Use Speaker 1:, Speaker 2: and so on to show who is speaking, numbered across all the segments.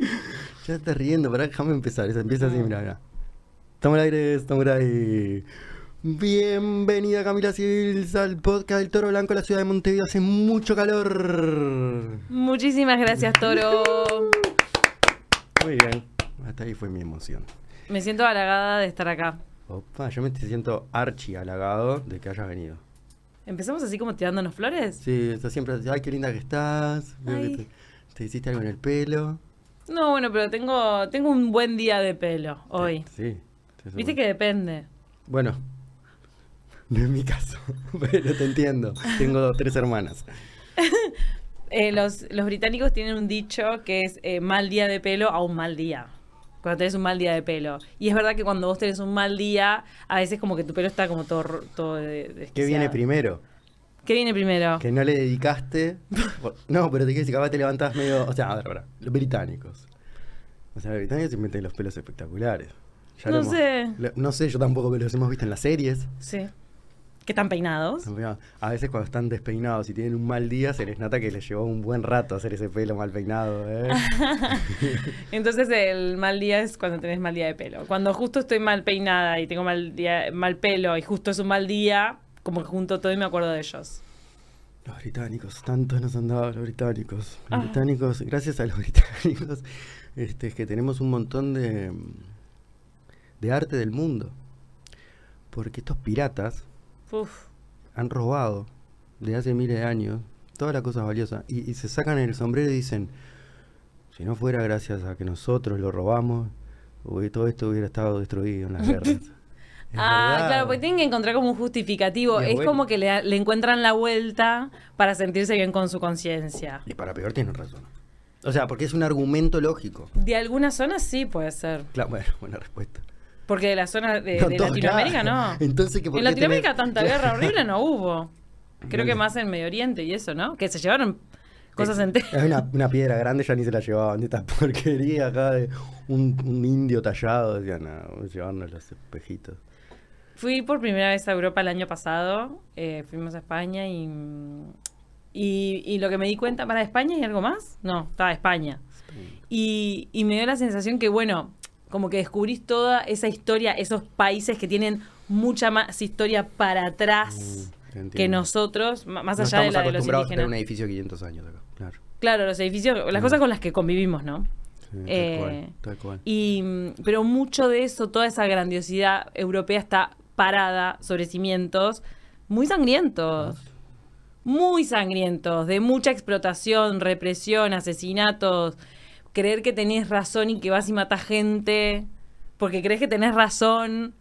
Speaker 1: Ya te estás riendo, pará, déjame empezar. Esa empieza así, mira, mira. Estamos al aire, estamos al aire. Bienvenida Camila Silsa al podcast del Toro Blanco de la ciudad de Montevideo. Hace mucho calor.
Speaker 2: Muchísimas gracias, Toro.
Speaker 1: Muy bien. Hasta ahí fue mi emoción.
Speaker 2: Me siento halagada de estar acá.
Speaker 1: Opa, yo me siento archi halagado de que hayas venido.
Speaker 2: ¿Empezamos así como tirándonos flores?
Speaker 1: Sí, está siempre así, ay, qué linda que estás. Veo que
Speaker 2: Ay.
Speaker 1: te, te hiciste algo en el pelo.
Speaker 2: No, bueno, pero tengo, tengo un buen día de pelo hoy.
Speaker 1: Sí. sí, sí,
Speaker 2: Viste
Speaker 1: bueno.
Speaker 2: que depende.
Speaker 1: Bueno, no es mi caso, pero te entiendo. Tengo dos, tres hermanas.
Speaker 2: Eh, los, los británicos tienen un dicho que es eh, mal día de pelo a un mal día. Cuando tenés un mal día de pelo. Y es verdad que cuando vos tenés un mal día, a veces como que tu pelo está como todo... ro- todo de- desquiciado.
Speaker 1: ¿Qué viene primero?
Speaker 2: ¿Qué viene primero?
Speaker 1: Que no le dedicaste. No, pero te quiero decir, capaz te levantás medio. O sea, a ver, a ver, los británicos. O sea, los británicos se meten los pelos espectaculares. Ya lo
Speaker 2: No
Speaker 1: hemos-
Speaker 2: sé.
Speaker 1: lo- no sé, yo tampoco, pero los hemos visto en las series.
Speaker 2: Sí. ¿Qué están peinados?
Speaker 1: A veces cuando están despeinados y tienen un mal día, se les nota que les llevó un buen rato hacer ese pelo mal peinado. ¿eh?
Speaker 2: Entonces el mal día es cuando tenés mal día de pelo. Cuando justo estoy mal peinada y tengo mal día, mal pelo y justo es un mal día, como que junto todo y me acuerdo de ellos.
Speaker 1: Los británicos, tanto nos han dado los británicos. Los
Speaker 2: Ah.
Speaker 1: británicos, gracias a los británicos, este, es que tenemos un montón de, mm, de arte del mundo. Porque estos piratas
Speaker 2: Uf.
Speaker 1: han robado de hace miles de años todas las cosas valiosas y, y se sacan el sombrero y dicen, si no fuera gracias a que nosotros lo robamos, hubi- todo esto hubiera estado destruido en las guerras. Es
Speaker 2: Ah,
Speaker 1: verdad.
Speaker 2: claro, porque tienen que encontrar como un justificativo.
Speaker 1: Y
Speaker 2: Es
Speaker 1: bueno.
Speaker 2: como que le, le encuentran la vuelta para sentirse bien con su conciencia.
Speaker 1: Y para peor tienen razón. O sea, porque es un argumento lógico.
Speaker 2: De algunas zonas sí puede ser.
Speaker 1: Claro, bueno, buena respuesta.
Speaker 2: Porque de la zona de,
Speaker 1: No,
Speaker 2: de
Speaker 1: todo,
Speaker 2: Latinoamérica
Speaker 1: claro.
Speaker 2: no.
Speaker 1: Entonces, ¿que por
Speaker 2: En
Speaker 1: qué
Speaker 2: Latinoamérica
Speaker 1: tenés-
Speaker 2: tanta guerra horrible no hubo. Creo que
Speaker 1: Bueno.
Speaker 2: más en Medio Oriente y eso, ¿no? Que se llevaron cosas
Speaker 1: Eh,
Speaker 2: enteras.
Speaker 1: Es una, una piedra grande, ya ni se la llevaban. Esta porquería acá de un, un indio tallado. Decían, no, llevarnos los espejitos.
Speaker 2: Fui por primera vez a Europa el año pasado, eh, fuimos a España y, y, y lo que me di cuenta para España y algo más, no, estaba España. Y, y me dio la sensación que, bueno, como que descubrís toda esa historia, esos países que tienen mucha más historia para atrás
Speaker 1: Mm, te entiendo.
Speaker 2: que nosotros, ma- más
Speaker 1: No
Speaker 2: allá de
Speaker 1: estamos
Speaker 2: la de los
Speaker 1: acostumbrados a tener Mm.
Speaker 2: indígenas.
Speaker 1: un edificio de 500 años acá, claro.
Speaker 2: Claro, los edificios, las cosas con las que convivimos, ¿no?
Speaker 1: Sí, tal
Speaker 2: Eh,
Speaker 1: cual, tal cual.
Speaker 2: Y, mm, pero mucho de eso, toda esa grandiosidad europea está parada sobre cimientos muy sangrientos. Muy sangrientos, de mucha explotación, represión, asesinatos. Creer que tenés razón y que vas y matas gente porque crees que tenés razón.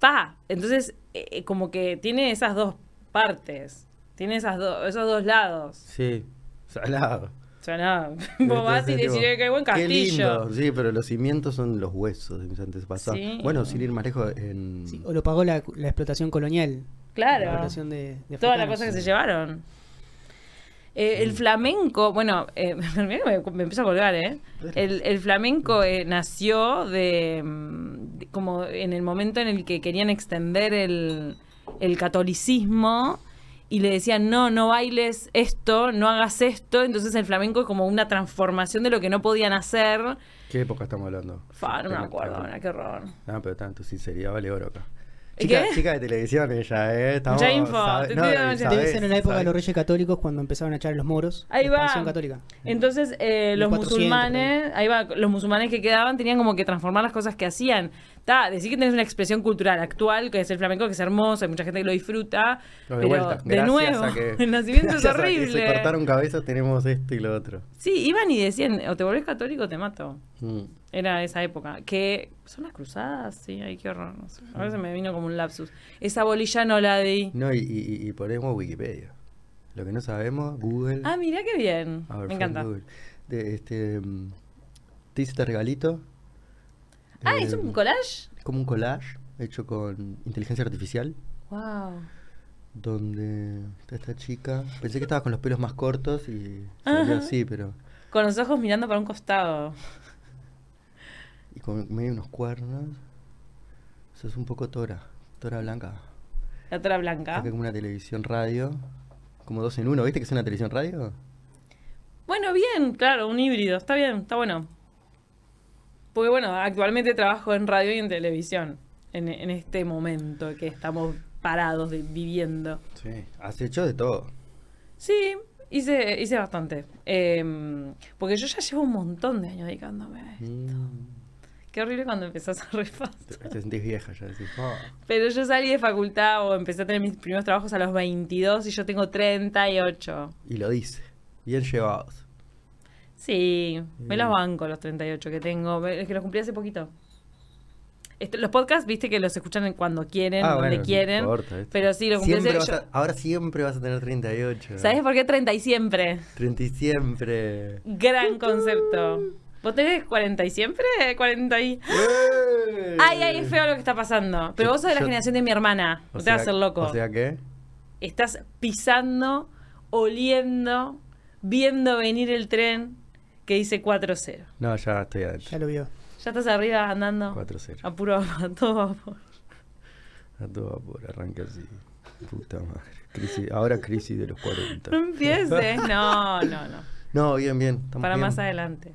Speaker 2: Pa. Entonces, eh, eh, como que tiene esas dos partes. Tiene esas do- esos dos lados.
Speaker 1: Sí, salado.
Speaker 2: O sea, nada. Vos vas y
Speaker 1: Entonces,
Speaker 2: decís
Speaker 1: tipo,
Speaker 2: que hay buen
Speaker 1: Qué
Speaker 2: castillo.
Speaker 1: lindo, sí, pero los cimientos son los huesos de mis antepasados.
Speaker 2: Sí.
Speaker 1: Bueno, sin ir más lejos, en...
Speaker 3: Sí, o lo pagó la, la explotación colonial. La
Speaker 2: Claro.
Speaker 3: explotación de, de
Speaker 2: Toda la
Speaker 3: africanos.
Speaker 2: cosa que se llevaron. Eh, el flamenco, bueno, eh, mirá que me, me empiezo a colgar, ¿eh? El, el flamenco eh, nació de, mm, de- como en el momento en el que querían extender el, el catolicismo y le decían, no, no bailes esto, no hagas esto. Entonces el flamenco es como una transformación de lo que no podían hacer.
Speaker 1: ¿Qué época estamos hablando?
Speaker 2: Fa, no me
Speaker 1: Tengo-
Speaker 2: acuerdo,
Speaker 1: tengo-
Speaker 2: ahora, qué horror.
Speaker 1: No, pero tanto sinceridad vale oro acá.
Speaker 2: ¿Y
Speaker 1: Chica,
Speaker 2: qué?
Speaker 1: chica de televisión ella, ¿eh? Estamos,
Speaker 2: Mucha info,
Speaker 1: sabe-
Speaker 2: te
Speaker 1: no,
Speaker 2: estoy
Speaker 1: y
Speaker 2: dando-
Speaker 1: sabes-
Speaker 3: Debe ser en la época de
Speaker 1: sabes-
Speaker 3: los reyes católicos cuando empezaron a echar a los moros.
Speaker 2: Ahí
Speaker 3: la
Speaker 2: va.
Speaker 3: expansión católica.
Speaker 2: Entonces, eh, los
Speaker 3: 1400,
Speaker 2: musulmanes, ahí va, los musulmanes que quedaban tenían como que transformar las cosas que hacían. Ta, decir que tenés una expresión cultural actual, que es el flamenco, que es hermoso, hay mucha gente que lo disfruta,
Speaker 1: No,
Speaker 2: pero
Speaker 1: vuelta,
Speaker 2: de
Speaker 1: gracias
Speaker 2: nuevo,
Speaker 1: a que-
Speaker 2: el nacimiento es
Speaker 1: gracias a que se
Speaker 2: horrible.
Speaker 1: cortaron cabezas, tenemos esto y lo otro.
Speaker 2: Sí, iban y decían, o te volvés católico o te mato.
Speaker 1: Mm.
Speaker 2: Era esa época. Que son las cruzadas, sí, ay, qué horror. no sé. A veces me vino como un lapsus. Esa bolilla no la di.
Speaker 1: No, y, y, y ponemos Wikipedia. Lo que no sabemos, Google.
Speaker 2: Ah, mirá qué bien.
Speaker 1: A ver, eh, fue
Speaker 2: me encanta.
Speaker 1: Google. De, este, mm, te hice este regalito.
Speaker 2: Ah,
Speaker 1: Eh,
Speaker 2: ¿es un collage?
Speaker 1: es como un collage hecho con inteligencia artificial.
Speaker 2: Wow.
Speaker 1: Donde está esta chica. Pensé que estaba con los pelos más cortos y salió
Speaker 2: Ajá.
Speaker 1: así, pero.
Speaker 2: Con los ojos mirando para un costado.
Speaker 1: Y con medio unos cuernos. Eso es un poco Tora. Tora blanca.
Speaker 2: La tela blanca.
Speaker 1: Acá como una televisión radio. Como dos en uno. ¿Viste que es una televisión radio?
Speaker 2: Bueno, bien, claro, un híbrido. Está bien, está bueno. Porque bueno, actualmente trabajo en radio y en televisión, en, en este momento que estamos parados de- viviendo.
Speaker 1: Sí, has hecho de todo.
Speaker 2: Sí, hice, hice bastante. Em, porque yo ya llevo un montón de años dedicándome a esto. Qué horrible cuando empezás a repaso.
Speaker 1: Mm. Te, te sentís vieja ya, decís, "Oh".
Speaker 2: Pero yo salí de facultad o empecé a tener mis primeros trabajos a los 22 y yo tengo 38.
Speaker 1: Y lo dice. Bien llevados.
Speaker 2: Sí, me
Speaker 1: Mm.
Speaker 2: los banco los 38 que tengo. Es que los cumplí hace poquito. Este- los podcasts, viste que los escuchan cuando quieren,
Speaker 1: Ah,
Speaker 2: donde
Speaker 1: bueno, no
Speaker 2: quieren.
Speaker 1: importa, ¿viste?
Speaker 2: pero sí, los cumplí hace
Speaker 1: Siempre vas
Speaker 2: yo-
Speaker 1: a- ahora siempre vas a tener 38.
Speaker 2: ¿Sabés por qué 30 y siempre?
Speaker 1: 30 y siempre.
Speaker 2: Gran concepto. ¿Vos tenés 40 y siempre? 40 y... Ay, ay, es feo lo que está pasando. Pero
Speaker 1: Yo-
Speaker 2: vos sos de la
Speaker 1: yo-
Speaker 2: generación de mi hermana.
Speaker 1: O
Speaker 2: No te
Speaker 1: sea-
Speaker 2: vas a hacer loco.
Speaker 1: O sea que.
Speaker 2: Estás pisando, oliendo, viendo venir el tren que dice 4-0.
Speaker 1: No, ya estoy adentro.
Speaker 3: Ya lo vio.
Speaker 2: Ya estás arriba andando.
Speaker 1: 4-0.
Speaker 2: A puro a todo vapor.
Speaker 1: A todo vapor, arranca así. Puta madre. Crisis- ahora crisis de los 40.
Speaker 2: No empieces. No, no, no.
Speaker 1: No, bien, bien. Estamos
Speaker 2: Para
Speaker 1: bien.
Speaker 2: más adelante.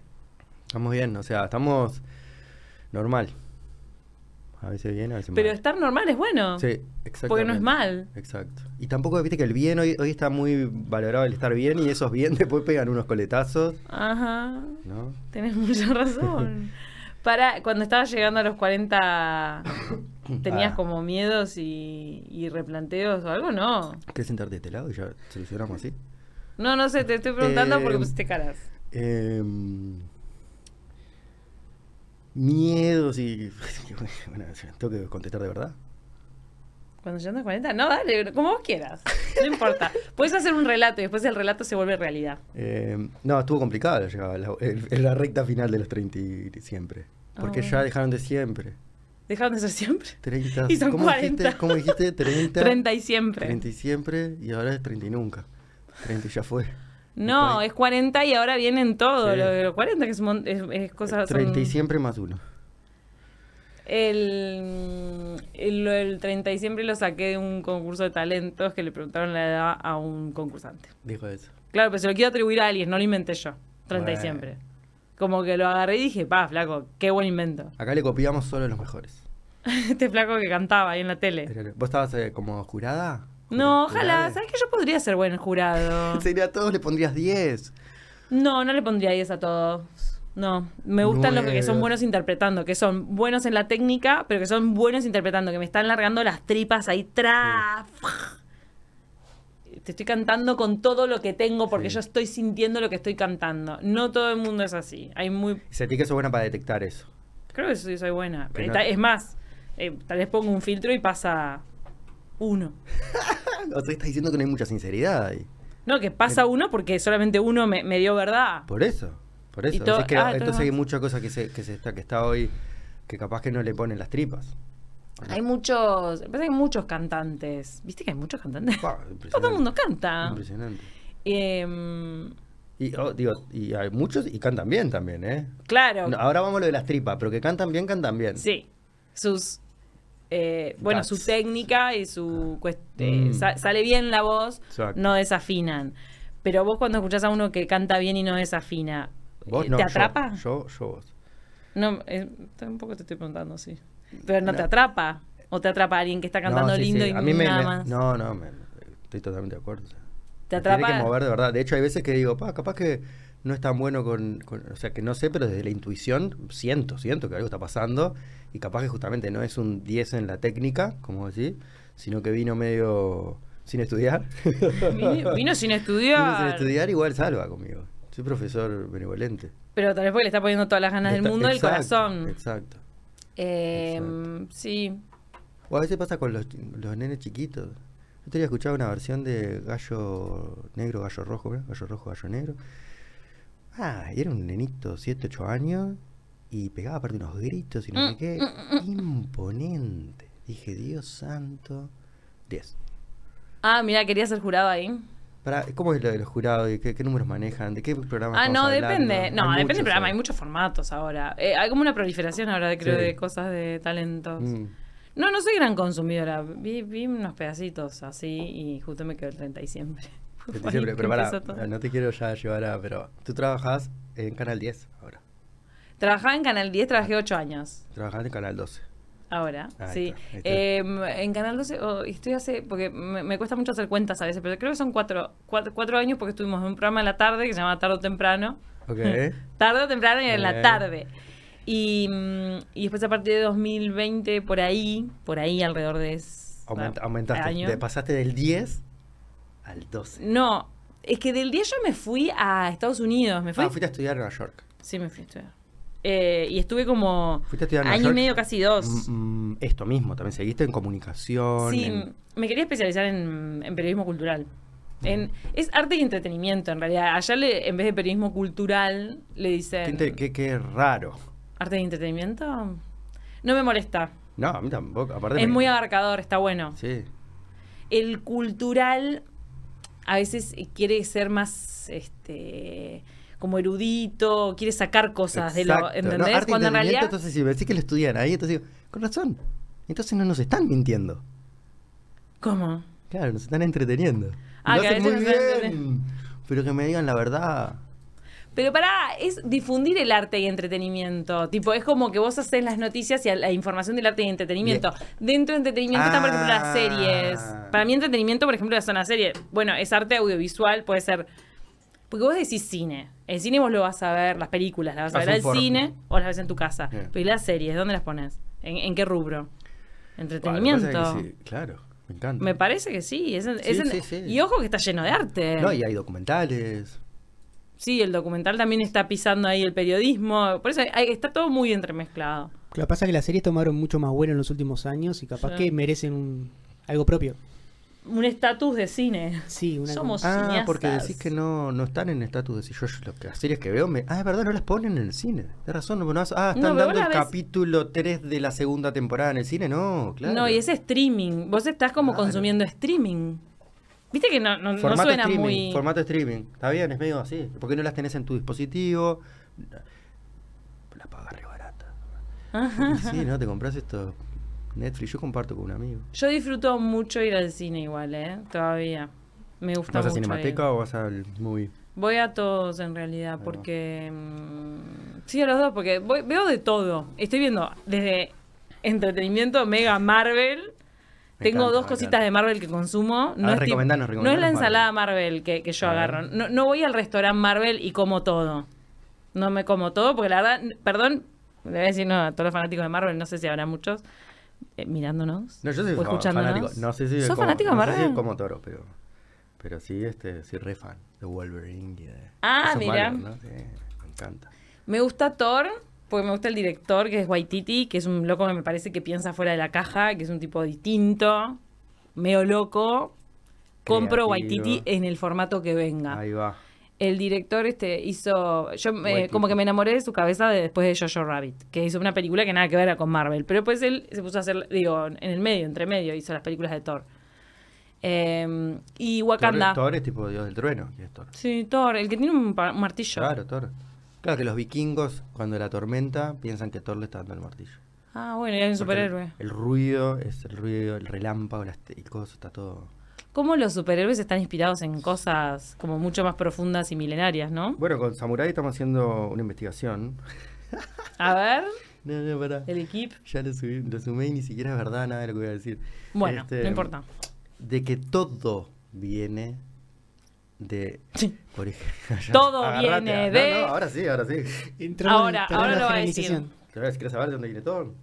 Speaker 1: Estamos bien, o sea, estamos normal. A veces bien, a veces
Speaker 2: Pero
Speaker 1: mal.
Speaker 2: estar normal es bueno.
Speaker 1: Sí, exactamente.
Speaker 2: Porque no es mal.
Speaker 1: Exacto. Y tampoco, viste que el bien, hoy, hoy está muy valorado el estar bien y esos bien después pegan unos coletazos,
Speaker 2: Ajá.
Speaker 1: ¿no?
Speaker 2: Tenés mucha razón. Para, cuando estabas llegando a los 40, ¿tenías
Speaker 1: Ah.
Speaker 2: como miedos y, y replanteos o algo? No.
Speaker 1: ¿Querés sentarte de este lado y ya solucionamos así?
Speaker 2: No, no sé, te estoy preguntando
Speaker 1: Eh,
Speaker 2: porque pusiste caras.
Speaker 1: Em, miedos y... Bueno, tengo que contestar de verdad.
Speaker 2: Cuando ya andas 40, no, dale, como vos quieras. No importa. Puedes hacer un relato y después el relato se vuelve realidad.
Speaker 1: Eh, no, estuvo complicado la llegada, la, el- el- la recta final de los 30 y siempre.
Speaker 2: Ah,
Speaker 1: Porque
Speaker 2: bueno.
Speaker 1: ya dejaron de siempre.
Speaker 2: Dejaron de ser siempre.
Speaker 1: 30.
Speaker 2: Y son
Speaker 1: ¿cómo
Speaker 2: 40.
Speaker 1: Dijiste, ¿Cómo dijiste? 30.
Speaker 2: 30 y siempre.
Speaker 1: 30 y siempre y ahora es 30 y nunca. 30 y ya fue.
Speaker 2: No, es 40 y ahora vienen todo.
Speaker 1: Sí.
Speaker 2: Lo de los 40 que es, mon- es, es cosa. son-
Speaker 1: 30 y siempre más uno.
Speaker 2: El, el, el 30 y siempre lo saqué de un concurso de talentos que le preguntaron la edad a un concursante.
Speaker 1: Dijo eso.
Speaker 2: Claro, pero se lo quiero atribuir a alguien, no lo inventé yo. 30 y
Speaker 1: Bueno.
Speaker 2: siempre. Como que lo agarré y dije, pa, flaco, qué buen invento.
Speaker 1: Acá le copiamos solo los mejores.
Speaker 2: este flaco que cantaba ahí en la tele.
Speaker 1: Pero, ¿Vos estabas eh, como jurada?
Speaker 2: No,
Speaker 1: Jura-
Speaker 2: ojalá.
Speaker 1: jurada.
Speaker 2: ¿Sabes que yo podría ser buen jurado?
Speaker 1: Sería a todos le pondrías 10.
Speaker 2: No, no le pondría 10 a todos. No, me gustan los que
Speaker 1: Nueve.
Speaker 2: son buenos interpretando, que son buenos en la técnica, pero que son buenos interpretando, que me están largando las tripas ahí, tra. Te estoy cantando con todo lo que tengo porque
Speaker 1: Sí.
Speaker 2: yo estoy sintiendo lo que estoy cantando. No todo el mundo es así. Hay muy.
Speaker 1: Y sentí que sos buena para detectar eso.
Speaker 2: Creo que sí soy buena.
Speaker 1: Que
Speaker 2: Eh,
Speaker 1: no-
Speaker 2: ta- Es más, eh, tal vez pongo un filtro y pasa uno.
Speaker 1: Ah, O sea, estás diciendo que no hay mucha sinceridad ahí.
Speaker 2: No, que pasa uno porque solamente uno me, me dio verdad.
Speaker 1: Por eso, por
Speaker 2: Y
Speaker 1: eso.
Speaker 2: todo-
Speaker 1: Así que,
Speaker 2: ah, todo
Speaker 1: entonces hay
Speaker 2: más.
Speaker 1: mucha cosa que se, que se está, que está hoy que capaz que no le ponen las tripas.
Speaker 2: Hay muchos, parece que hay muchos cantantes. ¿Viste que hay muchos cantantes?
Speaker 1: Pa,
Speaker 2: Todo
Speaker 1: Ah, impresionante.
Speaker 2: el mundo canta.
Speaker 1: Impresionante.
Speaker 2: Em,
Speaker 1: Y oh, digo, y hay muchos y cantan bien también, ¿eh?
Speaker 2: claro.
Speaker 1: No, ahora vamos a lo de las tripas, pero que cantan bien, cantan bien.
Speaker 2: Sí. Sus. eh, bueno, su
Speaker 1: Guts.
Speaker 2: técnica y su. cuest-
Speaker 1: Mm.
Speaker 2: eh, sa- sale bien la voz,
Speaker 1: Exacto.
Speaker 2: no desafinan. Pero vos cuando escuchás a uno que canta bien y no desafina,
Speaker 1: ¿Vos
Speaker 2: eh,
Speaker 1: no,
Speaker 2: ¿te
Speaker 1: yo-
Speaker 2: atrapa?
Speaker 1: Yo, yo vos.
Speaker 2: No, eh, tampoco te estoy preguntando, sí. Pero no,
Speaker 1: No.
Speaker 2: te atrapa. O te atrapa alguien que está cantando
Speaker 1: No, sí,
Speaker 2: lindo
Speaker 1: sí,
Speaker 2: y
Speaker 1: a mí me-
Speaker 2: nada
Speaker 1: me-
Speaker 2: más.
Speaker 1: No, no, me- estoy totalmente de acuerdo. o sea,
Speaker 2: te
Speaker 1: me Tiene
Speaker 2: atrapa.
Speaker 1: que mover de verdad. De hecho, hay veces que digo, pa, capaz que no es tan bueno con, con- O sea, que no sé, pero desde la intuición siento, siento que algo está pasando. Y capaz que justamente no es un 10 en la técnica, como decís, sino que vino medio sin estudiar.
Speaker 2: Vino, vino sin
Speaker 1: Vino
Speaker 2: estudiar.
Speaker 1: sin estudiar, igual salva conmigo. Soy profesor benevolente.
Speaker 2: Pero tal vez porque le está poniendo todas las ganas del
Speaker 1: Está-
Speaker 2: mundo y el
Speaker 1: exacto,
Speaker 2: corazón.
Speaker 1: Exacto.
Speaker 2: Eh,
Speaker 1: exacto.
Speaker 2: sí.
Speaker 1: O a veces pasa con los, chi- los nenes chiquitos. Yo te había escuchado una versión de gallo negro, gallo rojo, ¿verdad? Gallo rojo, gallo negro. Ah, y era un nenito, 7, 8 años, y pegaba aparte unos gritos y no
Speaker 2: Mm,
Speaker 1: sé qué. Imponente. Dije, Dios santo. 10.
Speaker 2: Ah, mira, quería ser jurado ahí.
Speaker 1: Pará, ¿Cómo es lo de los jurados? ¿Y ¿Qué, qué números manejan? ¿De qué programas
Speaker 2: Ah,
Speaker 1: estamos
Speaker 2: no,
Speaker 1: hablando?
Speaker 2: depende. No,
Speaker 1: Hay
Speaker 2: depende del
Speaker 1: muchos eh.
Speaker 2: programa. Hay
Speaker 1: ahora.
Speaker 2: muchos formatos ahora. Eh, hay como una proliferación ahora, creo,
Speaker 1: Sí.
Speaker 2: de cosas de talentos.
Speaker 1: Mm.
Speaker 2: No, no soy gran consumidora. Vi, vi unos pedacitos así y justo me quedó el 30 y siempre.
Speaker 1: Te
Speaker 2: Ahí
Speaker 1: siempre- pero pará,
Speaker 2: empezó todo.
Speaker 1: no te quiero ya llevar a... Pero tú trabajas en Canal 10 ahora.
Speaker 2: Trabajaba en Canal 10, trabajé 8 años.
Speaker 1: Trabajaste en Canal 12.
Speaker 2: Ahora,
Speaker 1: Ahí
Speaker 2: sí.
Speaker 1: está, ahí está.
Speaker 2: Eh, en Canal 12 oh, estoy hace, porque me, me cuesta mucho hacer cuentas a veces, pero creo que son cuatro, cuatro, cuatro años porque estuvimos en un programa en la tarde que se llamaba Tarde o Temprano.
Speaker 1: Ok.
Speaker 2: Tarde o temprano y en la
Speaker 1: Eh.
Speaker 2: tarde. Y, mm, y después a partir de 2020, por ahí, por ahí alrededor de... s-
Speaker 1: Aumenta-
Speaker 2: a-
Speaker 1: aumentaste.
Speaker 2: año.
Speaker 1: de- pasaste del 10 al 12.
Speaker 2: No, es que del día yo me fui a Estados Unidos, me fui.
Speaker 1: Ah, fuiste a estudiar a Nueva York.
Speaker 2: Sí, me fui a estudiar. Eh, y estuve como
Speaker 1: Fuiste a estudiar a Nueva
Speaker 2: año y
Speaker 1: York.
Speaker 2: medio, casi dos.
Speaker 1: Mm, mm, esto mismo, también seguiste en comunicación.
Speaker 2: Sí, mm,
Speaker 1: en-
Speaker 2: me quería especializar en, en periodismo cultural. En, es arte y entretenimiento, en realidad. Allá le, en vez de periodismo cultural, le
Speaker 1: ¿Qué,
Speaker 2: dicen...
Speaker 1: inte- qué- qué raro.
Speaker 2: ¿Arte y entretenimiento? No me molesta.
Speaker 1: No, a mí tampoco. Aparte
Speaker 2: Es
Speaker 1: me-
Speaker 2: muy abarcador, está bueno.
Speaker 1: Sí.
Speaker 2: El cultural a veces quiere ser más este como erudito, quiere sacar cosas de lo,
Speaker 1: Exacto. No, arte y
Speaker 2: ¿entendés? Cuando en
Speaker 1: entretenimiento,
Speaker 2: realidad
Speaker 1: Entonces, si me decís que lo estudian ahí, entonces digo, con razón. Entonces no nos están mintiendo.
Speaker 2: ¿Cómo?
Speaker 1: Claro, nos están entreteniendo.
Speaker 2: Ah,
Speaker 1: lo
Speaker 2: que a
Speaker 1: hacen muy
Speaker 2: veces nos están
Speaker 1: bien. Pero que me digan la verdad.
Speaker 2: Pero pará, es difundir el arte y entretenimiento. Tipo, es como que vos haces las noticias y a- la información del arte y entretenimiento. Dentro de entretenimiento están, por ejemplo, las
Speaker 1: Ah.
Speaker 2: series. Para mí, entretenimiento, por ejemplo, son las series. Bueno, es arte audiovisual, puede ser. Porque vos decís cine. El cine vos lo vas a ver, las películas, las vas a
Speaker 1: Las
Speaker 2: ver al
Speaker 1: inform-
Speaker 2: cine o las ves en tu casa.
Speaker 1: Bien.
Speaker 2: Pero ¿y las series? ¿Dónde las pones? ¿En, en qué rubro?
Speaker 1: Ah,
Speaker 2: Entretenimiento.
Speaker 1: lo que pasa es que sí, claro, me encanta.
Speaker 2: Me parece que sí. es en- es
Speaker 1: Sí,
Speaker 2: en-
Speaker 1: sí, sí.
Speaker 2: Y ojo que está lleno de arte.
Speaker 1: No, y hay documentales.
Speaker 2: Sí, el documental también está pisando ahí el periodismo. Por eso hay- está todo muy entremezclado.
Speaker 3: Lo que pasa es que las series tomaron mucho más vuelo en los últimos años y capaz
Speaker 2: Sí.
Speaker 3: que merecen un, algo propio.
Speaker 2: Un estatus de cine.
Speaker 3: Sí, una
Speaker 2: Somos-
Speaker 1: Ah,
Speaker 2: cineastas.
Speaker 1: porque decís que no, no están en estatus de si yo, yo lo que- las series que veo, me, ah, es verdad, no las ponen en el cine. De razón, no, no has- ah, están
Speaker 2: No, pero vos
Speaker 1: dando
Speaker 2: la
Speaker 1: el
Speaker 2: ves-
Speaker 1: capítulo 3 de la segunda temporada en el cine, no, claro.
Speaker 2: No, y es streaming. Vos estás como
Speaker 1: Claro.
Speaker 2: consumiendo streaming. Viste que no, no- no
Speaker 1: formato
Speaker 2: suena
Speaker 1: streaming,
Speaker 2: muy.
Speaker 1: formato streaming. Está bien, es medio así. ¿Por qué no las tenés en tu dispositivo? La pagas re barata. Y sí, ¿no? Te compras esto Netflix, yo comparto con un amigo.
Speaker 2: Yo disfruto mucho ir al cine igual, ¿eh? Todavía. Me gusta
Speaker 1: ¿Vas a
Speaker 2: mucho.
Speaker 1: Cinemateca
Speaker 2: ir.
Speaker 1: o vas al movie?
Speaker 2: Voy a todos en realidad,
Speaker 1: va.
Speaker 2: porque. mm, sí, a los dos, porque voy- veo de todo. Estoy viendo desde entretenimiento, mega Marvel.
Speaker 1: Me
Speaker 2: Tengo
Speaker 1: encanta,
Speaker 2: dos
Speaker 1: me
Speaker 2: cositas
Speaker 1: encanta.
Speaker 2: de Marvel que consumo.
Speaker 1: ver,
Speaker 2: es tip-
Speaker 1: recomendanos,
Speaker 2: no es la
Speaker 1: recomendanos
Speaker 2: ensalada Marvel que, que yo
Speaker 1: A ver.
Speaker 2: agarro. No, no voy al restaurante Marvel y como todo. No me como todo, porque la verdad, n- perdón, le voy a decir no, a todos los fanáticos de Marvel, no sé si habrá muchos, eh, mirándonos.
Speaker 1: No, yo soy
Speaker 2: o
Speaker 1: fa-
Speaker 2: escuchándonos.
Speaker 1: fanático. No sé si
Speaker 2: ¿Sos
Speaker 1: como-
Speaker 2: fanático de
Speaker 1: no sé
Speaker 2: Marvel?
Speaker 1: si como toro, pero, pero sí, este, sí, re fan de Wolverine. y de-
Speaker 2: Ah,
Speaker 1: esos
Speaker 2: mirá.
Speaker 1: malos, ¿no? Sí, me encanta.
Speaker 2: Me gusta Thor, porque me gusta el director, que es Waititi, que es un loco que me parece que piensa fuera de la caja, que es un tipo distinto, medio loco. Compro
Speaker 1: Creativo.
Speaker 2: Waititi en el formato que venga.
Speaker 1: Ahí va.
Speaker 2: El director este hizo. Yo me-
Speaker 1: Waititi.
Speaker 2: como que me enamoré de su cabeza de- después de Jojo Rabbit, que hizo una película que nada que ver era con Marvel. Pero después él se puso a hacer, digo, en el medio, entre medio, hizo las películas de Thor. Eh, y Wakanda.
Speaker 1: Thor, Thor es tipo Dios del trueno. que es Thor.
Speaker 2: Sí, Thor, el que tiene un, pa- un martillo.
Speaker 1: Claro, Thor. Claro que los vikingos, cuando la tormenta, piensan que Thor le está dando el martillo.
Speaker 2: Ah, bueno, era
Speaker 1: Porque
Speaker 2: un
Speaker 1: el-
Speaker 2: superhéroe.
Speaker 1: El, ruido, es el ruido, el relámpago, las te- y cosas, está todo.
Speaker 2: ¿Cómo los superhéroes están inspirados en cosas como mucho más profundas y milenarias, no?
Speaker 1: Bueno, con Samurai estamos haciendo una investigación.
Speaker 2: A ver,
Speaker 1: No, no, pará.
Speaker 2: el equipo.
Speaker 1: Ya lo, subí, lo sumé y ni siquiera es verdad nada de lo que voy a decir.
Speaker 2: Bueno,
Speaker 1: Este,
Speaker 2: no importa.
Speaker 1: De que todo viene de. por ej- ya,
Speaker 2: Todo
Speaker 1: agarrate,
Speaker 2: viene
Speaker 1: ah,
Speaker 2: de-
Speaker 1: No, no, ahora sí, ahora sí.
Speaker 3: Entró en el
Speaker 2: Ahora-
Speaker 3: terreno
Speaker 2: ahora
Speaker 3: de
Speaker 2: lo va a
Speaker 3: generalización.
Speaker 2: decir.
Speaker 1: Te voy a decir, ¿Quieres saber de dónde viene todo?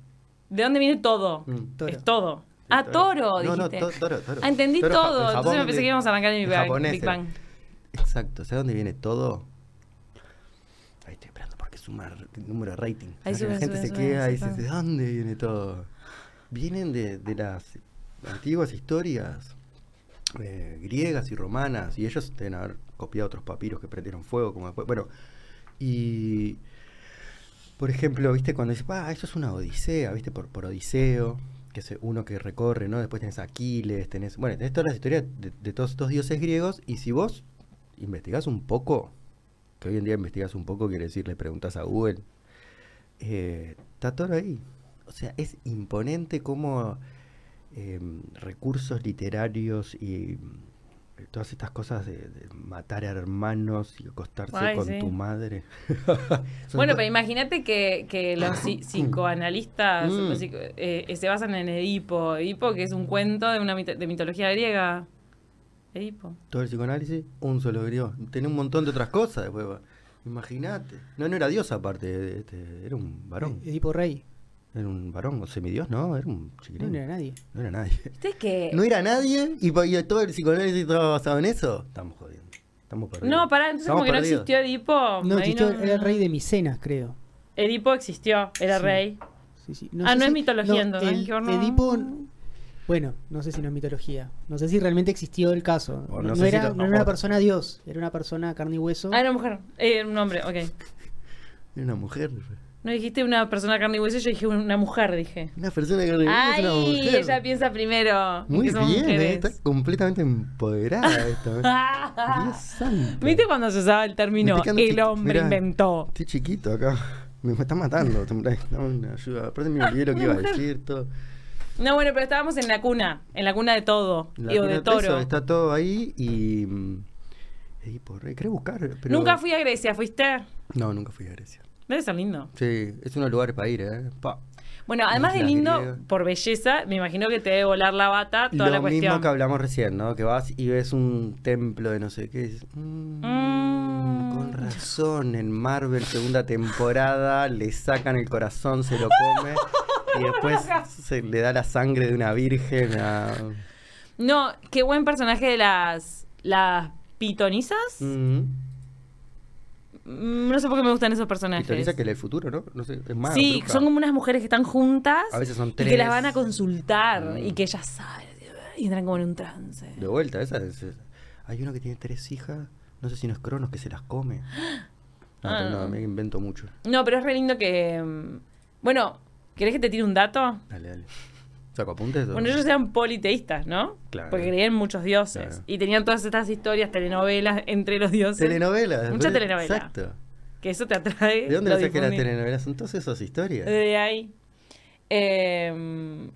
Speaker 2: ¿De dónde viene todo?
Speaker 1: Mm.
Speaker 3: Toro.
Speaker 2: Es todo. Ah, toro,
Speaker 1: No,
Speaker 2: dijiste.
Speaker 1: no, to- toro, toro.
Speaker 2: Ah, entendí
Speaker 1: Toro, ja- el
Speaker 2: todo. Entonces
Speaker 1: jabón
Speaker 2: me pensé
Speaker 1: de-
Speaker 2: que íbamos a arrancar en
Speaker 1: el
Speaker 2: Big Bang.
Speaker 1: japonés eh.
Speaker 2: Big
Speaker 1: era.
Speaker 2: Bang.
Speaker 1: Exacto, ¿sabes dónde viene todo? Ahí estoy esperando porque suma r- número de rating.
Speaker 2: Ahí
Speaker 1: ¿Sabes que
Speaker 2: sube,
Speaker 1: la gente
Speaker 2: sube,
Speaker 1: se
Speaker 2: sube,
Speaker 1: queda y
Speaker 2: sube.
Speaker 1: dice, ¿de dónde viene todo? Vienen de, de las antiguas historias eh, griegas y romanas, y ellos deben haber copiado otros papiros que prendieron fuego, como después. Bueno, y por ejemplo, viste, cuando dices, ah, eso es una odisea, viste, por, por Odiseo, que es uno que recorre, ¿no? Después tenés Aquiles, tenés. Bueno, tenés todas las historias de, de todos estos dioses griegos, y si vos investigás un poco, que hoy en día investigás un poco, quiere decir, le preguntás a Google, eh, está todo ahí. O sea, es imponente cómo em, recursos literarios y todas estas cosas de, de matar a hermanos y acostarse
Speaker 2: Ay,
Speaker 1: con
Speaker 2: sí.
Speaker 1: tu madre. Son
Speaker 2: Bueno,
Speaker 1: to-
Speaker 2: pero imagínate que, que los psi- psicoanalistas
Speaker 1: Mm.
Speaker 2: los psico- eh, eh, se basan en Edipo. Edipo, que es un cuento de una mito- de mitología griega. Edipo.
Speaker 1: Todo el psicoanálisis, un solo griego. Tenía un montón de otras cosas después. va. Imagínate. No, no era dios aparte. de- este, era un varón.
Speaker 3: Edipo Rey.
Speaker 1: Era un varón o semidios, ¿no? Era un
Speaker 3: No,
Speaker 1: chiquitín.
Speaker 3: no era nadie.
Speaker 1: No era nadie.
Speaker 2: ¿Viste que.?
Speaker 1: No era nadie y, pa- y todo el psicoanálisis estaba basado en eso. Estamos jodiendo. Estamos perdidos.
Speaker 2: No, pará, entonces
Speaker 1: Estamos
Speaker 2: como que no
Speaker 1: perdidos.
Speaker 2: existió Edipo.
Speaker 3: No,
Speaker 2: ahí
Speaker 3: existió, era el rey de Micenas, creo.
Speaker 2: Edipo existió, era
Speaker 3: Sí.
Speaker 2: rey.
Speaker 3: Sí, sí.
Speaker 2: Ah,
Speaker 3: sé
Speaker 2: no es
Speaker 3: si-
Speaker 2: mitología, entonces,
Speaker 3: el
Speaker 2: que no-
Speaker 3: Edipo. Bueno, no sé si no es mitología. No sé si realmente existió el caso.
Speaker 1: O
Speaker 3: No,
Speaker 1: no
Speaker 3: no
Speaker 1: sé si
Speaker 3: era,
Speaker 1: tam-
Speaker 3: no era una
Speaker 1: o-
Speaker 3: persona Dios, era una persona carne y hueso.
Speaker 2: Ah, era mujer. Eh, un hombre, ok.
Speaker 1: Era una mujer.
Speaker 2: No dijiste una persona carne y hueso, yo dije una mujer, dije.
Speaker 1: Una persona que es una
Speaker 2: Ay,
Speaker 1: mujer.
Speaker 2: ella piensa primero.
Speaker 1: Muy
Speaker 2: que somos
Speaker 1: bien, eh,
Speaker 2: mujeres.
Speaker 1: está completamente empoderada esta. Dios santo.
Speaker 2: ¿Viste cuando se usaba el
Speaker 1: Me
Speaker 2: término
Speaker 1: estoy quedando
Speaker 2: el
Speaker 1: chiqui-
Speaker 2: hombre
Speaker 1: mirá,
Speaker 2: inventó?
Speaker 1: Estoy chiquito acá. Me está matando. Dame una ayuda. Aparte me olvidé lo que
Speaker 2: una
Speaker 1: iba a
Speaker 2: mujer.
Speaker 1: decir. Todo.
Speaker 2: No, bueno, pero estábamos en la cuna, en la cuna de todo,
Speaker 1: La
Speaker 2: digo,
Speaker 1: cuna
Speaker 2: de
Speaker 1: de peso,
Speaker 2: toro.
Speaker 1: Está todo ahí y... mm, Edipo Rey. Quería buscar, pero...
Speaker 2: Nunca fui a Grecia, ¿fuiste?
Speaker 1: No, nunca fui a Grecia.
Speaker 2: Debe ser lindo.
Speaker 1: Sí, es unos lugares para ir, ¿eh? Pa.
Speaker 2: Bueno, además de
Speaker 1: Islas
Speaker 2: lindo,
Speaker 1: griegas.
Speaker 2: por belleza, me imagino que te debe volar la bata toda
Speaker 1: Lo
Speaker 2: la cuestión.
Speaker 1: mismo que hablamos recién, ¿no? Que vas y ves un templo de no sé qué. y dices, "Mm,
Speaker 2: Mm.
Speaker 1: Con razón, en Marvel, segunda temporada, le sacan el corazón, se lo come. y después se le da la sangre de una virgen a.
Speaker 2: No, qué buen personaje de las, las pitonisas.
Speaker 1: Mm.
Speaker 2: Mm, No sé por qué me gustan esos
Speaker 1: Y
Speaker 2: personajes.
Speaker 1: te dice que el futuro, ¿no? No sé, es más.
Speaker 2: sí,
Speaker 1: bruja.
Speaker 2: son como unas mujeres que están juntas
Speaker 1: A veces son
Speaker 2: y que las
Speaker 1: tres.
Speaker 2: van a consultar
Speaker 1: Mm.
Speaker 2: y que ellas saben y entran como en un trance.
Speaker 1: De vuelta, esa es- es- Hay uno que tiene tres hijas, no sé si no es Cronos, que se las come. No,
Speaker 2: Ah.
Speaker 1: pero no, me invento mucho.
Speaker 2: No, pero es re lindo que. mm, Bueno, ¿querés que te tire un dato?
Speaker 1: Dale, dale. ¿Saco apuntes? o-
Speaker 2: Bueno, ellos eran politeístas, ¿no?
Speaker 1: Claro.
Speaker 2: Porque creían en muchos dioses.
Speaker 1: Claro.
Speaker 2: Y tenían todas estas historias, telenovelas entre los dioses.
Speaker 1: Telenovelas.
Speaker 2: Mucha
Speaker 1: re-
Speaker 2: telenovela.
Speaker 1: Exacto.
Speaker 2: que eso te atrae.
Speaker 1: ¿De dónde
Speaker 2: lo
Speaker 1: lo que las
Speaker 2: difundí.
Speaker 1: telenovelas? Son todas esas historias.
Speaker 2: De ahí. Eh, me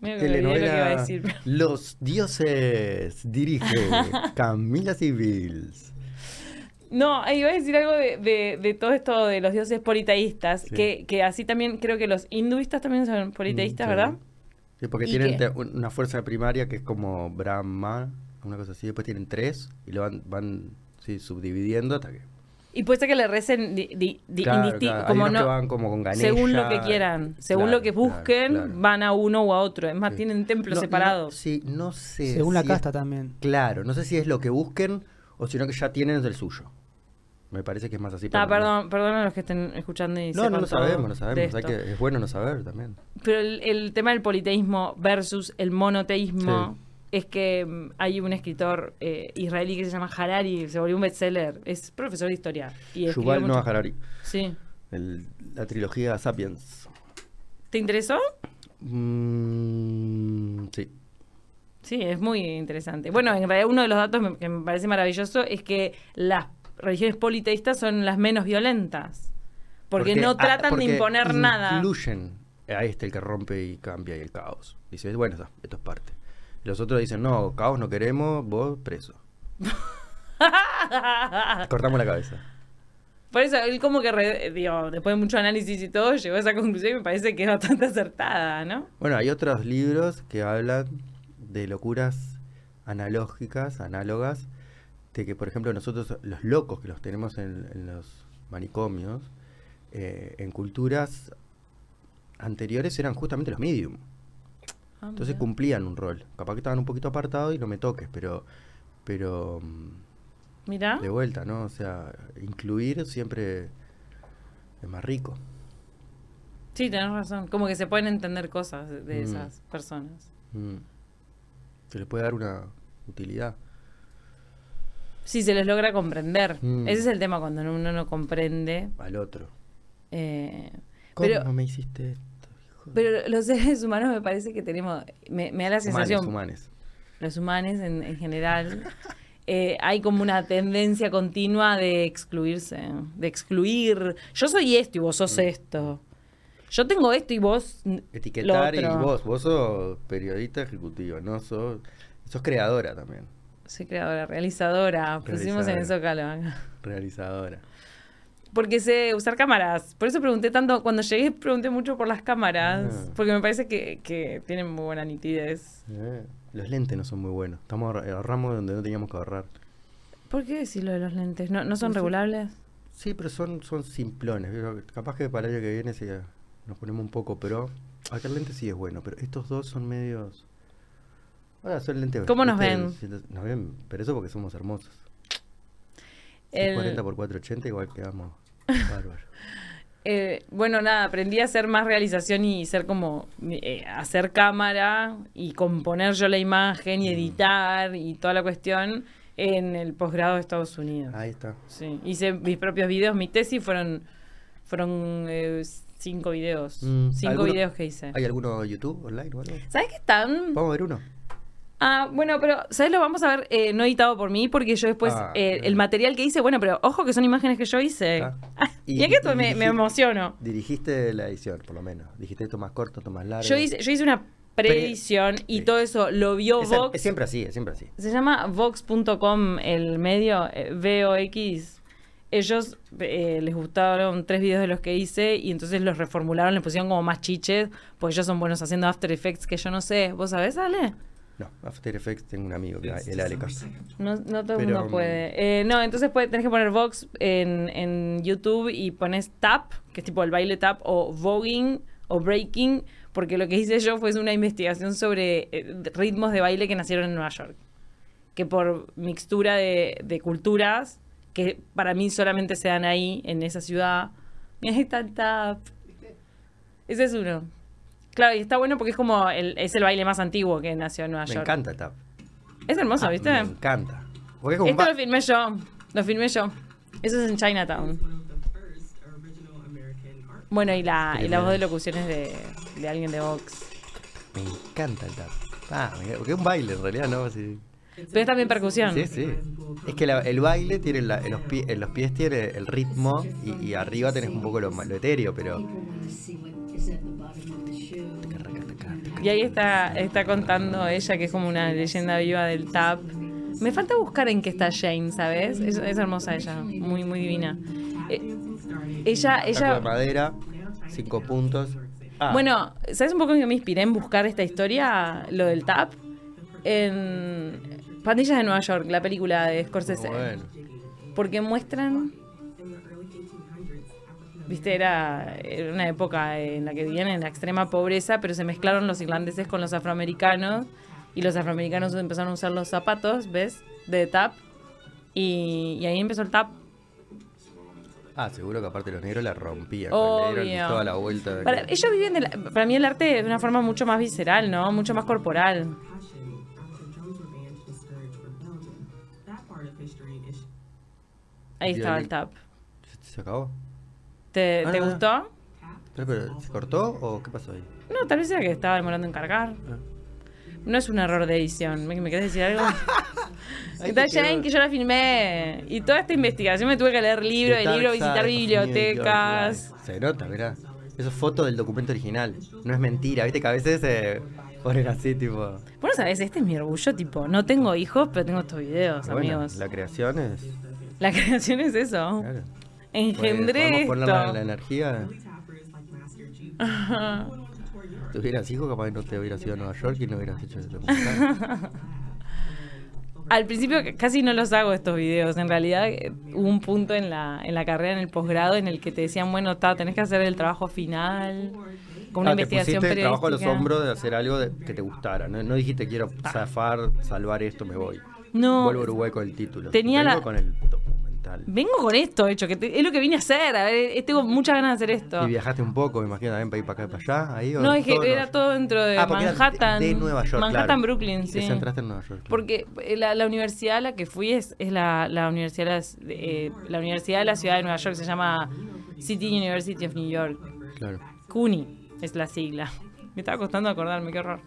Speaker 2: me olvidé lo que iba a
Speaker 1: Telenovela
Speaker 2: decir.
Speaker 1: Los dioses dirige Camila Civils.
Speaker 2: No, eh, iba a decir algo de, de- de todo esto de los dioses politeístas,
Speaker 1: Sí.
Speaker 2: que, que así también creo que los hinduistas también son politeístas,
Speaker 1: Mm, Sí.
Speaker 2: ¿verdad?
Speaker 1: Sí, porque
Speaker 2: ¿Y
Speaker 1: tienen
Speaker 2: qué?
Speaker 1: te- un- una fuerza primaria que es como Brahma, una cosa así. Después tienen tres y lo van, van sí, subdividiendo hasta que.
Speaker 2: Y puede ser que le recen di- di- di-
Speaker 1: Claro,
Speaker 2: indisti-
Speaker 1: claro, hay
Speaker 2: como
Speaker 1: unos
Speaker 2: no,
Speaker 1: que van como con Ganesha,
Speaker 2: según lo que quieran, según
Speaker 1: claro,
Speaker 2: lo que
Speaker 1: claro,
Speaker 2: busquen,
Speaker 1: claro.
Speaker 2: van a uno o a otro. Es más,
Speaker 1: Sí.
Speaker 2: tienen templos
Speaker 1: No, No,
Speaker 2: separados.
Speaker 1: sí, no sé.
Speaker 3: según la
Speaker 1: si es-
Speaker 3: casta también.
Speaker 1: claro, no sé si es lo que busquen o sino que ya tienen el suyo. Me parece que es más así.
Speaker 2: Ah,
Speaker 1: por lo menos.
Speaker 2: perdón, perdón a los que estén escuchando y
Speaker 1: No,
Speaker 2: sepan
Speaker 1: no lo
Speaker 2: todo
Speaker 1: sabemos, no
Speaker 2: de
Speaker 1: sabemos. Hay
Speaker 2: esto.
Speaker 1: que, es bueno no saber también.
Speaker 2: Pero el, el tema del politeísmo versus el monoteísmo
Speaker 1: Sí.
Speaker 2: es que mm, hay un escritor eh, israelí que se llama Harari, se volvió un bestseller, es profesor de historia. Y escribió
Speaker 1: Yuval
Speaker 2: mucho.
Speaker 1: Noah Harari,
Speaker 2: Sí.
Speaker 1: el- la trilogía Sapiens.
Speaker 2: ¿Te interesó?
Speaker 1: Mm, sí.
Speaker 2: Sí, es muy interesante. Bueno, en realidad uno de los datos me- que me parece maravilloso es que las religiones politeístas son las menos violentas. Porque, no
Speaker 1: ah,
Speaker 2: tratan
Speaker 1: porque
Speaker 2: de imponer nada.
Speaker 1: Incluyen a este el que rompe y cambia y el caos. Dice, bueno, está, esto es parte. Y los otros dicen, no, caos no queremos, vos preso. Cortamos la cabeza.
Speaker 2: Por eso, él como que, re- digo, después de mucho análisis y todo, llegó a esa conclusión y me parece que es bastante acertada, ¿no?
Speaker 1: Bueno, hay otros libros que hablan de locuras analógicas, análogas, de que, por ejemplo, nosotros, los locos que los tenemos en, en los manicomios, eh, en culturas anteriores eran justamente los medium.
Speaker 2: Ah,
Speaker 1: Entonces
Speaker 2: mirá.
Speaker 1: cumplían un rol. Capaz que estaban un poquito apartados y no me toques, pero pero mm,
Speaker 2: Mirá.
Speaker 1: de vuelta, ¿no? O sea, incluir siempre es más rico.
Speaker 2: Sí, tenés razón. Como que se pueden entender cosas de- de
Speaker 1: Mm.
Speaker 2: esas personas.
Speaker 1: Mm. Se les puede dar una utilidad.
Speaker 2: Sí, se les logra comprender.
Speaker 1: Mm.
Speaker 2: Ese es el tema cuando uno no comprende.
Speaker 1: al otro.
Speaker 2: eh,
Speaker 1: ¿Cómo
Speaker 2: pero,
Speaker 1: me hiciste esto? hijo de-
Speaker 2: pero los seres humanos me parece que tenemos. Me, me da la
Speaker 1: Humanes,
Speaker 2: sensación.
Speaker 1: humanes.
Speaker 2: Los humanos en, en general. eh, hay como una tendencia continua de excluirse, de excluir. Yo soy esto y vos sos
Speaker 1: Mm.
Speaker 2: esto. Yo tengo esto y vos. n- lo
Speaker 1: Etiquetar y
Speaker 2: otro.
Speaker 1: vos, vos sos periodista ejecutiva, no sos sos creadora también.
Speaker 2: Soy creadora, realizadora. Pusimos en el Zócalo.
Speaker 1: Realizadora.
Speaker 2: Porque sé usar cámaras. Por eso pregunté tanto. Cuando llegué, pregunté mucho por las cámaras.
Speaker 1: Ah.
Speaker 2: Porque me parece que, que tienen muy buena nitidez.
Speaker 1: Eh, Los lentes no son muy buenos. Estamos ahorra- eh, ahorramos donde no teníamos que ahorrar.
Speaker 2: ¿Por qué decís lo de los lentes? ¿No, no son
Speaker 1: No sé.
Speaker 2: regulables?
Speaker 1: Sí, pero son, son simplones. pero Capaz que para el año que viene sí, nos ponemos un poco, pero aquel lente sí es bueno, pero estos dos son medios... Ahora son lentes...
Speaker 2: ¿Cómo nos
Speaker 1: ¿viste?
Speaker 2: ven?
Speaker 1: Siento- Nos ven, pero eso porque somos hermosos.
Speaker 2: El-
Speaker 1: 40 por 480 igual quedamos bárbaro.
Speaker 2: Eh, bueno, nada, aprendí a hacer más realización y ser como eh, hacer cámara y componer yo la imagen y
Speaker 1: Mm.
Speaker 2: editar y toda la cuestión en el posgrado de Estados Unidos.
Speaker 1: Ahí está.
Speaker 2: Sí, hice mis propios videos, mi tesis fueron fueron eh, cinco videos,
Speaker 1: Mm.
Speaker 2: cinco
Speaker 1: ¿Alguno-
Speaker 2: videos que hice.
Speaker 1: ¿Hay alguno YouTube online o algo?
Speaker 2: ¿Sabes qué están?
Speaker 1: Vamos a ver uno.
Speaker 2: Ah, bueno, pero ¿sabes lo vamos a ver eh, no editado por mí porque yo después
Speaker 1: Ah,
Speaker 2: eh,
Speaker 1: bien.
Speaker 2: el material que hice, bueno, pero ojo que son imágenes que yo hice.
Speaker 1: Ah.
Speaker 2: y, es que esto me, me
Speaker 1: dirigi-
Speaker 2: emociono.
Speaker 1: Dirigiste la edición, por lo menos. Dijiste esto más corto, esto más largo.
Speaker 2: Yo hice, yo hice una predicción y
Speaker 1: Sí.
Speaker 2: todo eso lo vio
Speaker 1: es, siem-
Speaker 2: Vox.
Speaker 1: es siempre así, es siempre así.
Speaker 2: Se llama Vox.com el medio, eh, VOX. Ellos eh, les gustaron tres videos de los que hice y entonces los reformularon, les pusieron como más chiches, porque ellos son buenos haciendo After Effects que yo no sé. ¿Vos sabés, Ale?
Speaker 1: No, After Effects tengo un amigo, que, el Aleca.
Speaker 2: No, no todo
Speaker 1: Pero,
Speaker 2: el mundo
Speaker 1: mm.
Speaker 2: puede. Eh, no, entonces puede, tenés que poner Vox en, en YouTube y pones tap, que es tipo el baile tap, o voguing o breaking, porque lo que hice yo fue una investigación sobre eh, ritmos de baile que nacieron en Nueva York. Que por mixtura de, de culturas, que para mí solamente se dan ahí, en esa ciudad. Mira, ahí está el tap. Ese es uno. Claro, y está bueno porque es como el, es el baile más antiguo que nació en Nueva
Speaker 1: Me
Speaker 2: York.
Speaker 1: encanta Tap.
Speaker 2: Es hermoso,
Speaker 1: Ah,
Speaker 2: ¿viste?
Speaker 1: Me encanta. Porque es como un
Speaker 2: Esto
Speaker 1: ba-
Speaker 2: lo filmé yo. Lo filmé yo. Eso es en Chinatown. Bueno, y la, y la voz de locuciones de, de alguien de Vox.
Speaker 1: Me encanta el Tap. Ah, me encanta, porque es un baile en realidad, ¿no? Sí,
Speaker 2: Pero es también percusión.
Speaker 1: sí. sí. Es que la- el baile tiene la- en, los pie- en los pies tiene el ritmo y, y arriba tenés un poco lo, ma- lo etéreo, pero.
Speaker 2: Y ahí está, está contando ella, que es como una leyenda viva del tap. Me falta buscar en qué está Jane, ¿sabes? Es, es hermosa ella, muy, muy divina. Eh, ella,
Speaker 1: Taco de
Speaker 2: ella.
Speaker 1: madera, cinco puntos. Ah,
Speaker 2: Bueno, ¿sabes un poco en qué me inspiré en buscar esta historia, lo del tap? En Pandillas de Nueva York, la película de Scorsese.
Speaker 1: bueno.
Speaker 2: Porque muestran. Viste, era, era una época en la que vivían en la extrema pobreza, pero se mezclaron los irlandeses con los afroamericanos. Y los afroamericanos empezaron a usar los zapatos, ¿ves? De tap. Y, y ahí empezó el tap.
Speaker 1: Ah, seguro que aparte los negros la rompían. Le
Speaker 2: Obvio.
Speaker 1: dieron toda la vuelta. de-
Speaker 2: Para, ellos viven, de la- para mí, el arte de una forma mucho más visceral, ¿no? Mucho más corporal. Ahí estaba el tap.
Speaker 1: ¿Se- ¿Se acabó?
Speaker 2: ¿Te, te
Speaker 1: Ah.
Speaker 2: gustó?
Speaker 1: Pero, pero, ¿Se cortó o qué pasó ahí?
Speaker 2: No, tal vez era que estaba demorando en cargar.
Speaker 1: Ah.
Speaker 2: No es un error de edición. ¿Me, me querés decir algo?
Speaker 1: Ahí
Speaker 2: Está
Speaker 1: te quedó.
Speaker 2: Jane, que yo la filmé. Y toda esta investigación me tuve que leer libro,
Speaker 1: The
Speaker 2: de
Speaker 1: Dark
Speaker 2: libro,
Speaker 1: Side
Speaker 2: visitar
Speaker 1: of
Speaker 2: bibliotecas.
Speaker 1: New York Live. Se nota, mirá. Eso es foto del documento original. No es mentira, viste que a veces se ponen así, tipo.
Speaker 2: Bueno, sabes, este es mi orgullo, tipo, no tengo hijos, pero tengo estos videos,
Speaker 1: Bueno,
Speaker 2: amigos.
Speaker 1: la
Speaker 2: La...
Speaker 1: creación es.
Speaker 2: creación es eso.
Speaker 1: Claro. Podemos
Speaker 2: Engendré
Speaker 1: ponerla
Speaker 2: esto.
Speaker 1: en la energía. Si tuvieras hijos, capaz que no te hubieras ido a Nueva York y no hubieras hecho ese documental.
Speaker 2: Al principio c- casi no los hago estos videos. En realidad eh, hubo un punto en la, en la carrera, en el posgrado, en el que te decían, bueno, ta, tenés que hacer el trabajo final, con una
Speaker 1: Ah, te
Speaker 2: investigación
Speaker 1: pusiste trabajo a los
Speaker 2: periodística. Ah.
Speaker 1: hombros de hacer algo de- que te gustara. No, no dijiste quiero zafar, salvar esto, me voy.
Speaker 2: No.
Speaker 1: Vuelvo a Uruguay con el título.
Speaker 2: Tenía
Speaker 1: Vengo
Speaker 2: la-
Speaker 1: con el documental.
Speaker 2: Vengo con esto, hecho, que te- es lo que vine a hacer. A ver, eh, tengo muchas ganas de hacer esto.
Speaker 1: Y viajaste un poco, me imagino, también para ir para acá y para allá. Ahí, ¿o
Speaker 2: No, es que
Speaker 1: en Nueva
Speaker 2: era
Speaker 1: York?
Speaker 2: todo dentro de
Speaker 1: Ah, porque eras de-
Speaker 2: Manhattan.
Speaker 1: De, Nueva York.
Speaker 2: Manhattan,
Speaker 1: claro.
Speaker 2: Brooklyn, sí.
Speaker 1: Te centraste en Nueva York. claro.
Speaker 2: Porque eh, la, la universidad a la que fui es, es la, la universidad, de las- de, eh, la universidad de la ciudad de Nueva York, se llama City University of New York.
Speaker 1: Claro.
Speaker 2: CUNY es la sigla. Me estaba costando acordarme, qué horror.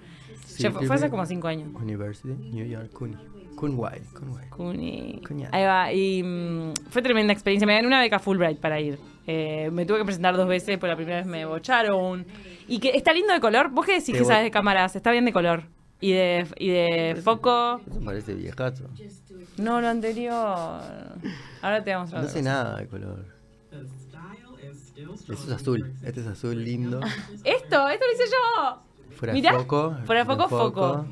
Speaker 1: Sí,
Speaker 2: Ya fue,
Speaker 1: sí,
Speaker 2: fue
Speaker 1: sí.
Speaker 2: hace como cinco años.
Speaker 1: University, New York, CUNY. Kunwai. Kunwai.
Speaker 2: CUNY.
Speaker 1: Cuñada.
Speaker 2: Ahí va. Y mm, fue tremenda experiencia. Me gané una beca Fulbright para ir. Eh, me tuve que presentar dos veces, pues por la primera vez me bocharon. Y que está lindo de color. ¿Vos qué decís
Speaker 1: Te
Speaker 2: que
Speaker 1: bo-
Speaker 2: sabes de cámaras? Está bien de color. y de, y de foco.
Speaker 1: Eso parece viejazo.
Speaker 2: No, lo anterior. Ahora te vamos a
Speaker 1: No sé nada de color. Eso es azul. Este es azul lindo.
Speaker 2: Esto, esto lo hice yo.
Speaker 1: Fuera
Speaker 2: Mirá,
Speaker 1: de foco.
Speaker 2: fuera de foco, foco.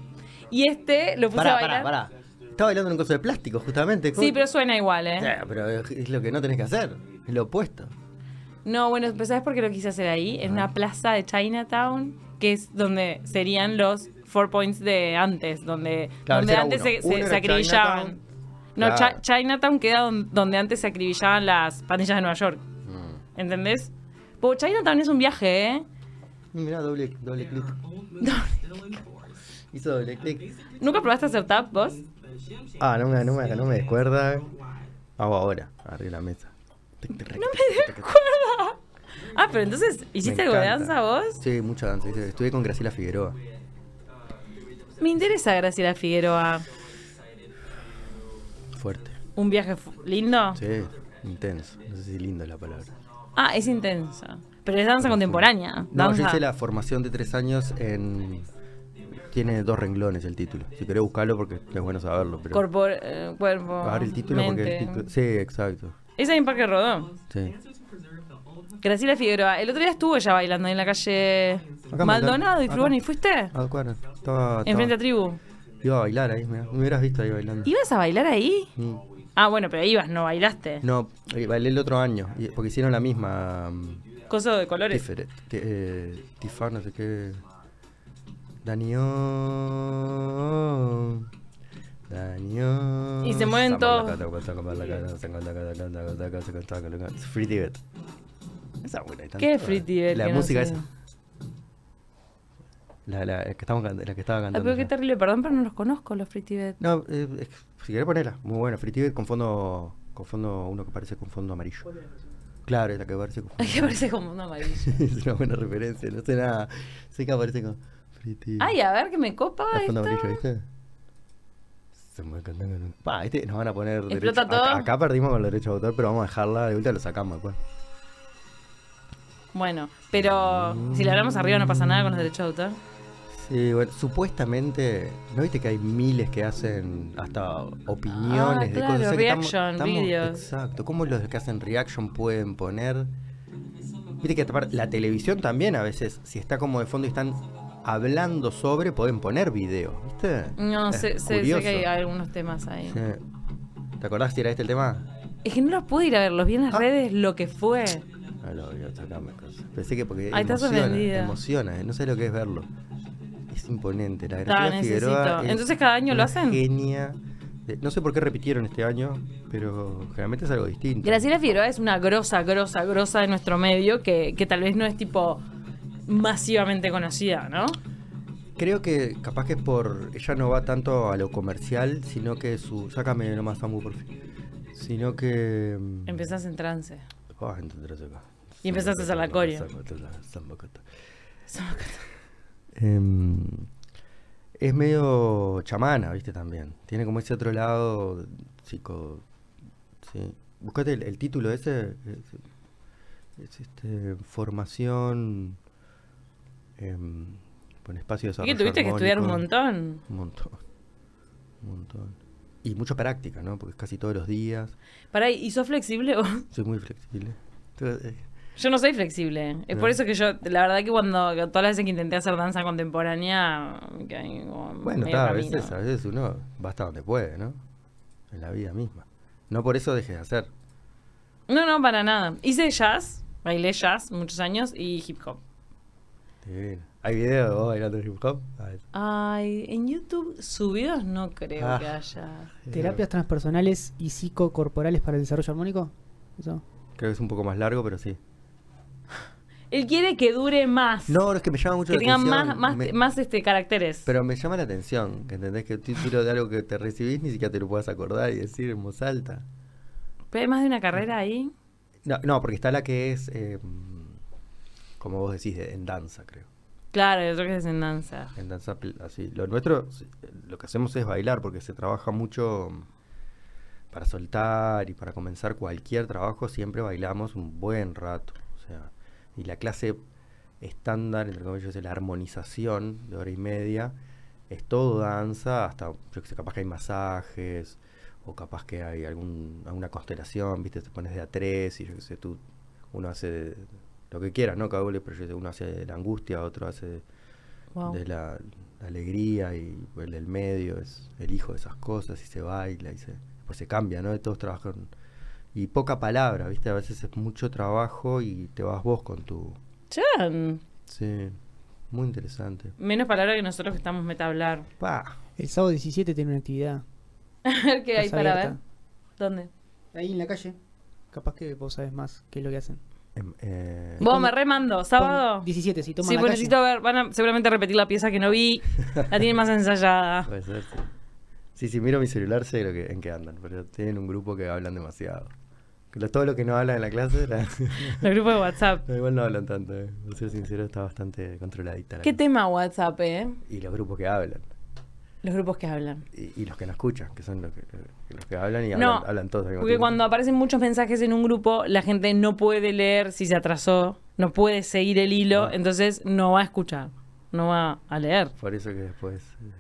Speaker 2: Y este lo puse
Speaker 1: Pará,
Speaker 2: a bailar.
Speaker 1: pará, pará. Estaba bailando en un coso de plástico, justamente. ¿cómo?
Speaker 2: Sí, pero suena igual, ¿eh?
Speaker 1: Ya, pero es es lo que no tenés que hacer. Es lo opuesto.
Speaker 2: No, bueno, pues, ¿sabes por qué lo quise hacer ahí? En
Speaker 1: Ah.
Speaker 2: una plaza de Chinatown, que es donde serían los Four Points de antes, donde,
Speaker 1: Claro, ese
Speaker 2: donde
Speaker 1: era
Speaker 2: antes
Speaker 1: uno.
Speaker 2: se, se-
Speaker 1: Uno era
Speaker 2: se acribillaban.
Speaker 1: Chinatown.
Speaker 2: No,
Speaker 1: Claro.
Speaker 2: Chi- Chinatown queda don- donde antes se acribillaban las pandillas de Nueva York,
Speaker 1: Mm.
Speaker 2: ¿entendés? Porque Chinatown es un viaje, ¿eh?
Speaker 1: Mirá, doble, doble clic. Hizo doble clic.
Speaker 2: ¿Nunca probaste hacer tap vos?
Speaker 1: Ah, no me, no me, no me descuerda. Hago ahora. Arriba la mesa. No me
Speaker 2: Ah, pero entonces, ¿hiciste algo de
Speaker 1: encanta.
Speaker 2: danza vos?
Speaker 1: Sí, mucha danza. Hice- Estuve con Graciela Figueroa.
Speaker 2: Me interesa Graciela Figueroa.
Speaker 1: Fuerte.
Speaker 2: ¿Un viaje fu- lindo?
Speaker 1: Sí, intenso. No sé si lindo es la palabra.
Speaker 2: Ah, es intensa. Pero es danza contemporánea.
Speaker 1: No,
Speaker 2: Danza...
Speaker 1: yo hice la formación de tres años en. Tiene dos renglones el título. Si querés buscarlo porque es bueno saberlo. Pero...
Speaker 2: Corpor- eh, cuerpo.
Speaker 1: A ver el título porque
Speaker 2: mente.
Speaker 1: el título. Sí, exacto.
Speaker 2: Esa es en Parque Rodó.
Speaker 1: Sí.
Speaker 2: Graciela Figueroa. El otro día estuvo ella bailando ahí en la calle
Speaker 1: Acá en
Speaker 2: Maldonado
Speaker 1: Maldonado.
Speaker 2: y Trubón.
Speaker 1: Acá.
Speaker 2: ¿Y fuiste?
Speaker 1: Ah, cuadra. Estaba.
Speaker 2: Enfrente
Speaker 1: estaba-
Speaker 2: a tribu.
Speaker 1: Iba a bailar ahí, mirá. me hubieras visto ahí bailando.
Speaker 2: ¿Ibas a bailar ahí?
Speaker 1: Mm.
Speaker 2: Ah, bueno, pero ibas, no bailaste.
Speaker 1: No, eh, bailé el otro año. y- Porque hicieron la misma. mm,
Speaker 2: Coso de colores.
Speaker 1: Tiferet, ti- eh, Tifar, no sé qué. Danión. Danión.
Speaker 2: Y se mueven todos.
Speaker 1: Free Tibet. Esa es buena. hay
Speaker 2: ¿Qué es
Speaker 1: tantas.
Speaker 2: Free Tibet?
Speaker 1: La
Speaker 2: Que no
Speaker 1: música
Speaker 2: sé.
Speaker 1: esa. La, la, la que estamos cantando, la que estaba
Speaker 2: Ah,
Speaker 1: cantando.
Speaker 2: pero qué
Speaker 1: ya.
Speaker 2: terrible, perdón, pero no los conozco, los Free Tibet.
Speaker 1: No, eh, es que si querés ponerla. Muy buena. Free Tibet con fondo. Con fondo. Uno que parece con fondo amarillo. Claro, es la que parece con fondo
Speaker 2: Ay, que parece como una amarilla.
Speaker 1: es una buena referencia, no sé nada. Sé que aparece con Pretty.
Speaker 2: Ay, a ver que me copa.
Speaker 1: Al fondo
Speaker 2: esta.
Speaker 1: amarillo, ¿viste? Se mueve cantando en un- Pa, este nos van a poner
Speaker 2: ¿Explota
Speaker 1: derecho-
Speaker 2: todo?
Speaker 1: Acá, acá perdimos con los derechos de autor, pero vamos a dejarla de vuelta lo sacamos después.
Speaker 2: Bueno, pero si la hablamos arriba no pasa nada con los derechos de autor.
Speaker 1: Sí, bueno, supuestamente, ¿no viste que hay miles que hacen hasta opiniones
Speaker 2: Ah,
Speaker 1: de cosas? O sea
Speaker 2: claro,
Speaker 1: que estamos-
Speaker 2: reaction,
Speaker 1: estamos-
Speaker 2: videos.
Speaker 1: Exacto, ¿cómo los que hacen reaction pueden poner? Viste que aparte, la televisión también a veces, si está como de fondo y están hablando sobre, pueden poner video, ¿viste?
Speaker 2: No,
Speaker 1: Es
Speaker 2: sé, sé, sé
Speaker 1: curioso.
Speaker 2: que hay algunos temas ahí.
Speaker 1: Sí. ¿Te acordás si era este el tema?
Speaker 2: Es que no los pude ir a ver, los vi en las
Speaker 1: Ah.
Speaker 2: redes lo que fue.
Speaker 1: No lo veo, sacame cosas. Pensé que porque
Speaker 2: Ahí Ah, estás
Speaker 1: emociona,
Speaker 2: ofendida.
Speaker 1: emociona, eh, no sé lo que es verlo. Es imponente, la
Speaker 2: Ta,
Speaker 1: Graciela Figueroa.
Speaker 2: necesito.
Speaker 1: es
Speaker 2: Entonces, ¿cada año lo
Speaker 1: una
Speaker 2: hacen?
Speaker 1: Genia. Eh, No sé por qué repitieron este año, pero generalmente es algo distinto.
Speaker 2: Graciela Figueroa es una grosa, grosa, grosa de nuestro medio que, que tal vez no es tipo masivamente conocida, ¿no?
Speaker 1: Creo que capaz que es por. Ella no va tanto a lo comercial, sino que su. Sácame nomás Samu, por fin. Sino que. mm,
Speaker 2: Empezás en trance.
Speaker 1: Ah, entonces acá.
Speaker 2: Y empezaste a hacer la coreo.
Speaker 1: Zambacota, zambacota. Em, es medio chamana, viste, también. Tiene como ese otro lado psico... Sí. Buscate el, el título ese. Es, es este, formación... em, con espacio de
Speaker 2: Y que
Speaker 1: desarrollo
Speaker 2: tuviste que estudiar un
Speaker 1: armónico.
Speaker 2: montón.
Speaker 1: Un montón. Un montón. Y mucha práctica, ¿no? Porque es casi todos los días.
Speaker 2: Pará, ¿y sos flexible vos?
Speaker 1: Soy muy flexible. Entonces, eh,
Speaker 2: Yo no soy flexible. Es por
Speaker 1: No.
Speaker 2: eso que yo, la verdad que cuando todas las veces que intenté hacer danza contemporánea, me quedé como
Speaker 1: Bueno,
Speaker 2: medio
Speaker 1: ta, a
Speaker 2: camino.
Speaker 1: veces, a veces uno va hasta donde puede, ¿no? En la vida misma. No por eso dejes de hacer.
Speaker 2: No, no, para nada. Hice jazz, bailé jazz muchos años y hip hop.
Speaker 1: Divino. ¿Hay video de vos bailando hip hop? A ver.
Speaker 2: Ay, en YouTube subidos no creo
Speaker 1: Ah.
Speaker 2: que haya.
Speaker 3: ¿Terapias transpersonales y psicocorporales para el desarrollo armónico? Eso.
Speaker 1: Creo que es un poco más largo, pero sí.
Speaker 2: Él quiere que dure más.
Speaker 1: No, no, es que me llama mucho
Speaker 2: que
Speaker 1: la
Speaker 2: tenga
Speaker 1: atención.
Speaker 2: más, más,
Speaker 1: me-
Speaker 2: más este, caracteres.
Speaker 1: Pero me llama la atención, que entendés que el título de algo que te recibís ni siquiera te lo puedas acordar y decir en voz alta.
Speaker 2: Pero hay más de una carrera ahí.
Speaker 1: No, no porque está la que es, eh, como vos decís, de- en danza, creo.
Speaker 2: Claro, yo creo que es en danza.
Speaker 1: En danza pl- así. Lo nuestro, sí, lo que hacemos es bailar, porque se trabaja mucho mm, para soltar y para comenzar cualquier trabajo, siempre bailamos un buen rato. O sea, y la clase estándar, entre comillas, de la armonización de hora y media, es todo danza, hasta, yo que sé, capaz que hay masajes, o capaz que hay algún, alguna constelación, viste, te pones de a tres, y yo que sé, tú, uno hace de- lo que quieras, ¿no? Cada uno, pero yo que sé, uno hace de la angustia, otro hace de,
Speaker 2: Wow.
Speaker 1: de la, la alegría, y el del medio es el hijo de esas cosas, y se baila, y se, después se cambia, ¿no? Y todos trabajan, y poca palabra, viste, a veces es mucho trabajo y te vas vos con tu...
Speaker 2: Chan.
Speaker 1: Sí, muy interesante.
Speaker 2: Menos palabra que nosotros que estamos meta a hablar.
Speaker 1: Pa.
Speaker 3: El sábado 17 tiene una actividad.
Speaker 2: A ver
Speaker 1: Pues
Speaker 2: qué hay
Speaker 3: Casa
Speaker 2: para ver.
Speaker 3: abierta.
Speaker 2: ¿Dónde?
Speaker 3: Ahí en la calle. Capaz que vos sabés más qué es lo que hacen.
Speaker 1: Em, eh,
Speaker 2: Vos
Speaker 3: Pon-
Speaker 2: me remando, sábado.
Speaker 3: Pon 17, si toman
Speaker 2: Sí,
Speaker 3: la
Speaker 2: pues
Speaker 3: calle.
Speaker 2: necesito ver, van a seguramente repetir la pieza que no vi. La tienen más ensayada.
Speaker 1: Puede ser, sí. Sí, sí, miro mi celular, sé lo que, en qué andan, pero tienen un grupo que hablan demasiado. Lo- Todo lo que no hablan en la clase, la-
Speaker 2: Los grupos de WhatsApp.
Speaker 1: no, igual no hablan tanto, eh. Por ser sincero, está bastante controladita. la
Speaker 2: ¿Qué
Speaker 1: cosa.
Speaker 2: tema WhatsApp, eh?
Speaker 1: Y los grupos que hablan,
Speaker 2: Los grupos que hablan.
Speaker 1: y, y los que no escuchan, que son los que, eh, los que hablan y
Speaker 2: No,
Speaker 1: hablan, hablan todos. al mismo
Speaker 2: Porque
Speaker 1: tiempo.
Speaker 2: cuando aparecen muchos mensajes en un grupo, la gente no puede leer si se atrasó, no puede seguir el hilo,
Speaker 1: Ah.
Speaker 2: entonces no va a escuchar, no va a leer.
Speaker 1: Por eso que después... eh,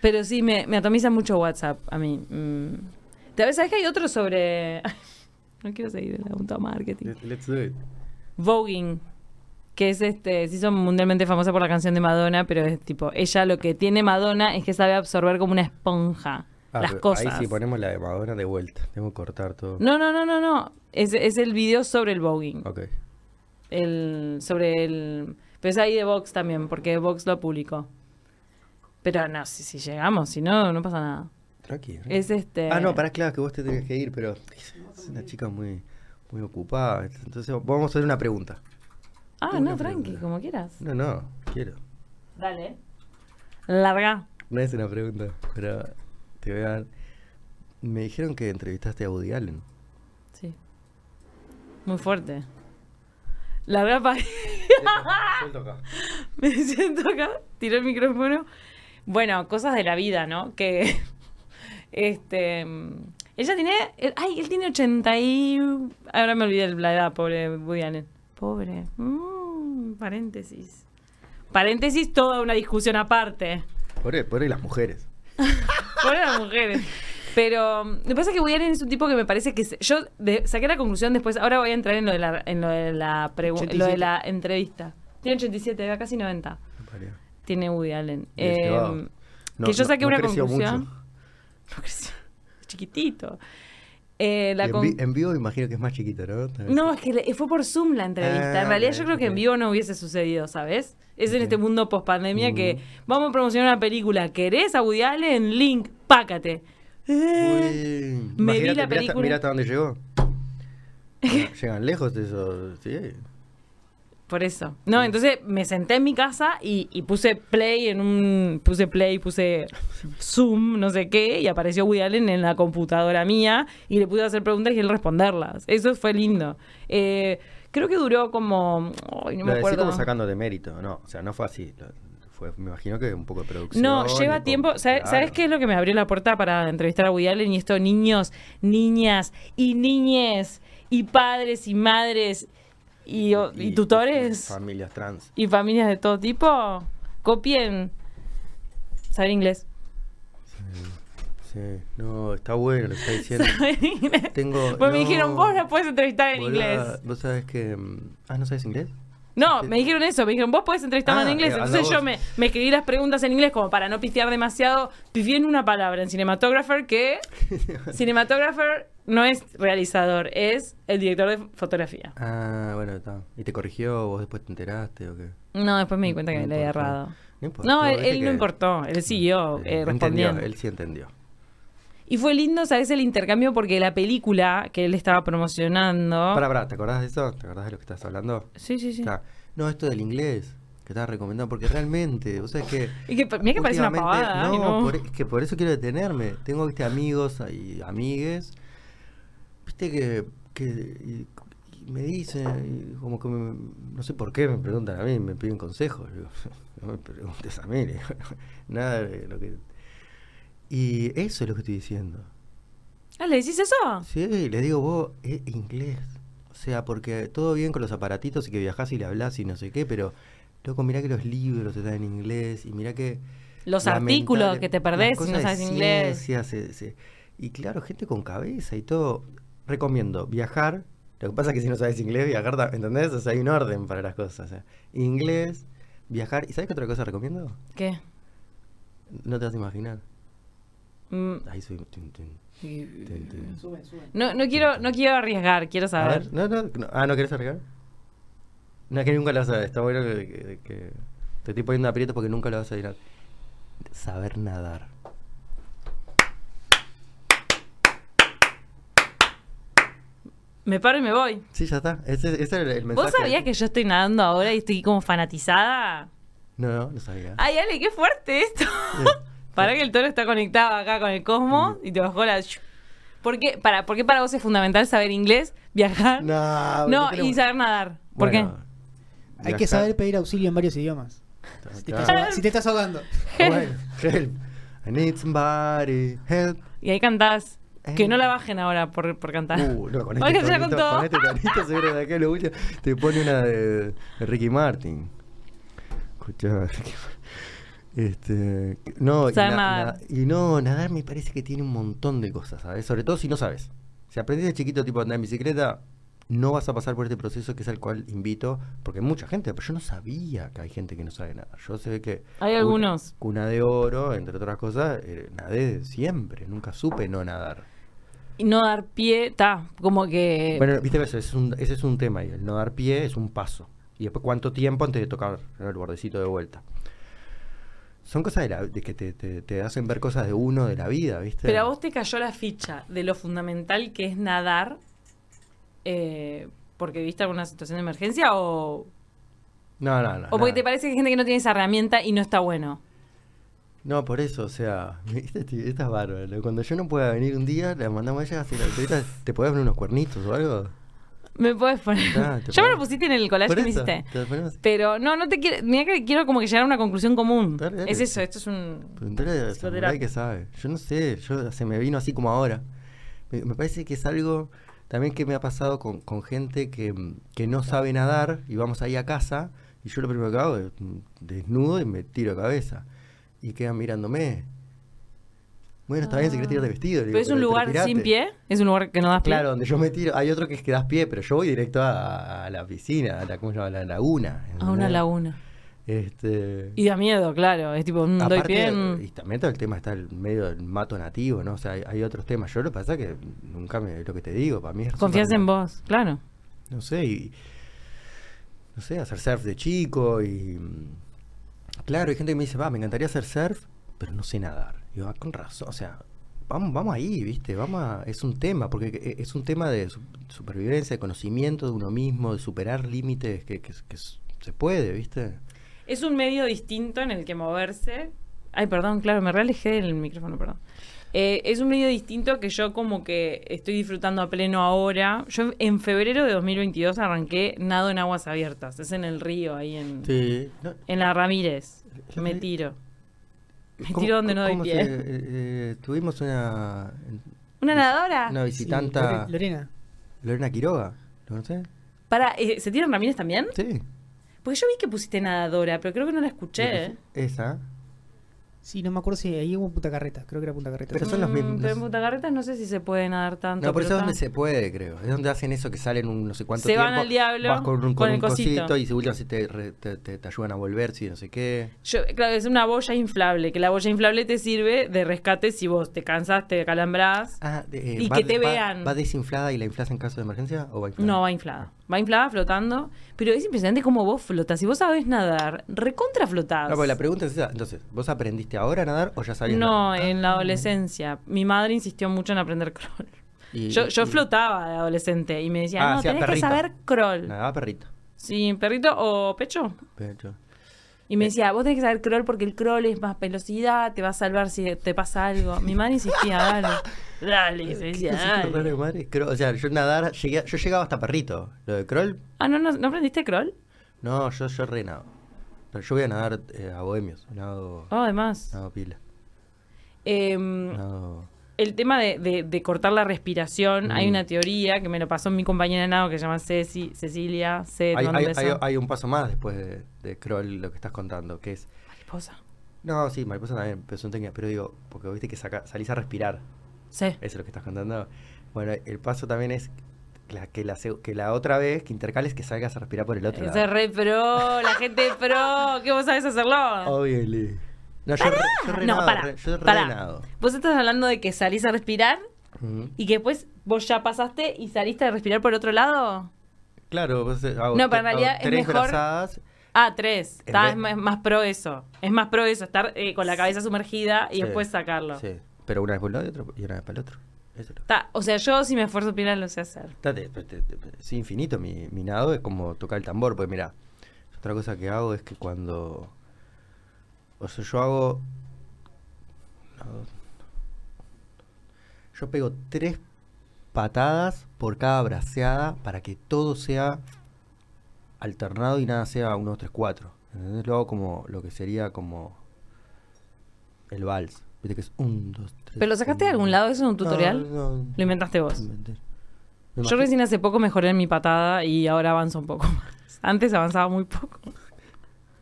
Speaker 2: Pero sí, me, me atomiza mucho WhatsApp a mí. Mm. Tal vez sabes que hay otro sobre. no quiero seguir el asunto a marketing.
Speaker 1: let- Let's do it.
Speaker 2: Voguing, que es este, se hizo mundialmente famosa por la canción de Madonna, pero es tipo, ella lo que tiene Madonna es que sabe absorber como una esponja
Speaker 1: Ah,
Speaker 2: las
Speaker 1: pero
Speaker 2: cosas.
Speaker 1: Ahí sí ponemos la de Madonna de vuelta. Tengo que cortar todo.
Speaker 2: No, no, no, no, no. Es, es el video sobre el voguing.
Speaker 1: Ok.
Speaker 2: El, sobre el. Pero es ahí de Vox también, porque Vox lo publicó. Pero no, si, si llegamos, si no, no pasa nada.
Speaker 1: Tranqui. tranqui.
Speaker 2: Es este.
Speaker 1: Ah, no, pará, claro, que vos te tenías que ir, pero es una chica muy, muy ocupada. Entonces, vamos a hacer una pregunta.
Speaker 2: Ah,
Speaker 1: Una
Speaker 2: no, tranqui,
Speaker 1: pregunta.
Speaker 2: como quieras.
Speaker 1: No, no, quiero.
Speaker 2: Dale. Larga.
Speaker 1: No es una pregunta, pero te voy a dar. Me dijeron que entrevistaste a Woody Allen.
Speaker 2: Sí. Muy fuerte. Larga para. Me siento acá, tiró el micrófono. Bueno, cosas de la vida, ¿no? Que. Este. mm, Ella tiene. él- Ay, él tiene 80 y. Ahora me olvidé la edad, pobre Woody Allen. Pobre. Mm, paréntesis. Paréntesis, toda una discusión aparte.
Speaker 1: Por él, por él, las mujeres.
Speaker 2: Pobre las mujeres. Pero mm, lo que pasa es que Woody Allen es un tipo que me parece que. se- yo de- saqué la conclusión después. Ahora voy a entrar en lo de la, en lo de la, pregu- lo de la entrevista. Tiene 87, era casi 90.
Speaker 1: Me parió.
Speaker 2: Tiene Woody Allen. Eh,
Speaker 1: Desquivado. No,
Speaker 2: que yo
Speaker 1: no-
Speaker 2: saqué
Speaker 1: no
Speaker 2: una
Speaker 1: creció
Speaker 2: conclusión.
Speaker 1: mucho.
Speaker 2: No creció. Chiquitito. Eh,
Speaker 1: Y
Speaker 2: la
Speaker 1: en,
Speaker 2: con-
Speaker 1: vi- en vivo imagino que es más chiquito, ¿no?
Speaker 2: No, es que le- fue por Zoom la entrevista.
Speaker 1: Ah,
Speaker 2: en realidad
Speaker 1: ok,
Speaker 2: yo creo que en
Speaker 1: ok.
Speaker 2: vivo no hubiese sucedido, ¿sabes? Es en
Speaker 1: Ok. Mm.
Speaker 2: este mundo post pandemia que
Speaker 1: Ujú.
Speaker 2: vamos a promocionar una película. ¿Querés a Woody Allen? Link, pácate. Eh,
Speaker 1: Uy,
Speaker 2: me vi
Speaker 1: imagínate,
Speaker 2: la
Speaker 1: mirá hasta-
Speaker 2: película.
Speaker 1: Mirá hasta dónde llegó. Llegan lejos de eso. Sí.
Speaker 2: Por eso. No, entonces me senté en mi casa y, y puse play en un. Puse play, puse Zoom, no sé qué, y apareció Woody Allen en la computadora mía y le pude hacer preguntas y él responderlas. Eso fue lindo. Eh, creo que duró como. Ay, no
Speaker 1: lo
Speaker 2: me
Speaker 1: decís
Speaker 2: acuerdo.
Speaker 1: como sacando de mérito, ¿no? O sea, no fue así. lo- Fue, me imagino que un poco de producción.
Speaker 2: No,
Speaker 1: y
Speaker 2: lleva
Speaker 1: con-
Speaker 2: tiempo. ¿Sabe- ¿Sabes,
Speaker 1: claro.
Speaker 2: qué es lo que me abrió la puerta para entrevistar a Woody Allen? Y esto, niños, niñas y niñes y padres y madres y, y tutores.
Speaker 1: Familias trans.
Speaker 2: y familias de todo tipo, copien saber inglés.
Speaker 1: Sí. No, está bueno lo que está diciendo.
Speaker 2: Saber inglés.
Speaker 1: Tengo.
Speaker 2: Pues me dijeron, vos la puedes entrevistar en inglés.
Speaker 1: Vos sabés que. mm, Ah, ¿no sabes inglés?
Speaker 2: No, me dijeron eso, me dijeron, vos podés entrevistarme
Speaker 1: Ah,
Speaker 2: en inglés.
Speaker 1: eh,
Speaker 2: Entonces
Speaker 1: anda
Speaker 2: yo
Speaker 1: vos.
Speaker 2: me, me escribí las preguntas en inglés como para no pifiar demasiado. Pifié en una palabra en cinematographer que cinematographer no es realizador, es el director de fotografía.
Speaker 1: Ah, bueno, está. ¿Y te corrigió? ¿Vos después te enteraste o qué?
Speaker 2: No, después me di cuenta que
Speaker 1: No
Speaker 2: le había
Speaker 1: importa.
Speaker 2: errado.
Speaker 1: No, importa,
Speaker 2: No, él,
Speaker 1: viste
Speaker 2: él no
Speaker 1: que-
Speaker 2: importó, él siguió
Speaker 1: Sí,
Speaker 2: eh,
Speaker 1: entendió,
Speaker 2: respondiendo.
Speaker 1: Él sí entendió.
Speaker 2: Y fue lindo, ¿sabes? El intercambio porque la película que él estaba promocionando.
Speaker 1: Pará, pará, ¿te acordás de eso? ¿Te acordás de lo que estás hablando?
Speaker 2: Sí, sí, sí.
Speaker 1: Está. No, esto del inglés que estaba recomendando, porque realmente, vos sabés que.
Speaker 2: Y que, pa- mirá que parece una
Speaker 1: Últimamente,
Speaker 2: pavada. ay,
Speaker 1: No,
Speaker 2: No,
Speaker 1: por- e- es que por eso quiero detenerme. Tengo, viste, amigos y amigues. Viste que, que- y- y me dicen, y como que me- no sé por qué me preguntan a mí, me piden consejos. Digo, no me preguntes a mí. le digo, nada de lo que... Y eso es lo que estoy diciendo.
Speaker 2: Ah, ¿le decís eso?
Speaker 1: Sí, le digo vos, eh, inglés. O sea, porque todo bien con los aparatitos y que viajás y le hablas y no sé qué, pero loco, mirá que los libros están en inglés y mirá que
Speaker 2: Los
Speaker 1: lamentable-
Speaker 2: artículos que te perdés
Speaker 1: las
Speaker 2: si no
Speaker 1: cosas de
Speaker 2: sabes inglés.
Speaker 1: ciencia, se- se- y claro, gente con cabeza y todo. Recomiendo viajar. Lo que pasa es que si no sabes inglés, viajar, ta- ¿entendés? O sea, hay un orden para las cosas. o sea, inglés, viajar. ¿Y sabes qué otra cosa recomiendo?
Speaker 2: ¿Qué?
Speaker 1: No te vas a imaginar.
Speaker 2: Mm,
Speaker 1: Ahí soy. tin, tin, tin, tin.
Speaker 3: Sube, sube.
Speaker 2: No, no quiero, no quiero arriesgar, quiero
Speaker 1: A
Speaker 2: saber.
Speaker 1: ver, no, no, no. Ah, ¿no querés arriesgar? No, es que nunca lo vas a Está bueno que, que- que te estoy poniendo aprietos porque nunca lo vas a adivinar. Saber nadar.
Speaker 2: Me paro y me voy.
Speaker 1: Sí, ya está. Ese, ese era el mensaje.
Speaker 2: ¿Vos sabías que yo estoy nadando ahora y estoy como fanatizada?
Speaker 1: No, no, no sabía.
Speaker 2: Ay, Ale, qué fuerte esto.
Speaker 1: Sí. Mm.
Speaker 2: Para que el toro está conectado acá con el cosmos y te bajó la. ¿Por qué para, por qué para vos es fundamental saber inglés, viajar? No,
Speaker 1: No,
Speaker 2: y saber nadar. ¿Por
Speaker 3: Hay que saber pedir auxilio en varios idiomas.
Speaker 1: qué?
Speaker 3: Si te, estás ahoga- si te estás ahogando.
Speaker 1: Bueno, help. I need somebody. Help.
Speaker 2: qué? Y ahí cantás.
Speaker 1: Eh.
Speaker 2: Que no la bajen ahora por, por cantar.
Speaker 1: Uh, no, con
Speaker 2: Ay,
Speaker 1: este
Speaker 2: que ya
Speaker 1: tonito,
Speaker 2: contó.
Speaker 1: con este tonito seguro de acá lo último. Te pone una de, de Ricky Martin. Escuchá, Ricky Martin. Este, no, y,
Speaker 2: Saber
Speaker 1: na-
Speaker 2: nadar.
Speaker 1: na- y no, nadar me parece que tiene un montón de cosas, ¿sabes? Sobre todo si no sabes. Si aprendes de chiquito, tipo andar en bicicleta, no vas a pasar por este proceso que es al cual invito, porque hay mucha gente, pero yo no sabía que hay gente que no sabe nadar. Yo sé que.
Speaker 2: Hay
Speaker 1: cuna-
Speaker 2: algunos.
Speaker 1: Cuna de oro, entre otras cosas, eh, nadé siempre, nunca supe no nadar.
Speaker 2: Y no dar pie, está, como que.
Speaker 1: Bueno, viste, eso, ese es un, ese es un tema ahí. El no dar pie es un paso. Y después, ¿cuánto tiempo antes de tocar el bordecito de vuelta? Son cosas de, la- de que te, te- te hacen ver cosas de uno, de la vida, ¿viste?
Speaker 2: Pero a vos te cayó la ficha de lo fundamental que es nadar eh, porque viste alguna situación de emergencia o,
Speaker 1: No, no, no.
Speaker 2: o porque
Speaker 1: nada.
Speaker 2: te parece que hay gente que no tiene esa herramienta y no está bueno.
Speaker 1: No, por eso, o sea, esta, ti- esta es bárbara. ¿no? Cuando yo no pueda venir un día, la mandamos a ella así, la entrevista, ¿te podés poner unos cuernitos o algo?
Speaker 2: Me puedes poner.
Speaker 1: Ah, te
Speaker 2: ya me lo
Speaker 1: pongo.
Speaker 2: pusiste en el collage
Speaker 1: Por
Speaker 2: que me
Speaker 1: eso,
Speaker 2: hiciste.
Speaker 1: te ponemos-
Speaker 2: Pero no, no te quiero. Mira que quiero como que llegar a una conclusión común.
Speaker 1: Dale, dale.
Speaker 2: Es eso, esto es un.
Speaker 1: Preguntale a Samurai
Speaker 2: Psicoterapia.
Speaker 1: que sabe. Yo no sé, yo se me vino así como ahora. Me, me parece que es algo también que me ha pasado con, con gente que, mm, que no sabe nadar y vamos ahí a casa y yo lo primero que hago es mm, desnudo y me tiro de cabeza. Y quedan mirándome. Bueno, está bien si querés tirar de vestido. le
Speaker 2: Ah. Pero
Speaker 1: digo,
Speaker 2: es un lugar
Speaker 1: tirate.
Speaker 2: sin pie, es un lugar que no das pie.
Speaker 1: Claro, donde yo me tiro. Hay otro que es que das pie, pero yo voy directo a, a la piscina, a la, ¿cómo se llama? A la laguna.
Speaker 2: A una
Speaker 1: ¿entendés?
Speaker 2: laguna.
Speaker 1: Este...
Speaker 2: Y da miedo, claro. Es tipo, mm, doy
Speaker 1: Aparte,
Speaker 2: pie. mm.
Speaker 1: y también todo el tema está en medio del mato nativo, ¿no? O sea, hay, hay otros temas. Yo lo que pasa es que nunca me, lo que te digo, para mí es...
Speaker 2: Confías
Speaker 1: súper-
Speaker 2: en vos, claro.
Speaker 1: No sé, y... No sé, hacer surf de chico y... mm, Claro, hay gente que me dice, va, me encantaría hacer surf, pero no sé nadar. Y yo, "Ah, con razón, o sea, vamos, vamos ahí, ¿viste? Vamos a- es un tema, porque e- es un tema de su- supervivencia, de conocimiento de uno mismo, de superar límites que, que- que s- se puede, ¿viste?
Speaker 2: Es un medio distinto en el que moverse. Ay, perdón, claro, me realejé del micrófono, perdón. Eh, es un medio distinto que yo como que estoy disfrutando a pleno ahora. Yo en febrero de 2022 arranqué nado en aguas abiertas. Es en el río, ahí en,
Speaker 1: Sí. no,
Speaker 2: en la Ramírez.
Speaker 1: Yo
Speaker 2: Me
Speaker 1: me-
Speaker 2: tiro. Me
Speaker 1: ¿Cómo-
Speaker 2: tiro donde no doy
Speaker 1: cómo
Speaker 2: pie.
Speaker 1: se- eh, eh, tuvimos una,
Speaker 2: ¿Una nadadora?
Speaker 1: una visitanta,
Speaker 3: Sí, Lore- Lorena.
Speaker 1: Lorena Quiroga, ¿lo conocés?
Speaker 2: Para, eh, ¿Se tiran Ramírez también?
Speaker 1: Sí.
Speaker 2: Porque yo vi que pusiste nadadora, pero creo que no la escuché. ¿eh?
Speaker 1: Esa.
Speaker 3: Sí, no me acuerdo si ahí hubo Punta Carreta. Creo que era Punta Carreta.
Speaker 1: Pero son los
Speaker 2: Mm,
Speaker 1: mismos.
Speaker 2: Pero en Punta Carretas no sé si se puede nadar tanto.
Speaker 1: No, por eso
Speaker 2: pero
Speaker 1: es donde
Speaker 2: está.
Speaker 1: se puede, creo. Es donde hacen eso que salen un no sé cuánto
Speaker 2: Se
Speaker 1: tiempo.
Speaker 2: van al diablo
Speaker 1: Vas con un,
Speaker 2: con
Speaker 1: con
Speaker 2: el
Speaker 1: un cosito.
Speaker 2: cosito.
Speaker 1: y se vuelven, se te, re- te, te- te ayudan a volver, si no sé qué.
Speaker 2: Yo- claro, es una boya inflable, que la boya inflable te sirve de rescate si vos te cansaste, te calambrás.
Speaker 1: Ah, de- eh,
Speaker 2: Y
Speaker 1: va
Speaker 2: que
Speaker 1: de-
Speaker 2: te
Speaker 1: va-
Speaker 2: vean.
Speaker 1: ¿Va desinflada y la inflas en caso de emergencia o va inflada?
Speaker 2: No, va inflada. Va inflada, flotando. Pero es impresionante cómo vos flotas. Si vos sabés nadar, recontra flotás.
Speaker 1: No, porque la pregunta es esa. Entonces, ¿vos aprendiste ahora a nadar o ya sabías?
Speaker 2: No,
Speaker 1: nadar?
Speaker 2: en la adolescencia. Mi madre insistió mucho en aprender crawl.
Speaker 1: Y-
Speaker 2: Yo, yo
Speaker 1: y-
Speaker 2: flotaba de adolescente y me decía,
Speaker 1: Ah,
Speaker 2: no,
Speaker 1: hacía
Speaker 2: tenés
Speaker 1: perrito. Ah.
Speaker 2: que saber crawl.
Speaker 1: Nadaba perrito.
Speaker 2: Sí, perrito o pecho.
Speaker 1: Pecho.
Speaker 2: Y me decía, vos tenés que saber crawl porque el crawl es más velocidad, te va a salvar si te pasa algo. Mi madre insistía, dale. Dale, me decía,
Speaker 1: Qué
Speaker 2: dale.
Speaker 1: raro, madre. Cro- O sea, yo nadar, llegué, a- yo llegaba hasta perrito. Lo de crawl,
Speaker 2: Ah, ¿no, no, ¿no aprendiste crawl?
Speaker 1: no, yo, yo re nado. Pero yo voy a nadar eh, a bohemios, nado,
Speaker 2: Oh, además.
Speaker 1: nado pila,
Speaker 2: Em,
Speaker 1: nado...
Speaker 2: El tema de, de- de cortar la respiración,
Speaker 1: Mm.
Speaker 2: hay una teoría que me lo pasó mi compañera de nado que se llama Ceci, Cecilia, C,
Speaker 1: Hay, hay- hay- hay un paso más después de, de crawl, lo que estás contando, que es
Speaker 2: mariposa.
Speaker 1: No, sí, mariposa también, pero son técnicas. Pero digo, porque viste que saca- salís a respirar.
Speaker 2: Sí.
Speaker 1: Eso es lo que estás contando. Bueno, el paso también es la, que, la, seg- que la otra vez que intercales que salgas a respirar por el otro
Speaker 2: Ese
Speaker 1: lado.
Speaker 2: re pro, la gente pro, que vos sabés
Speaker 1: Oh.
Speaker 2: hacerlo.
Speaker 1: Obviamente. No, yo, re- yo re
Speaker 2: No,
Speaker 1: nado,
Speaker 2: pará,
Speaker 1: re- yo re
Speaker 2: pará.
Speaker 1: nado.
Speaker 2: Vos estás hablando de que salís a respirar
Speaker 1: Ujú.
Speaker 2: y que después vos ya pasaste y saliste a respirar por otro lado.
Speaker 1: Claro, vos eh, hago,
Speaker 2: No,
Speaker 1: te-
Speaker 2: pero en
Speaker 1: hago
Speaker 2: realidad es
Speaker 1: tres
Speaker 2: mejor-
Speaker 1: brazadas.
Speaker 2: Ah, tres.
Speaker 1: En
Speaker 2: Está,
Speaker 1: vez-
Speaker 2: es más, más pro eso. Es más pro eso, estar eh, con la cabeza sumergida y
Speaker 1: Sí,
Speaker 2: después sacarlo.
Speaker 1: Sí, pero una vez por un lado y, otro- y una vez para el otro. Eso es lo-
Speaker 2: Está, o sea, yo si me esfuerzo pila lo sé hacer.
Speaker 1: Está de- de- de- de- pues, sí, infinito. Mi, mi nado es como tocar el tambor. Porque mira, otra cosa que hago es que cuando. O sea, yo hago. no, Yo pego tres patadas por cada braceada para que todo sea alternado y nada sea 1, 2, 3, 4. ¿Entendés? Lo hago como lo que sería como el vals. Viste que es 1, 2, 3.
Speaker 2: ¿Pero lo sacaste de algún lado? ¿Eso es un tutorial?
Speaker 1: No, no.
Speaker 2: Lo inventaste vos.
Speaker 1: Inventé. Me
Speaker 2: Yo
Speaker 1: imagino-
Speaker 2: recién hace poco mejoré en mi patada y ahora avanzo un poco más. Antes avanzaba muy poco.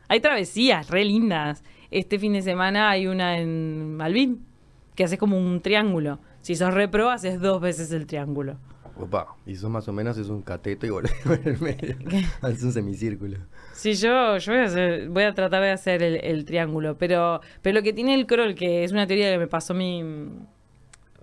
Speaker 2: Hay travesías re lindas. Este fin de semana hay una en Malvin que haces como un triángulo. Si sos re pro, haces dos veces el triángulo.
Speaker 1: Opa, y sos más o menos es un cateto y volvés por el medio. Haces un semicírculo.
Speaker 2: Sí, yo, yo voy, a hacer- voy a tratar de hacer el, el triángulo, pero, pero lo que tiene el crawl, que es una teoría que me pasó mi,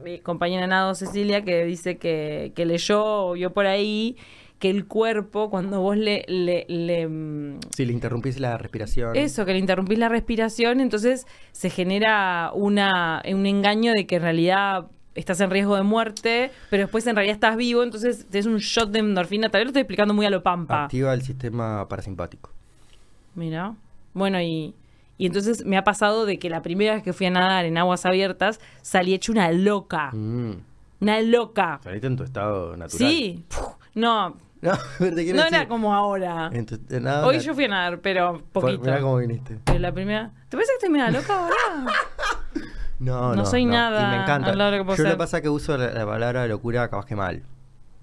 Speaker 2: mi compañera Nado Cecilia, que dice que, que leyó o vio por ahí que el cuerpo, cuando vos le- le- le mm,
Speaker 1: Si le interrumpís la respiración.
Speaker 2: Eso, que le interrumpís la respiración, entonces se genera una, un engaño de que en realidad estás en riesgo de muerte, pero después en realidad estás vivo, entonces es un shot de endorfina. Tal vez lo estoy explicando muy a lo pampa.
Speaker 1: Activa el sistema parasimpático.
Speaker 2: Mira. Bueno, y, y entonces me ha pasado de que la primera vez que fui a nadar en aguas abiertas salí hecha una loca.
Speaker 1: Mm,
Speaker 2: Una loca.
Speaker 1: Saliste en tu estado natural.
Speaker 2: Sí. Puf, No,
Speaker 1: No, pero te quiero
Speaker 2: no
Speaker 1: decir,
Speaker 2: era como ahora.
Speaker 1: en tu- en nada,
Speaker 2: Hoy
Speaker 1: na-
Speaker 2: yo fui a nadar, pero
Speaker 1: fue-
Speaker 2: poquito.
Speaker 1: Mirá cómo viniste.
Speaker 2: Pero la primera. ¿Te parece que estoy media loca ahora?
Speaker 1: No,
Speaker 2: No
Speaker 1: no.
Speaker 2: soy nada
Speaker 1: Y me encanta.
Speaker 2: al lado de lo que puedo
Speaker 1: yo lo
Speaker 2: ser.
Speaker 1: que pasa es que uso la, la palabra locura capaz que mal.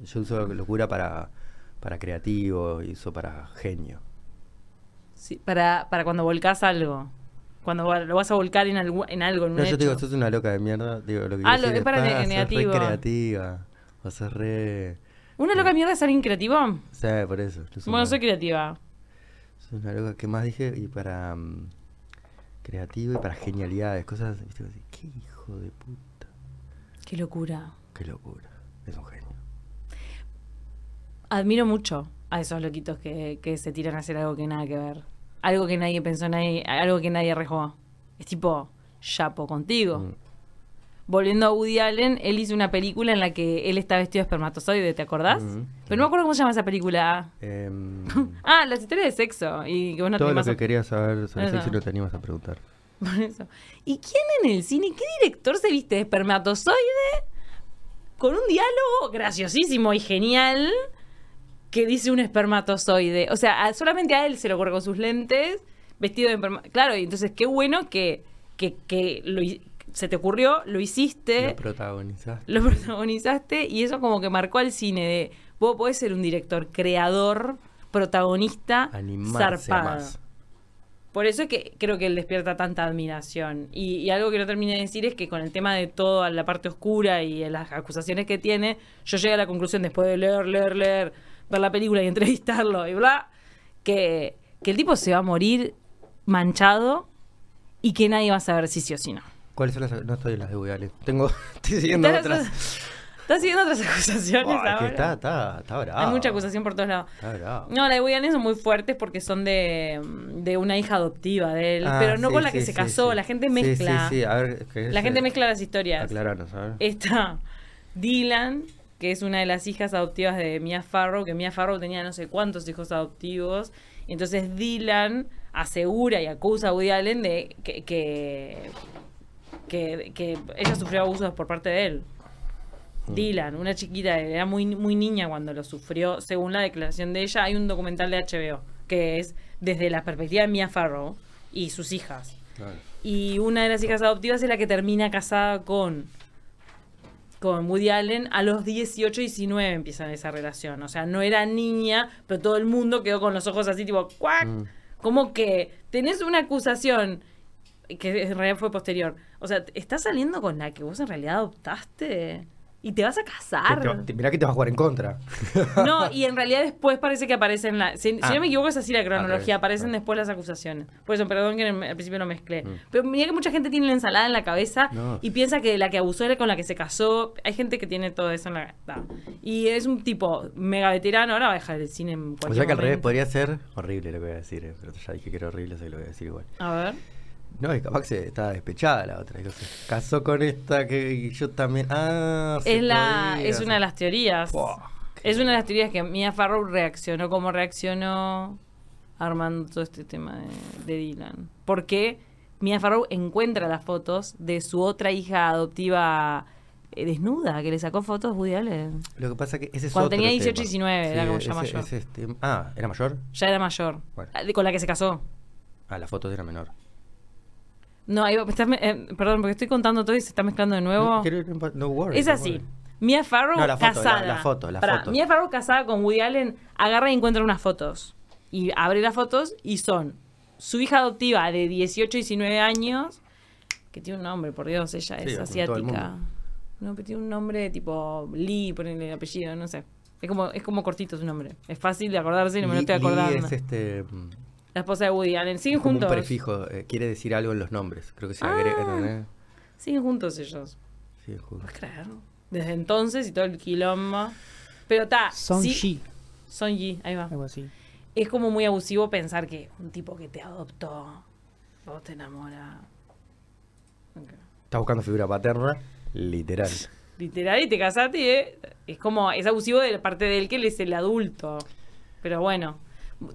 Speaker 1: Yo uso locura para, para creativo y uso para genio.
Speaker 2: Sí, para, para cuando volcás algo. Cuando va- lo vas a volcar en, algu- en algo, en un
Speaker 1: No, yo te digo,
Speaker 2: hecho.
Speaker 1: sos una loca de mierda. Digo, lo que quiero
Speaker 2: Ah, lo-
Speaker 1: decir
Speaker 2: es para ne-
Speaker 1: "Pa, sos re
Speaker 2: negativo".
Speaker 1: creativa. O sos re.
Speaker 2: ¿Una loca mierda es alguien creativo?
Speaker 1: Sí, por eso. yo soy
Speaker 2: Bueno,
Speaker 1: una-
Speaker 2: soy creativa.
Speaker 1: soy una loca que más dije y para mm, creativo y para genialidades, cosas. ¿viste? Así, Qué hijo de puta.
Speaker 2: Qué locura.
Speaker 1: Qué locura. Es un genio.
Speaker 2: Admiro mucho a esos loquitos que, que se tiran a hacer algo que nada que ver. Algo que nadie pensó, nadie- algo que nadie arriesgó. Es tipo, chapo contigo.
Speaker 1: Mm.
Speaker 2: Volviendo a Woody Allen, él hizo una película en la que él está vestido de espermatozoide, ¿te acordás?
Speaker 1: Mm.
Speaker 2: Pero no me acuerdo cómo se llama esa película.
Speaker 1: Em,
Speaker 2: Ah, las historias de sexo. Y que vos no te
Speaker 1: todo lo
Speaker 2: animás
Speaker 1: que
Speaker 2: a-
Speaker 1: querías saber sobre
Speaker 2: Eso.
Speaker 1: sexo lo te animas a preguntar.
Speaker 2: Por eso. ¿Y quién en el cine? ¿Qué director se viste de espermatozoide? Con un diálogo graciosísimo y genial que dice un espermatozoide. O sea, a- solamente a él se lo ocurre con sus lentes, vestido de espermatozoide. Claro, y entonces qué bueno que, que, que lo hi- se te ocurrió, lo hiciste,
Speaker 1: Lo protagonizaste.
Speaker 2: lo protagonizaste y eso como que marcó al cine de vos podés ser un director, creador, protagonista,
Speaker 1: Animarse a
Speaker 2: zarpado.
Speaker 1: más.
Speaker 2: Por eso es que creo que él despierta tanta admiración. Y, y algo que no terminé de decir es que con el tema de toda la parte oscura y las acusaciones que tiene, yo llegué a la conclusión después de leer, leer, leer, ver la película y entrevistarlo y bla, que, que el tipo se va a morir manchado y que nadie va a saber si sí o si no.
Speaker 1: ¿Cuáles son las.? No estoy en las de Budales. Tengo. Estoy siguiendo
Speaker 2: Estás-
Speaker 1: otras.
Speaker 2: ¿Estás siguiendo otras acusaciones
Speaker 1: Buah, es que
Speaker 2: ahora?
Speaker 1: está, está, está bravo.
Speaker 2: Hay mucha acusación por todos lados.
Speaker 1: Está bravo.
Speaker 2: No, las de Woody Allen son muy fuertes porque son de, de una hija adoptiva de él,
Speaker 1: Ah,
Speaker 2: pero no
Speaker 1: sí,
Speaker 2: con la
Speaker 1: sí,
Speaker 2: que se
Speaker 1: sí,
Speaker 2: casó.
Speaker 1: sí.
Speaker 2: La gente
Speaker 1: Sí,
Speaker 2: mezcla.
Speaker 1: Sí, sí, a ver. ¿qué es? Ah,
Speaker 2: La gente mezcla Eh, las historias.
Speaker 1: Aclaranos, a ver.
Speaker 2: Está Dylan, que es una de las hijas adoptivas de Mia Farrow, que Mia Farrow tenía no sé cuántos hijos adoptivos. Y entonces Dylan asegura y acusa a Woody Allen de que, que, que- que ella sufrió abusos por parte de él. Dylan, una chiquita, era muy, muy niña cuando lo sufrió, según la declaración de ella. Hay un documental de HBO que es desde la perspectiva de Mia Farrow y sus hijas.
Speaker 1: Claro.
Speaker 2: Y una de las hijas adoptivas es la que termina casada con, con Woody Allen. A los 18, 19 empiezan esa relación. O sea, no era niña, pero todo el Mm. mundo quedó con los ojos así, tipo, ¡cuac!
Speaker 1: Mm.
Speaker 2: Como que tenés una acusación que en realidad fue posterior. O sea, t- estás saliendo con la que vos en realidad adoptaste y te vas a
Speaker 1: Te-
Speaker 2: casar.
Speaker 1: te- mirá que te va a jugar en contra.
Speaker 2: No, y en realidad después parece que aparecen la. Si, si
Speaker 1: Ah.
Speaker 2: no me equivoco, es así la cronología.
Speaker 1: revés,
Speaker 2: Aparecen
Speaker 1: claro.
Speaker 2: después las acusaciones. Por eso, perdón que en- al principio lo mezclé.
Speaker 1: Mm.
Speaker 2: Pero mira que mucha gente tiene la ensalada en la cabeza
Speaker 1: No.
Speaker 2: y piensa que la que abusó era con la que se casó. Hay gente que tiene todo eso en la cabeza. Y es un tipo mega veterano. Ahora va a dejar el cine en
Speaker 1: O
Speaker 2: cualquier
Speaker 1: sea que al revés
Speaker 2: momento.
Speaker 1: podría ser horrible lo que voy a decir, eh, pero ya dije que era horrible, así que lo voy a decir igual.
Speaker 2: A ver.
Speaker 1: No, y capaz que se estaba despechada la otra. digo, se casó con esta que y yo también. Ah, se
Speaker 2: Es, la,
Speaker 1: podía,
Speaker 2: es
Speaker 1: se-
Speaker 2: una de las teorías.
Speaker 1: Buah, qué-
Speaker 2: Es una de las teorías que Mia Farrow reaccionó como reaccionó armando todo este tema de, de Dylan. Porque Mia Farrow encuentra las fotos de su otra hija adoptiva eh, desnuda, que le sacó fotos Woody Allen.
Speaker 1: Lo que pasa que ese es
Speaker 2: Cuando
Speaker 1: otro
Speaker 2: tenía 18,
Speaker 1: tema.
Speaker 2: 19, era como ya
Speaker 1: ese-
Speaker 2: mayor.
Speaker 1: ese es tem- ah, ¿era mayor?
Speaker 2: Ya era mayor.
Speaker 1: Bueno.
Speaker 2: Ah, de- Con la que se casó.
Speaker 1: Ah, la foto era menor.
Speaker 2: No, ahí va- estás me- eh, perdón, porque estoy contando todo y se está mezclando de nuevo.
Speaker 1: No, creo que no- no worry,
Speaker 2: Es
Speaker 1: no
Speaker 2: así.
Speaker 1: worry.
Speaker 2: Mia Farrow
Speaker 1: No, la foto,
Speaker 2: casada.
Speaker 1: la- la foto, la
Speaker 2: Pará,
Speaker 1: foto.
Speaker 2: Mia Farrow casada con Woody Allen agarra y encuentra unas fotos. Y abre las fotos y son su hija adoptiva de 18, 19 años, que tiene un nombre, por Dios,
Speaker 1: Sí,
Speaker 2: ella es
Speaker 1: como todo el
Speaker 2: asiática.
Speaker 1: mundo.
Speaker 2: No, pero tiene un nombre tipo Lee, ponerle el apellido, no sé. Es como, es como cortito su nombre. Es fácil de acordarse y no me lo
Speaker 1: Lee-
Speaker 2: estoy
Speaker 1: Lee
Speaker 2: acordando.
Speaker 1: es este. mm,
Speaker 2: La esposa de Woody Allen. Siguen
Speaker 1: como un
Speaker 2: juntos.
Speaker 1: prefijo, eh, quiere decir algo en los nombres. Creo que se
Speaker 2: Ah.
Speaker 1: agrega. ¿entendés?
Speaker 2: Siguen juntos ellos.
Speaker 1: Sí, justo.
Speaker 2: ¿Puedes creer? Desde entonces y todo el quilombo. Pero está.
Speaker 3: Son
Speaker 2: sí-
Speaker 3: Shi,
Speaker 2: Son Yi, ahí va.
Speaker 3: algo así.
Speaker 2: Es como muy abusivo pensar que un tipo que te adoptó, vos te enamora. Ok.
Speaker 1: Está buscando figura paterna, literal.
Speaker 2: Literal, y te casaste, y, eh, es como, es abusivo de la parte de él que él es el adulto. Pero bueno,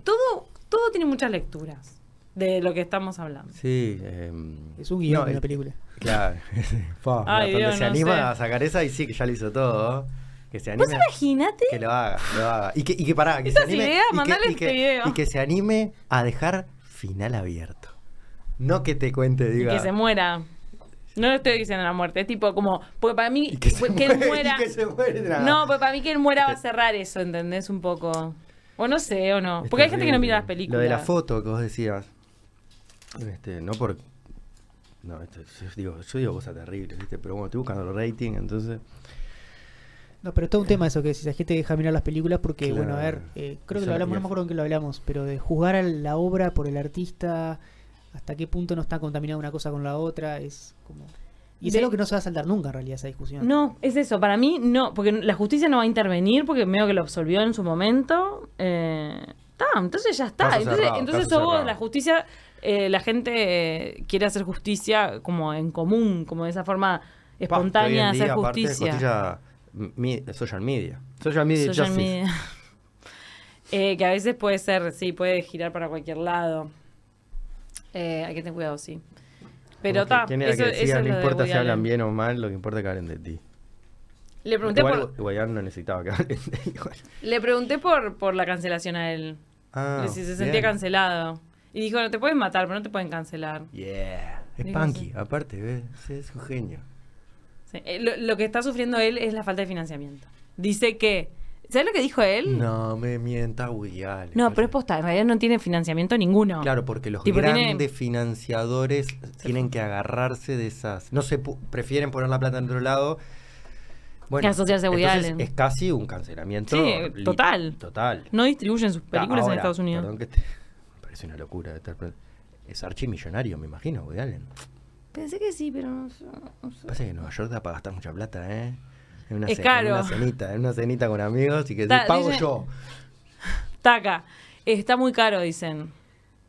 Speaker 2: todo, todo tiene muchas lecturas de lo que estamos hablando.
Speaker 1: Sí. em,
Speaker 3: Es un guión
Speaker 1: no,
Speaker 3: de una
Speaker 1: el-
Speaker 3: película.
Speaker 1: Claro. Fua,
Speaker 2: Ay,
Speaker 1: cuando
Speaker 2: Dios,
Speaker 1: se
Speaker 2: no
Speaker 1: anima
Speaker 2: sé.
Speaker 1: a sacar esa y sí, que ya lo hizo todo. ¿no? Que se
Speaker 2: Vos
Speaker 1: anime.
Speaker 2: imaginate
Speaker 1: Que lo haga, lo haga. Y que, y que pará, que
Speaker 2: Esas
Speaker 1: se anime.
Speaker 2: ideas,
Speaker 1: y,
Speaker 2: mandale
Speaker 1: que, y,
Speaker 2: este
Speaker 1: que-
Speaker 2: video.
Speaker 1: y que se anime a dejar final abierto. No que te cuente,
Speaker 2: y
Speaker 1: diga.
Speaker 2: que se muera. No le estoy diciendo la muerte, es tipo como, porque para mí,
Speaker 1: y que se
Speaker 2: que él
Speaker 1: muera,
Speaker 2: muera.
Speaker 1: Y que se muera.
Speaker 2: No, pues para mí que él muera va a cerrar eso, ¿entendés? Un poco. O no sé, o no.
Speaker 1: Es
Speaker 2: Porque hay gente que no
Speaker 1: terrible.
Speaker 2: mira las películas.
Speaker 1: Lo de la foto que vos decías. Este, no por. No, esto- yo digo, yo digo cosas terribles, ¿viste? Pero bueno, estoy buscando el rating, entonces.
Speaker 3: No, pero es todo un tema eso que si la gente deja mirar las películas porque,
Speaker 1: Claro.
Speaker 3: bueno, a ver, eh, creo que
Speaker 1: Esa
Speaker 3: lo hablamos,
Speaker 1: realidad.
Speaker 3: no me acuerdo en qué lo hablamos, pero de juzgar a la obra por el artista, hasta qué punto no está contaminada una cosa con la otra, es como... Y es
Speaker 2: De-
Speaker 3: algo que no se va a saltar nunca en realidad esa discusión.
Speaker 2: No, es eso. Para mí, no. Porque la justicia no va a intervenir porque medio que lo absolvió en su momento. Eh, ta, entonces ya está.
Speaker 1: Caso
Speaker 2: entonces,
Speaker 1: cerrado,
Speaker 2: entonces
Speaker 1: caso
Speaker 2: sos vos,
Speaker 1: cerrado.
Speaker 2: la justicia, eh, la gente eh, quiere hacer justicia como en común, como de esa forma
Speaker 1: Pa, que hoy
Speaker 2: espontánea
Speaker 1: en
Speaker 2: de hacer
Speaker 1: día, aparte,
Speaker 2: justicia.
Speaker 1: justicia, mi- social media. Social media
Speaker 2: Social
Speaker 1: justice.
Speaker 2: media. Eh, que a veces puede ser, sí, puede girar para cualquier lado. Eh, hay que tener cuidado, sí. Pero
Speaker 1: Como que-
Speaker 2: está.
Speaker 1: ¿quién era que decía, no importa si hablan
Speaker 2: bien.
Speaker 1: bien o mal, lo que importa es que hablen de ti.
Speaker 2: Le pregunté,
Speaker 1: Igual
Speaker 2: por,
Speaker 1: Guayán no necesitaba que hablen de ti. igual.
Speaker 2: le pregunté por, por la cancelación a él.
Speaker 1: Ah,
Speaker 2: Le- si se sentía
Speaker 1: bien.
Speaker 2: cancelado. Y dijo, no te pueden matar, pero no te pueden cancelar.
Speaker 1: Yeah. Es
Speaker 2: Digo,
Speaker 1: punky,
Speaker 2: sí.
Speaker 1: aparte, ¿ves? Sí, Es un genio.
Speaker 2: Sí. Eh, Lo, lo que está sufriendo él es la falta de financiamiento. Dice que... ¿Sabes lo que dijo él?
Speaker 1: No me mienta, Woody Allen.
Speaker 2: No, pero es posta. En realidad no tiene financiamiento ninguno.
Speaker 1: Claro, porque los
Speaker 2: Tipo, tiene-
Speaker 1: grandes financiadores tienen que agarrarse de esas. No se pu- prefieren poner la plata en otro lado.
Speaker 2: Que asociarse a Woody
Speaker 1: entonces
Speaker 2: Allen.
Speaker 1: Es casi un cancelamiento.
Speaker 2: Sí,
Speaker 1: li-
Speaker 2: total.
Speaker 1: Total.
Speaker 2: No distribuyen sus películas
Speaker 1: Ahora,
Speaker 2: en Estados Unidos.
Speaker 1: Perdón que te. me Parece una locura. estar pre- Es archimillonario, me imagino, Woody Allen.
Speaker 2: Pensé que sí, pero no sé.
Speaker 1: Pasa que en Nueva York da para gastar mucha plata, ¿eh? En una
Speaker 2: Es
Speaker 1: ce-
Speaker 2: caro.
Speaker 1: En una cenita, en una cenita con amigos y que
Speaker 2: Ta-
Speaker 1: decís, pago
Speaker 2: dicen-
Speaker 1: yo.
Speaker 2: Taca. Está muy caro, dicen.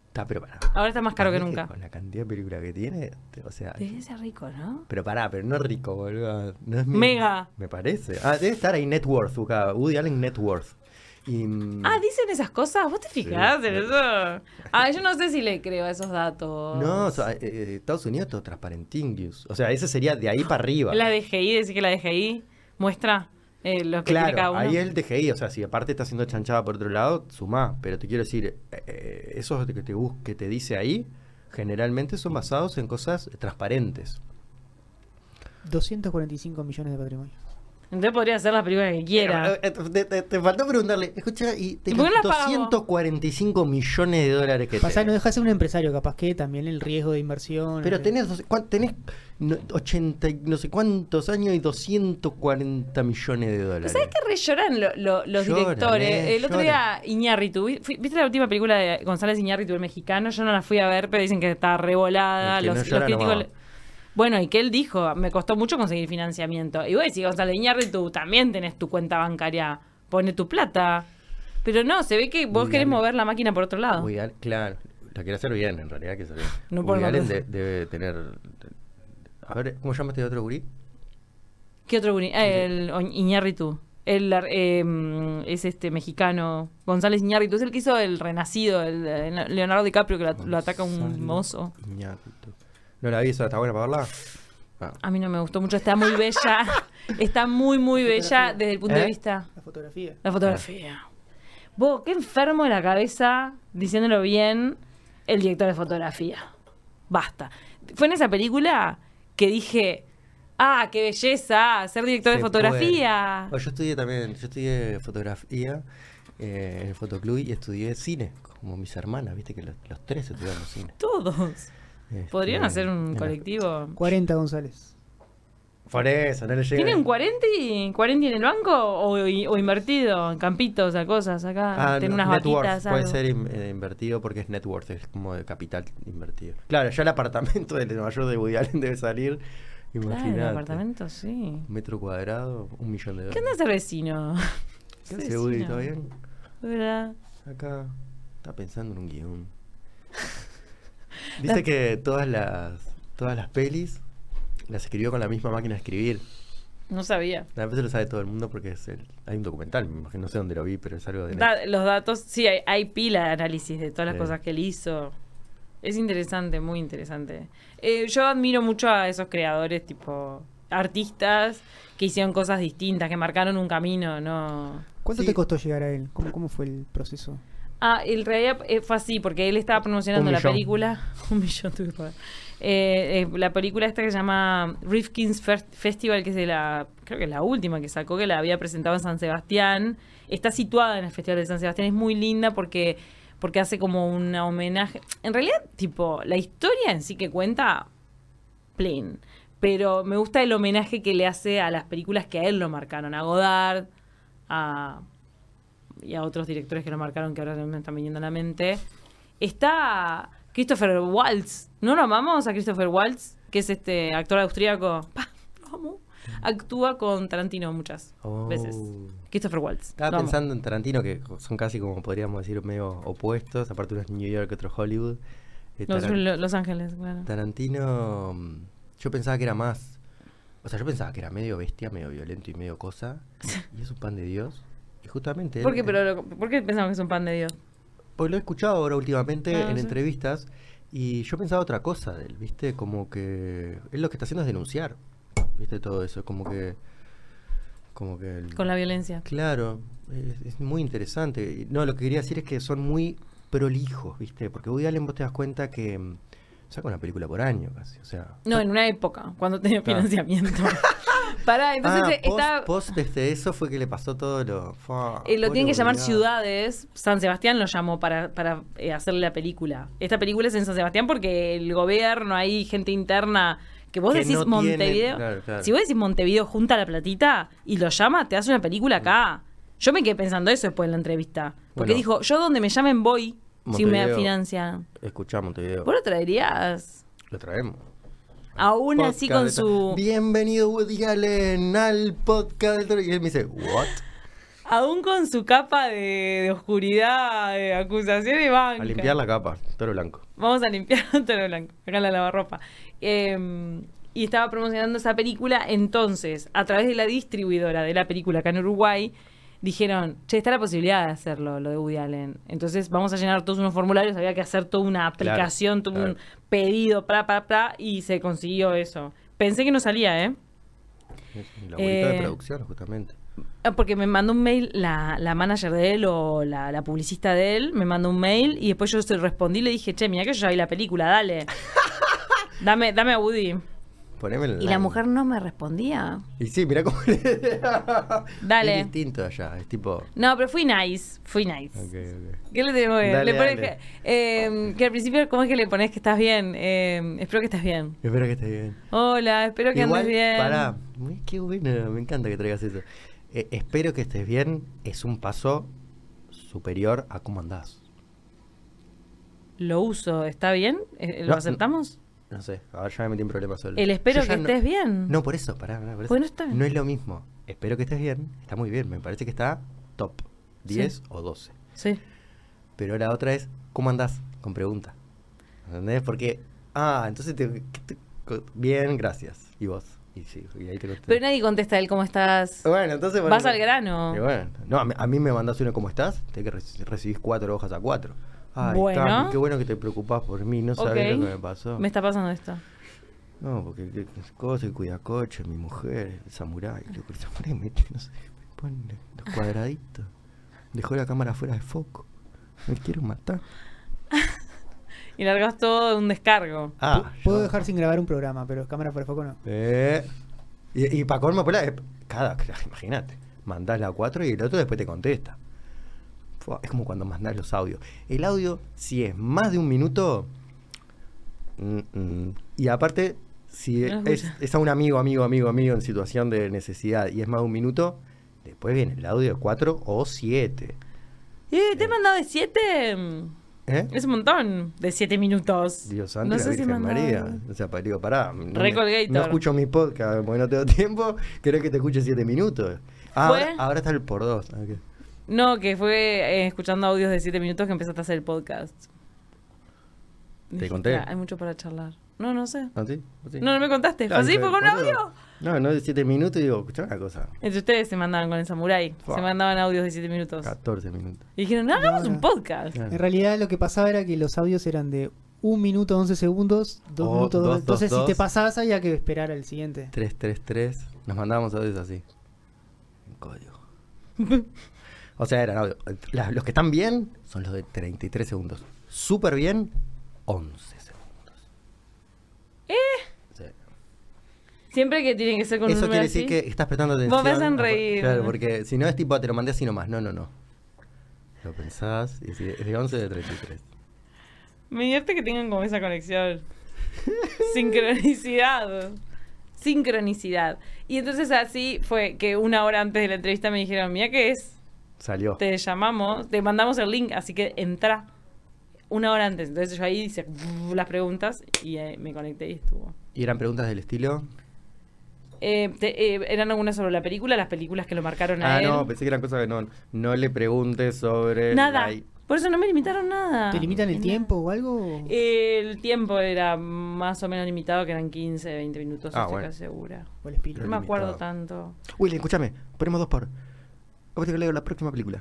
Speaker 1: Está, pero pará.
Speaker 2: Ahora está más caro que
Speaker 1: Para mí
Speaker 2: nunca.
Speaker 1: Con la cantidad de películas que tiene, te- o sea.
Speaker 2: Debería ser rico, ¿no?
Speaker 1: Pero pará, pero no es rico, boludo. No es mi-
Speaker 2: Mega.
Speaker 1: Me parece. Ah, debe estar ahí Net Worth, buscá, Woody Allen Net Worth. Y, mm,
Speaker 2: Ah, dicen esas cosas. ¿Vos te fijás en
Speaker 1: sí.
Speaker 2: eso? Ah, yo no sé si le creo a esos datos.
Speaker 1: No, o sea, eh, eh, Estados Unidos todo transparentingius. O sea, ese sería de ahí para arriba.
Speaker 2: La DGI, decir que la DGI muestra eh, lo que tiene cada
Speaker 1: Claro,
Speaker 2: uno.
Speaker 1: ahí el DGI, o sea, si aparte está siendo chanchada por otro lado, sumá. Pero te quiero decir, eh, eh, esos que te, bus- que te dice ahí, generalmente son basados en cosas transparentes.
Speaker 3: 245 millones de patrimonio.
Speaker 2: Entonces podría hacer las películas que quiera.
Speaker 1: Pero, eh, Te, te- te faltó preguntarle, escucha, y
Speaker 2: ¿Y
Speaker 1: te
Speaker 2: por qué las pagamos?
Speaker 1: 245 millones de dólares que
Speaker 3: Pasa,
Speaker 1: tenés.
Speaker 3: no deja de ser un empresario, capaz que también el riesgo de inversión.
Speaker 1: Pero
Speaker 3: eh,
Speaker 1: tenés, dos- cuán- tenés no- 80 y no sé cuántos años y 240 millones de dólares.
Speaker 2: Pues, ¿Sabes que re lloran lo- lo- los
Speaker 1: Lloran,
Speaker 2: directores?
Speaker 1: eh,
Speaker 2: el otro día, Iñárritu. vi- fui- ¿Viste la última película de González Iñárritu, el mexicano? Yo no la fui a ver, pero dicen que está revolada.
Speaker 1: El que
Speaker 2: Los,
Speaker 1: no
Speaker 2: los
Speaker 1: llora no
Speaker 2: críticos.
Speaker 1: va.
Speaker 2: le- Bueno, y que él dijo, me costó mucho conseguir financiamiento. Y vos decís, González Iñárritu, también tenés tu cuenta bancaria. Pone tu plata. Pero no, se ve que vos
Speaker 1: Muy
Speaker 2: querés
Speaker 1: bien.
Speaker 2: mover la máquina por otro lado.
Speaker 1: Woody Allen, claro, la quiere hacer bien, en realidad. Que se
Speaker 2: No
Speaker 1: no
Speaker 2: por
Speaker 1: Woody Allen
Speaker 2: nada.
Speaker 1: de- debe tener. A ver, ¿cómo llama este otro gurí?
Speaker 2: ¿Qué otro guri? Eh, El Oñ- Iñárritu. El, ar- eh, mm, es este mexicano, González Iñárritu. Es el que hizo el renacido, el, eh, Leonardo DiCaprio, que la- lo ataca un
Speaker 1: mozo
Speaker 2: mozo.
Speaker 1: No la vi, esa está buena para verla. Ah.
Speaker 2: A mí no me gustó mucho. Está muy bella. Está muy, muy bella desde el punto de
Speaker 1: ¿Eh?
Speaker 2: vista.
Speaker 3: La fotografía.
Speaker 2: La fotografía. Vos, qué enfermo de la cabeza, diciéndolo bien, el director de fotografía. Basta. Fue en esa película que dije, ah, qué belleza, ser director de
Speaker 1: Se
Speaker 2: fotografía.
Speaker 1: puede. Bueno, Oh, yo estudié también, yo estudié fotografía eh, en el fotoclub y estudié cine, como mis hermanas, viste que los, los tres estudiamos cine.
Speaker 2: Todos.
Speaker 1: Este,
Speaker 2: Podrían hacer un
Speaker 1: era-
Speaker 2: colectivo.
Speaker 3: 40 González.
Speaker 1: Por eso, no le llega.
Speaker 2: ¿Tienen 40 y 40 en el banco o, o invertido en campitos, a cosas acá?
Speaker 1: Ah,
Speaker 2: Tienen
Speaker 1: no,
Speaker 2: unas
Speaker 1: net worth,
Speaker 2: vaquitas,
Speaker 1: puede
Speaker 2: algo.
Speaker 1: ser in- eh, invertido porque es net worth, es como de capital invertido. Claro, ya el apartamento de Nueva York de Woody Allen debe salir,
Speaker 2: Claro,
Speaker 1: imagínate.
Speaker 2: en el apartamento, sí.
Speaker 1: Un metro cuadrado, un millón de
Speaker 2: ¿Qué
Speaker 1: dólares.
Speaker 2: onda ese vecino?
Speaker 1: ¿Qué
Speaker 2: Ese
Speaker 1: hace, Woody?
Speaker 2: vecino.
Speaker 1: ¿Todo bien?
Speaker 2: Hola.
Speaker 1: Acá está pensando en un guión. Dice que todas las todas las pelis las escribió con la misma máquina de escribir.
Speaker 2: No sabía.
Speaker 1: A veces lo sabe todo el mundo porque es el- hay un documental, me imagino, no sé dónde lo vi, pero es algo de...
Speaker 2: Da- los datos, sí, hay, hay pila de análisis de todas las
Speaker 1: Sí.
Speaker 2: cosas que él hizo. Es interesante, muy interesante. Eh, yo admiro mucho a esos creadores, tipo artistas que hicieron cosas distintas, que marcaron un camino, ¿no?
Speaker 3: ¿Cuánto
Speaker 1: Sí.
Speaker 3: te costó llegar a él? ¿Cómo, cómo fue el proceso?
Speaker 2: Ah, en realidad eh, fue así, porque él estaba promocionando
Speaker 1: Un
Speaker 2: la
Speaker 1: millón.
Speaker 2: película. Un millón tuve que pagar. Eh, eh, la película esta que se llama Rifkin's Fest- Festival, que es de la. Creo que es la última que sacó, que la había presentado en San Sebastián. Está situada en el Festival de San Sebastián. Es muy linda porque, porque hace como un homenaje. En realidad, tipo, la historia en sí que cuenta plain. Pero me gusta el homenaje que le hace a las películas que a él lo marcaron, a Godard, a, y a otros directores que lo marcaron que ahora no me están viniendo a la mente. Está Christopher Waltz. ¿No lo amamos a Christopher Waltz? Que es este actor austríaco. Pa, lo amo. Actúa con Tarantino muchas
Speaker 1: Oh.
Speaker 2: veces. Christopher Waltz.
Speaker 1: Estaba
Speaker 2: lo amo.
Speaker 1: pensando en Tarantino, que son casi como podríamos decir medio opuestos, aparte uno es New York, otro Hollywood. Eh,
Speaker 2: Los,
Speaker 1: Taran-
Speaker 2: Los Ángeles, claro.
Speaker 1: Tarantino, mm, yo pensaba que era más... O sea, yo pensaba que era medio bestia, medio violento y medio cosa. Y es un pan de Dios. Y justamente... él-
Speaker 2: ¿Por qué,
Speaker 1: él-
Speaker 2: pero lo- ¿Por qué pensamos que es un pan de Dios?
Speaker 1: Porque lo he escuchado ahora últimamente
Speaker 2: Ah,
Speaker 1: en
Speaker 2: sí.
Speaker 1: entrevistas y yo pensaba otra cosa de él, ¿viste? Como que él lo que está haciendo es denunciar, ¿viste? Todo eso, como que... Como que... el-
Speaker 2: Con la violencia.
Speaker 1: Claro, es, es muy interesante. Y, No, lo que quería decir es que son muy prolijos, ¿viste? Porque Woody Allen vos te das cuenta que mm, saca una película por año casi, o sea...
Speaker 2: No, en una época, cuando tenía
Speaker 1: Claro.
Speaker 2: financiamiento. Pará, entonces
Speaker 1: Ah,
Speaker 2: eh,
Speaker 1: post,
Speaker 2: está.
Speaker 1: post desde eso fue que le pasó todo lo... Fua,
Speaker 2: Eh, lo
Speaker 1: pobre
Speaker 2: tienen que llamar
Speaker 1: Woody Allen.
Speaker 2: ciudades. San Sebastián lo llamó para, para eh, hacerle la película. Esta película es en San Sebastián porque el gobierno, hay gente interna. Que vos
Speaker 1: Que
Speaker 2: decís
Speaker 1: no tiene-
Speaker 2: Montevideo.
Speaker 1: claro, claro.
Speaker 2: Si vos decís Montevideo junta la platita y lo llama, te hace una película acá. Yo me quedé pensando eso después de la entrevista. Porque
Speaker 1: Bueno.
Speaker 2: dijo, yo donde me llamen voy si me
Speaker 1: Montevideo.
Speaker 2: financian.
Speaker 1: Escuchá Montevideo,
Speaker 2: Vos lo traerías.
Speaker 1: lo traemos.
Speaker 2: Aún así con
Speaker 1: podcast de
Speaker 2: su.
Speaker 1: Toro. Bienvenido Woody Allen al podcast del Toro. Y él me dice, ¿what?
Speaker 2: Aún con su capa de, de oscuridad, de acusación y banca.
Speaker 1: A limpiar la capa, toro blanco.
Speaker 2: Vamos a limpiar Toro Blanco, acá en la lavarropa. Eh, y estaba promocionando esa película, entonces, a través de la distribuidora de la película acá en Uruguay, dijeron, che, está la posibilidad de hacerlo, lo de Woody Allen. Entonces vamos a llenar todos unos formularios, había que hacer toda una
Speaker 1: Claro,
Speaker 2: aplicación, todo
Speaker 1: claro.
Speaker 2: un pedido, pra, pra, pra, y se consiguió eso. Pensé que no salía, ¿eh?
Speaker 1: Es El abuelito
Speaker 2: Eh,
Speaker 1: de producción, justamente.
Speaker 2: Ah, Porque me mandó un mail la, la manager de él o la, la publicista de él, me mandó un mail y después yo se respondí y le dije, che, mira que yo ya vi la película, dale. dame, dame a Woody.
Speaker 1: Poneme
Speaker 2: Y la mujer no me respondía.
Speaker 1: Y sí, mirá cómo.
Speaker 2: Dale.
Speaker 1: Es distinto allá. Es tipo.
Speaker 2: No, pero fui nice, fui nice.
Speaker 1: Ok, ok.
Speaker 2: ¿Qué le tenemos que
Speaker 1: Dale,
Speaker 2: le pones
Speaker 1: dale.
Speaker 2: que, eh, que al principio, ¿cómo es que le pones que estás bien? Eh, espero que estés bien.
Speaker 1: Espero que estés bien.
Speaker 2: Hola, espero que
Speaker 1: Igual,
Speaker 2: andes bien.
Speaker 1: pará. Uy, Qué bueno, me encanta que traigas eso. Eh, espero que estés bien es un paso superior a cómo andás.
Speaker 2: Lo uso, ¿está bien? Eh, ¿Lo
Speaker 1: No,
Speaker 2: aceptamos?
Speaker 1: No sé, ahora ya me metí en problemas solo.
Speaker 2: El espero
Speaker 1: Yo
Speaker 2: que
Speaker 1: ya no-
Speaker 2: estés bien.
Speaker 1: No, por eso, pará, pará, por eso.
Speaker 2: Bueno, está bien.
Speaker 1: No es lo mismo. Espero que estés bien. Está muy bien, me parece que está top. 10
Speaker 2: Sí.
Speaker 1: o 12.
Speaker 2: Sí.
Speaker 1: Pero la otra es, ¿cómo andás? Con pregunta. ¿Entendés? Porque, ah, entonces te, ¿qué te- co- bien, gracias. Y vos. Y sí, y ahí te contesté.
Speaker 2: Pero nadie contesta el cómo estás.
Speaker 1: Bueno, entonces...
Speaker 2: Vas
Speaker 1: bueno,
Speaker 2: al grano.
Speaker 1: y bueno, no, a mí, a mí me mandás uno como estás, te que reci- recibís cuatro hojas a cuatro. Ay,
Speaker 2: Bueno.
Speaker 1: Cami, qué bueno que te preocupás por mí, no sabes
Speaker 2: Ok.
Speaker 1: lo que me pasó.
Speaker 2: Me está pasando esto.
Speaker 1: No, porque qué qué cosa, el cuidacoche, mi mujer, el samurái, loco, el samurái me, no sé, me pone los cuadraditos. Dejó la cámara fuera de foco. Me quiero matar.
Speaker 2: Y largas todo un descargo.
Speaker 1: Ah,
Speaker 3: Pu- Puedo
Speaker 1: yo-
Speaker 3: dejar sin grabar un programa, pero cámara por foco no.
Speaker 1: Eh. Y, y para colmo, pues, la- eh, cada, imagínate, mandás la 4 y el otro después te contesta. Fua, Es como cuando mandás los audios. El audio, si es más de un minuto. mm, mm. Y aparte, si
Speaker 2: No lo
Speaker 1: es,
Speaker 2: escucha.
Speaker 1: es a un amigo, amigo, amigo, amigo en situación de necesidad y es más de un minuto, después viene el audio de 4 o 7.
Speaker 2: Eh, te he mandado de siete. mm,
Speaker 1: ¿Eh?
Speaker 2: Es un montón. De siete minutos.
Speaker 1: Dios santo, y la Virgen
Speaker 2: mandaba-
Speaker 1: María. O sea, pa- digo, pará. No, me-
Speaker 2: Recolgator.
Speaker 1: no escucho mi podcast porque no tengo tiempo. Creo que te escuche siete minutos. Ah,
Speaker 2: ¿Fue?
Speaker 1: ahora, ahora está el por dos. Ah, ok.
Speaker 2: No, que fue eh, escuchando audios de siete minutos que empezaste a hacer el podcast. Dijiste,
Speaker 1: conté?
Speaker 2: "Ah, Hay mucho para charlar. No, no sé.
Speaker 1: ¿Ah, sí? ¿Ah, sí?
Speaker 2: No, no me contaste. ¿Fue
Speaker 1: Ah,
Speaker 2: así?
Speaker 1: dije,
Speaker 2: ¿Fue con
Speaker 1: boludo.
Speaker 2: audio?
Speaker 1: No, no de siete minutos. Digo, escuchá una cosa.
Speaker 2: Entre ustedes se mandaban con el samurái.
Speaker 1: Fua.
Speaker 2: Se mandaban audios de siete minutos.
Speaker 1: 14 minutos.
Speaker 2: Y dijeron, no, hagamos
Speaker 3: No, no.
Speaker 2: un podcast.
Speaker 1: Claro.
Speaker 3: En realidad lo que pasaba era que los audios eran de 1 minuto 11 segundos, 2
Speaker 1: O
Speaker 3: minutos
Speaker 1: Oh, dos,
Speaker 3: 2.
Speaker 1: dos,
Speaker 3: Entonces
Speaker 1: dos.
Speaker 3: si te pasabas había que esperar al siguiente.
Speaker 1: 333. Nos mandábamos audios así. En código. o sea, eran audio. la- los que están bien son los de 33 segundos. Súper bien, 11 segundos. ¿Eh?
Speaker 2: Siempre que tienen que ser con un
Speaker 1: Eso
Speaker 2: número
Speaker 1: quiere decir
Speaker 2: así.
Speaker 1: que estás prestando atención.
Speaker 2: Vos me hacen
Speaker 1: Ah,
Speaker 2: reír.
Speaker 1: Claro, porque si no es tipo, te lo mandé así nomás. No, no, no. Lo pensás y si- es de 11 de 33.
Speaker 2: Me divierte que tengan como esa conexión. Sincronicidad. Sincronicidad. Y entonces así fue que una hora antes de la entrevista me dijeron, mira qué es,
Speaker 1: Salió.
Speaker 2: te llamamos, te mandamos el link, así que entra. Una hora antes. Entonces yo ahí hice las preguntas y eh, me conecté y estuvo.
Speaker 1: Y eran preguntas del estilo.
Speaker 2: Eh, te- eh, eran algunas sobre la película, las películas que lo marcaron a
Speaker 1: Ah,
Speaker 2: él.
Speaker 1: no, eh, pensé que eran cosas que no, no le preguntes sobre.
Speaker 2: nada.
Speaker 1: la-
Speaker 2: Por eso no me limitaron nada.
Speaker 3: ¿Te limitan el
Speaker 2: Nada.
Speaker 3: tiempo o algo?
Speaker 2: Eh, El tiempo era más o menos limitado, que eran 15, 20 minutos,
Speaker 1: Ah,
Speaker 2: estoy
Speaker 1: bueno.
Speaker 2: casi segura.
Speaker 3: O el espíritu.
Speaker 2: No
Speaker 1: Pero
Speaker 2: me acuerdo
Speaker 1: limitado.
Speaker 2: tanto.
Speaker 1: Willy, escúchame, ponemos dos por. A vos te leo la próxima película.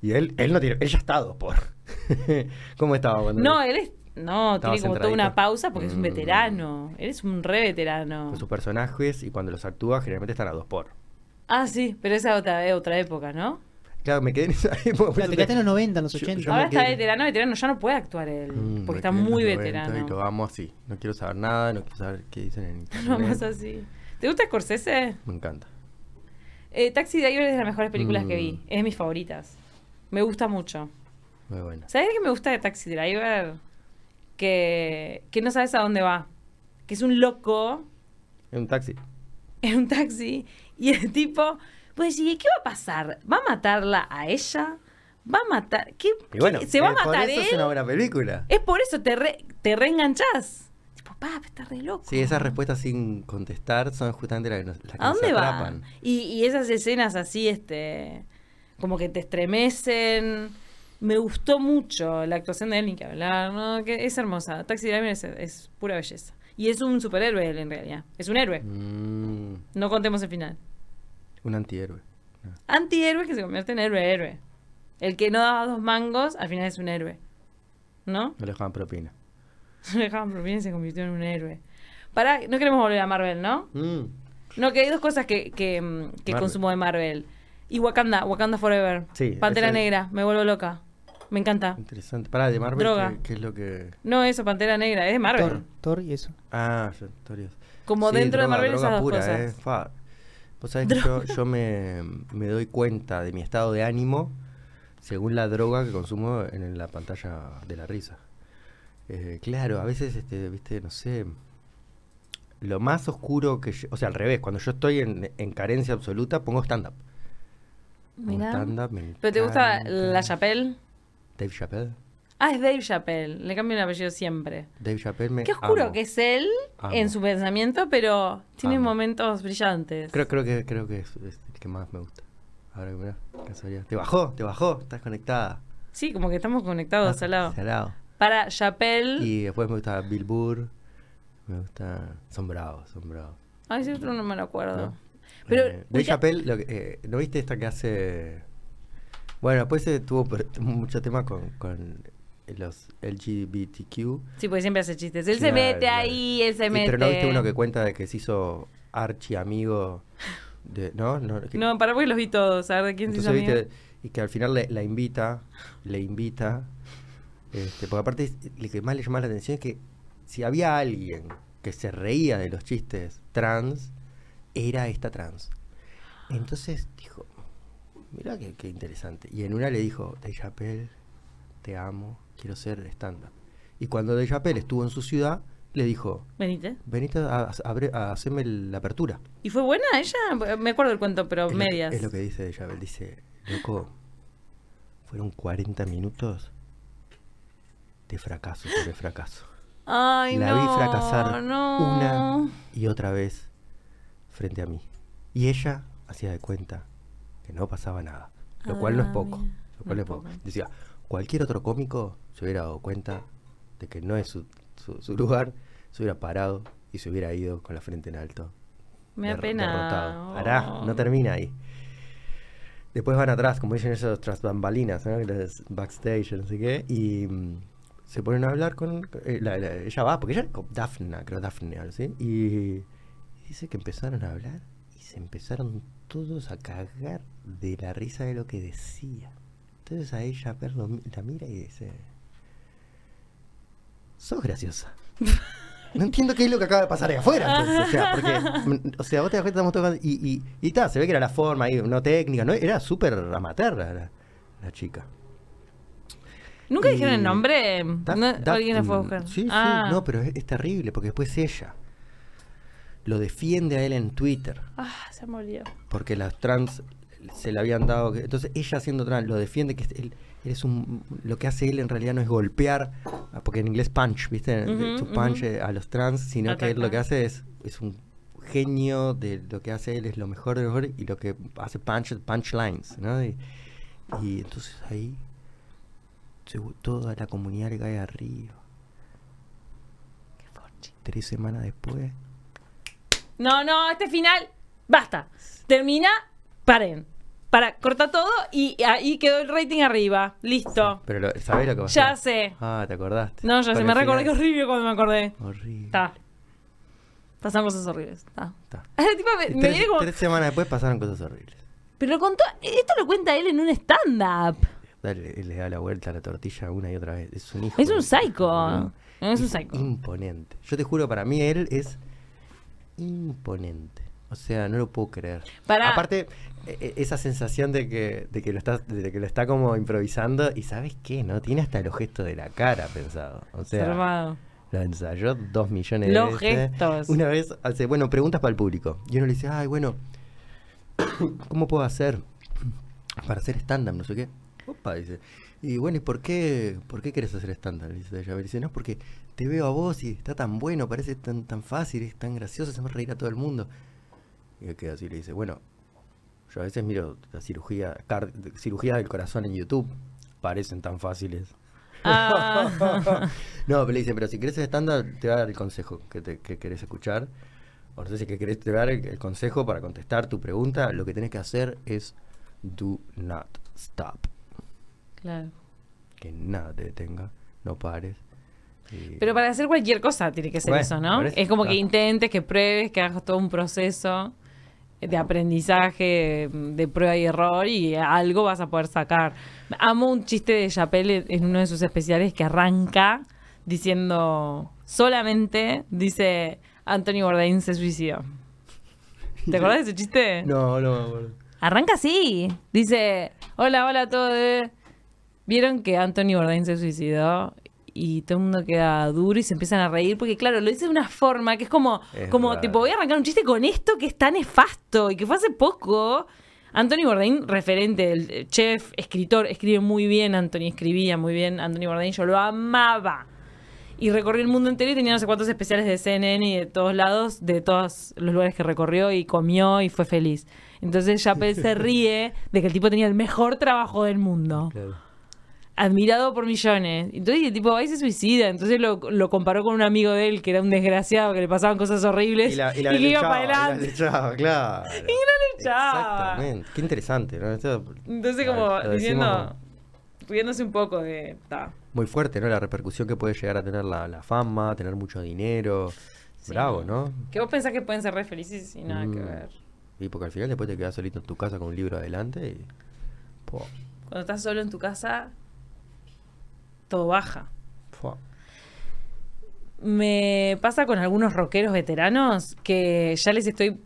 Speaker 1: Y él, él no tiene. Él ya está dos por. ¿Cómo estaba cuando.?
Speaker 2: No, él es. No,
Speaker 1: Estaba
Speaker 2: tiene como toda
Speaker 1: centradito.
Speaker 2: una pausa porque es un
Speaker 1: Mm.
Speaker 2: veterano. Él es un re veterano.
Speaker 1: Con sus personajes y cuando los actúa, generalmente están a dos por.
Speaker 2: Ah, sí, pero esa es otra, es otra época, ¿no?
Speaker 1: Claro, me quedé en esa época. por
Speaker 3: Claro,
Speaker 1: eso
Speaker 3: te
Speaker 1: te-
Speaker 3: quedaste en los 90, en los
Speaker 1: Yo-
Speaker 3: 80.
Speaker 1: yo me
Speaker 2: Ahora está
Speaker 1: quedé-
Speaker 2: veterano, veterano, ya no puede actuar él.
Speaker 1: Mm,
Speaker 2: Porque
Speaker 1: porque
Speaker 2: está
Speaker 1: en
Speaker 2: muy
Speaker 1: los 90 Y lo
Speaker 2: veterano.
Speaker 1: amo así. No quiero saber nada, no quiero saber qué dicen en internet.
Speaker 2: Lo más así. ¿Te gusta Scorsese?
Speaker 1: Me encanta.
Speaker 2: Eh, Taxi Driver es de las mejores películas que vi.
Speaker 1: Mm.
Speaker 2: Es de mis favoritas. Me gusta mucho.
Speaker 1: Muy buena.
Speaker 2: ¿Sabes qué me gusta de Taxi Driver? Que, que no sabes a dónde va. Que es un loco
Speaker 1: Es un taxi.
Speaker 2: en un taxi y el tipo, pues decís, ¿qué va a pasar? ¿Va a matarla a ella? ¿Va a matar? ¿Qué,
Speaker 1: Y bueno,
Speaker 2: qué- ¿Se va a
Speaker 1: eh, por
Speaker 2: matar
Speaker 1: eso
Speaker 2: él?
Speaker 1: es una buena película.
Speaker 2: Es por eso te, re- te reenganchás. Tipo, papá, está re loco.
Speaker 1: Sí, esas respuestas sin contestar son justamente las que nos las que
Speaker 2: ¿A
Speaker 1: nos
Speaker 2: dónde va?
Speaker 1: atrapan.
Speaker 2: Y, y esas escenas así, este, como que te estremecen. Me gustó mucho la actuación de él, ni que hablar, ¿no? Que es hermosa. Taxi Driver es, es pura belleza. Y es un superhéroe él, en realidad. Es un héroe.
Speaker 1: Mm,
Speaker 2: No contemos el final.
Speaker 1: un antihéroe.
Speaker 2: Antihéroe que se convierte en héroe, héroe. El que no daba dos mangos, al final es un héroe. ¿No?
Speaker 1: No le dejaban propina.
Speaker 2: Le dejaban propina y se convirtió en un héroe. Pará, no queremos volver a Marvel, ¿no?
Speaker 1: Mm,
Speaker 2: No, que hay dos cosas que, que, mm, que
Speaker 1: Marvel.
Speaker 2: consumo de Marvel. Y Wakanda, Wakanda Forever.
Speaker 1: Sí,
Speaker 2: Pantera
Speaker 1: ese-
Speaker 2: Negra, me vuelvo loca. Me encanta.
Speaker 1: Interesante. Pará, de Marvel,
Speaker 2: Ah. Droga.
Speaker 1: ¿qué, qué es lo que...?
Speaker 2: No, eso, Pantera Negra, es de Marvel.
Speaker 3: Thor, Thor y eso.
Speaker 1: Ah, yo, historias.
Speaker 2: Como
Speaker 1: Sí,
Speaker 2: dentro de
Speaker 1: droga,
Speaker 2: Marvel
Speaker 1: droga
Speaker 2: esas dos
Speaker 1: pura,
Speaker 2: cosas.
Speaker 1: eh, fa. Vos sabés que yo, yo me, me doy cuenta de mi estado de ánimo según la droga que consumo en la pantalla de la risa. Eh, claro, a veces, este, viste, no sé, lo más oscuro que yo- o sea, al revés, cuando yo estoy en, en carencia absoluta, pongo stand-up. Pongo
Speaker 2: Mirá.
Speaker 1: stand-up, me
Speaker 2: ¿Pero te gusta
Speaker 1: encanta.
Speaker 2: la Chapelle?
Speaker 1: Dave Chappelle.
Speaker 2: Ah, es Dave Chappelle. Le cambio el apellido siempre.
Speaker 1: Dave Chappelle me
Speaker 2: Qué oscuro
Speaker 1: amo.
Speaker 2: que es él
Speaker 1: Amo.
Speaker 2: en su pensamiento, pero tiene
Speaker 1: Amo.
Speaker 2: momentos brillantes.
Speaker 1: Creo, creo que creo que es, es el que más me gusta. Ahora que mirá, casualidad. Te bajó, te bajó, estás conectada.
Speaker 2: Sí, como que estamos conectados al lado.
Speaker 1: Salado.
Speaker 2: Para Chappelle.
Speaker 1: Ah, Y después me gusta Bill Burr. Me gusta. Son bravos, son bravos.
Speaker 2: Ay, ese otro no me lo acuerdo.
Speaker 1: No.
Speaker 2: Pero.
Speaker 1: Eh, Dave
Speaker 2: ubica-
Speaker 1: Chappelle, lo que- eh, ¿no viste esta que hace.? Bueno, después eh, tuvo per- tuvo mucho tema con, con los LGBTQ.
Speaker 2: Sí, porque siempre hace chistes. Él se
Speaker 1: Claro,
Speaker 2: mete
Speaker 1: claro.
Speaker 2: ahí, él se
Speaker 1: Y-
Speaker 2: mete.
Speaker 1: Pero no viste uno que cuenta de que se hizo archi amigo de. ¿No? No, que-
Speaker 2: No, para porque los vi todos, a ver de quién se
Speaker 1: Entonces,
Speaker 2: hizo
Speaker 1: viste,
Speaker 2: amigo.
Speaker 1: y que al final le- la invita, le invita, este, porque aparte es- lo que más le llamaba la atención es que si había alguien que se reía de los chistes trans, era esta trans. Entonces dijo, mirá qué, qué interesante. Y en una le dijo, De Chappelle, te amo, quiero ser estándar. Y cuando De Chappelle estuvo en su ciudad, le dijo,
Speaker 2: Venite.
Speaker 1: venite a, a- abre- a hacerme el- la apertura.
Speaker 2: ¿Y fue buena ella? Me acuerdo el cuento, pero
Speaker 1: Es lo que-
Speaker 2: medias.
Speaker 1: es lo que dice ella, él dice, loco, fueron 40 minutos de fracaso sobre fracaso.
Speaker 2: Ay,
Speaker 1: La
Speaker 2: no.
Speaker 1: vi fracasar
Speaker 2: no.
Speaker 1: una y otra vez frente a mí. Y ella hacía de cuenta que no pasaba nada, lo cual no es
Speaker 2: Ah,
Speaker 1: poco.
Speaker 2: mira.
Speaker 1: Lo cual no
Speaker 2: No es
Speaker 1: es poco.
Speaker 2: poco.
Speaker 1: Decía, cualquier otro cómico se hubiera dado cuenta de que no es su, su- su lugar, se hubiera parado y se hubiera ido con la frente en alto
Speaker 2: Me da
Speaker 1: Der-
Speaker 2: pena.
Speaker 1: derrotado. Pará,
Speaker 2: Oh.
Speaker 1: no termina ahí. Después van atrás, como dicen ellos, tras bambalinas, ¿no? Los backstage, no sé qué, y mm, se ponen a hablar con... eh, la- la- ella va, porque ella era con Daphne, creo Daphne, algo así, y dice que empezaron a hablar y se empezaron todos a cagar de la risa de lo que decía. Entonces a ella, a ver, lo mi- la mira y dice, sos graciosa. No entiendo qué es lo que acaba de pasar ahí afuera. entonces, o sea, porque, mm, o sea, vos te das cuenta, estamos tocando. Y, y, y ta, se ve que era la forma, y no técnica, no era súper amateur la, la- la chica.
Speaker 2: ¿Nunca
Speaker 1: Y-
Speaker 2: dijeron el nombre?
Speaker 1: Daf-
Speaker 2: No,
Speaker 1: Daf-
Speaker 2: alguien la fue a
Speaker 1: mm,
Speaker 2: buscar.
Speaker 1: Sí,
Speaker 2: Ah.
Speaker 1: sí, no, pero es, es terrible, porque después ella lo defiende a él en Twitter,
Speaker 2: Ah, se me olvidó.
Speaker 1: porque las trans se le habían dado. que- Entonces ella siendo trans lo defiende, que es- él, él es un. Lo que hace él en realidad no es golpear, ah, porque en inglés punch, ¿viste?
Speaker 2: Ujú,
Speaker 1: Su
Speaker 2: ujú.
Speaker 1: punch eh, a los trans, sino que él lo que
Speaker 2: Ataca.
Speaker 1: hace es, es un genio de lo que hace él, es lo mejor de lo mejor, y lo que hace punch, punchlines, ¿no? Y, y entonces ahí se- toda la comunidad le cae arriba. Tres semanas después,
Speaker 2: No, no, este final, basta. Termina, paren. Para, corta todo y ahí quedó el rating arriba. Listo.
Speaker 1: pero lo- ¿sabés lo que pasó?
Speaker 2: Ya sé.
Speaker 1: Ah, ¿te acordaste?
Speaker 2: No, ya
Speaker 1: Con
Speaker 2: se me
Speaker 1: el
Speaker 2: recordé que
Speaker 1: final.
Speaker 2: horrible cuando me acordé.
Speaker 1: Horrible.
Speaker 2: Está. Pasan cosas horribles. Está.
Speaker 1: Está.
Speaker 2: El tipo me, me
Speaker 1: tres,
Speaker 2: viene como.
Speaker 1: tres semanas después pasaron cosas horribles.
Speaker 2: Pero lo contó. Esto lo cuenta él en un stand-up.
Speaker 1: Dale, él le da la vuelta a la tortilla una y otra vez. Es un hijo.
Speaker 2: Es un
Speaker 1: de-
Speaker 2: psycho.
Speaker 1: boludo.
Speaker 2: No, es un psycho.
Speaker 1: Imponente. Yo te juro, para mí él es imponente. O sea, no lo puedo creer.
Speaker 2: Pará.
Speaker 1: Aparte, e- e- esa sensación de que, de que lo está, de que lo está como improvisando, y sabes qué, ¿no? Tiene hasta los gestos de la cara pensado. O sea,
Speaker 2: Observado.
Speaker 1: lo ensayó dos millones de
Speaker 2: Los
Speaker 1: veces.
Speaker 2: gestos.
Speaker 1: Una vez hace, bueno, preguntas para el público. Y uno le dice, ay, bueno, ¿cómo puedo hacer para hacer stand-up? No sé qué. Opa, dice. Y bueno, ¿y por qué, por qué querés hacer stand-up? Le Dice ella. Dice, no, porque te veo a vos y está tan bueno, parece tan, tan fácil, es tan gracioso, se me reír a todo el mundo. Y él queda así y le dice, bueno, yo a veces miro la cirugía, car- cirugía del corazón en YouTube, parecen tan fáciles.
Speaker 2: Ah.
Speaker 1: no, pero le dice, pero si querés estándar, te va a dar el consejo que, te- que querés escuchar. O no sé si que querés, te va a dar el, el consejo para contestar tu pregunta. Lo que tenés que hacer es do not stop.
Speaker 2: Claro.
Speaker 1: Que nada te detenga, no pares. Y-
Speaker 2: Pero para hacer cualquier cosa tiene que ser
Speaker 1: Bueno,
Speaker 2: eso, ¿no?
Speaker 1: por eso,
Speaker 2: Es como que
Speaker 1: claro.
Speaker 2: intentes, que pruebes, que hagas todo un proceso. de aprendizaje, de prueba y error, y algo vas a poder sacar. Amo un chiste de Chappelle en uno de sus especiales que arranca diciendo solamente, dice Anthony Bourdain se suicidó. ¿Te acordás de ese chiste?
Speaker 4: No, no me acuerdo.
Speaker 2: Arranca así. Dice, hola, hola a todos. Vieron que Anthony Bourdain se suicidó y todo el mundo queda duro y se empiezan a reír porque claro, lo dice de una forma que es como,
Speaker 1: Es
Speaker 2: como
Speaker 1: raro.
Speaker 2: tipo, voy a arrancar un chiste con esto que es tan nefasto y que fue hace poco. Anthony Bourdain, referente, el eh, chef, escritor, escribe muy bien, Anthony escribía muy bien, Anthony Bourdain, yo lo amaba. Y recorrió el mundo entero y tenía no sé cuántos especiales de CNN y de todos lados, de todos los lugares que recorrió y comió y fue feliz. Entonces Chappelle se ríe de que el tipo tenía el mejor trabajo del mundo
Speaker 4: Claro.
Speaker 2: admirado por millones. Entonces el tipo va y se suicida. Entonces lo, lo comparó con un amigo de él que era un desgraciado, que le pasaban cosas horribles y, que iba
Speaker 1: lechaba,
Speaker 2: para
Speaker 1: y la
Speaker 2: adelante.
Speaker 1: lechaba, claro.
Speaker 2: lechaba.
Speaker 1: Exactamente. Qué interesante, ¿no? Esto-
Speaker 2: Entonces
Speaker 1: lo-
Speaker 2: como
Speaker 1: lo decimos
Speaker 2: diciendo, riéndose un poco de... ta.
Speaker 1: Muy fuerte, ¿no? La repercusión que puede llegar a tener la, la fama, tener mucho dinero.
Speaker 2: Sí.
Speaker 1: Bravo, ¿no?
Speaker 2: Que vos pensás que pueden ser re felices y nada que
Speaker 1: Mm.
Speaker 2: ver.
Speaker 1: Y porque al final después te quedas solito en tu casa con un libro adelante y. Pua,
Speaker 2: Cuando estás solo en tu casa, todo baja.
Speaker 1: pua.
Speaker 2: me pasa con algunos rockeros veteranos que ya les estoy.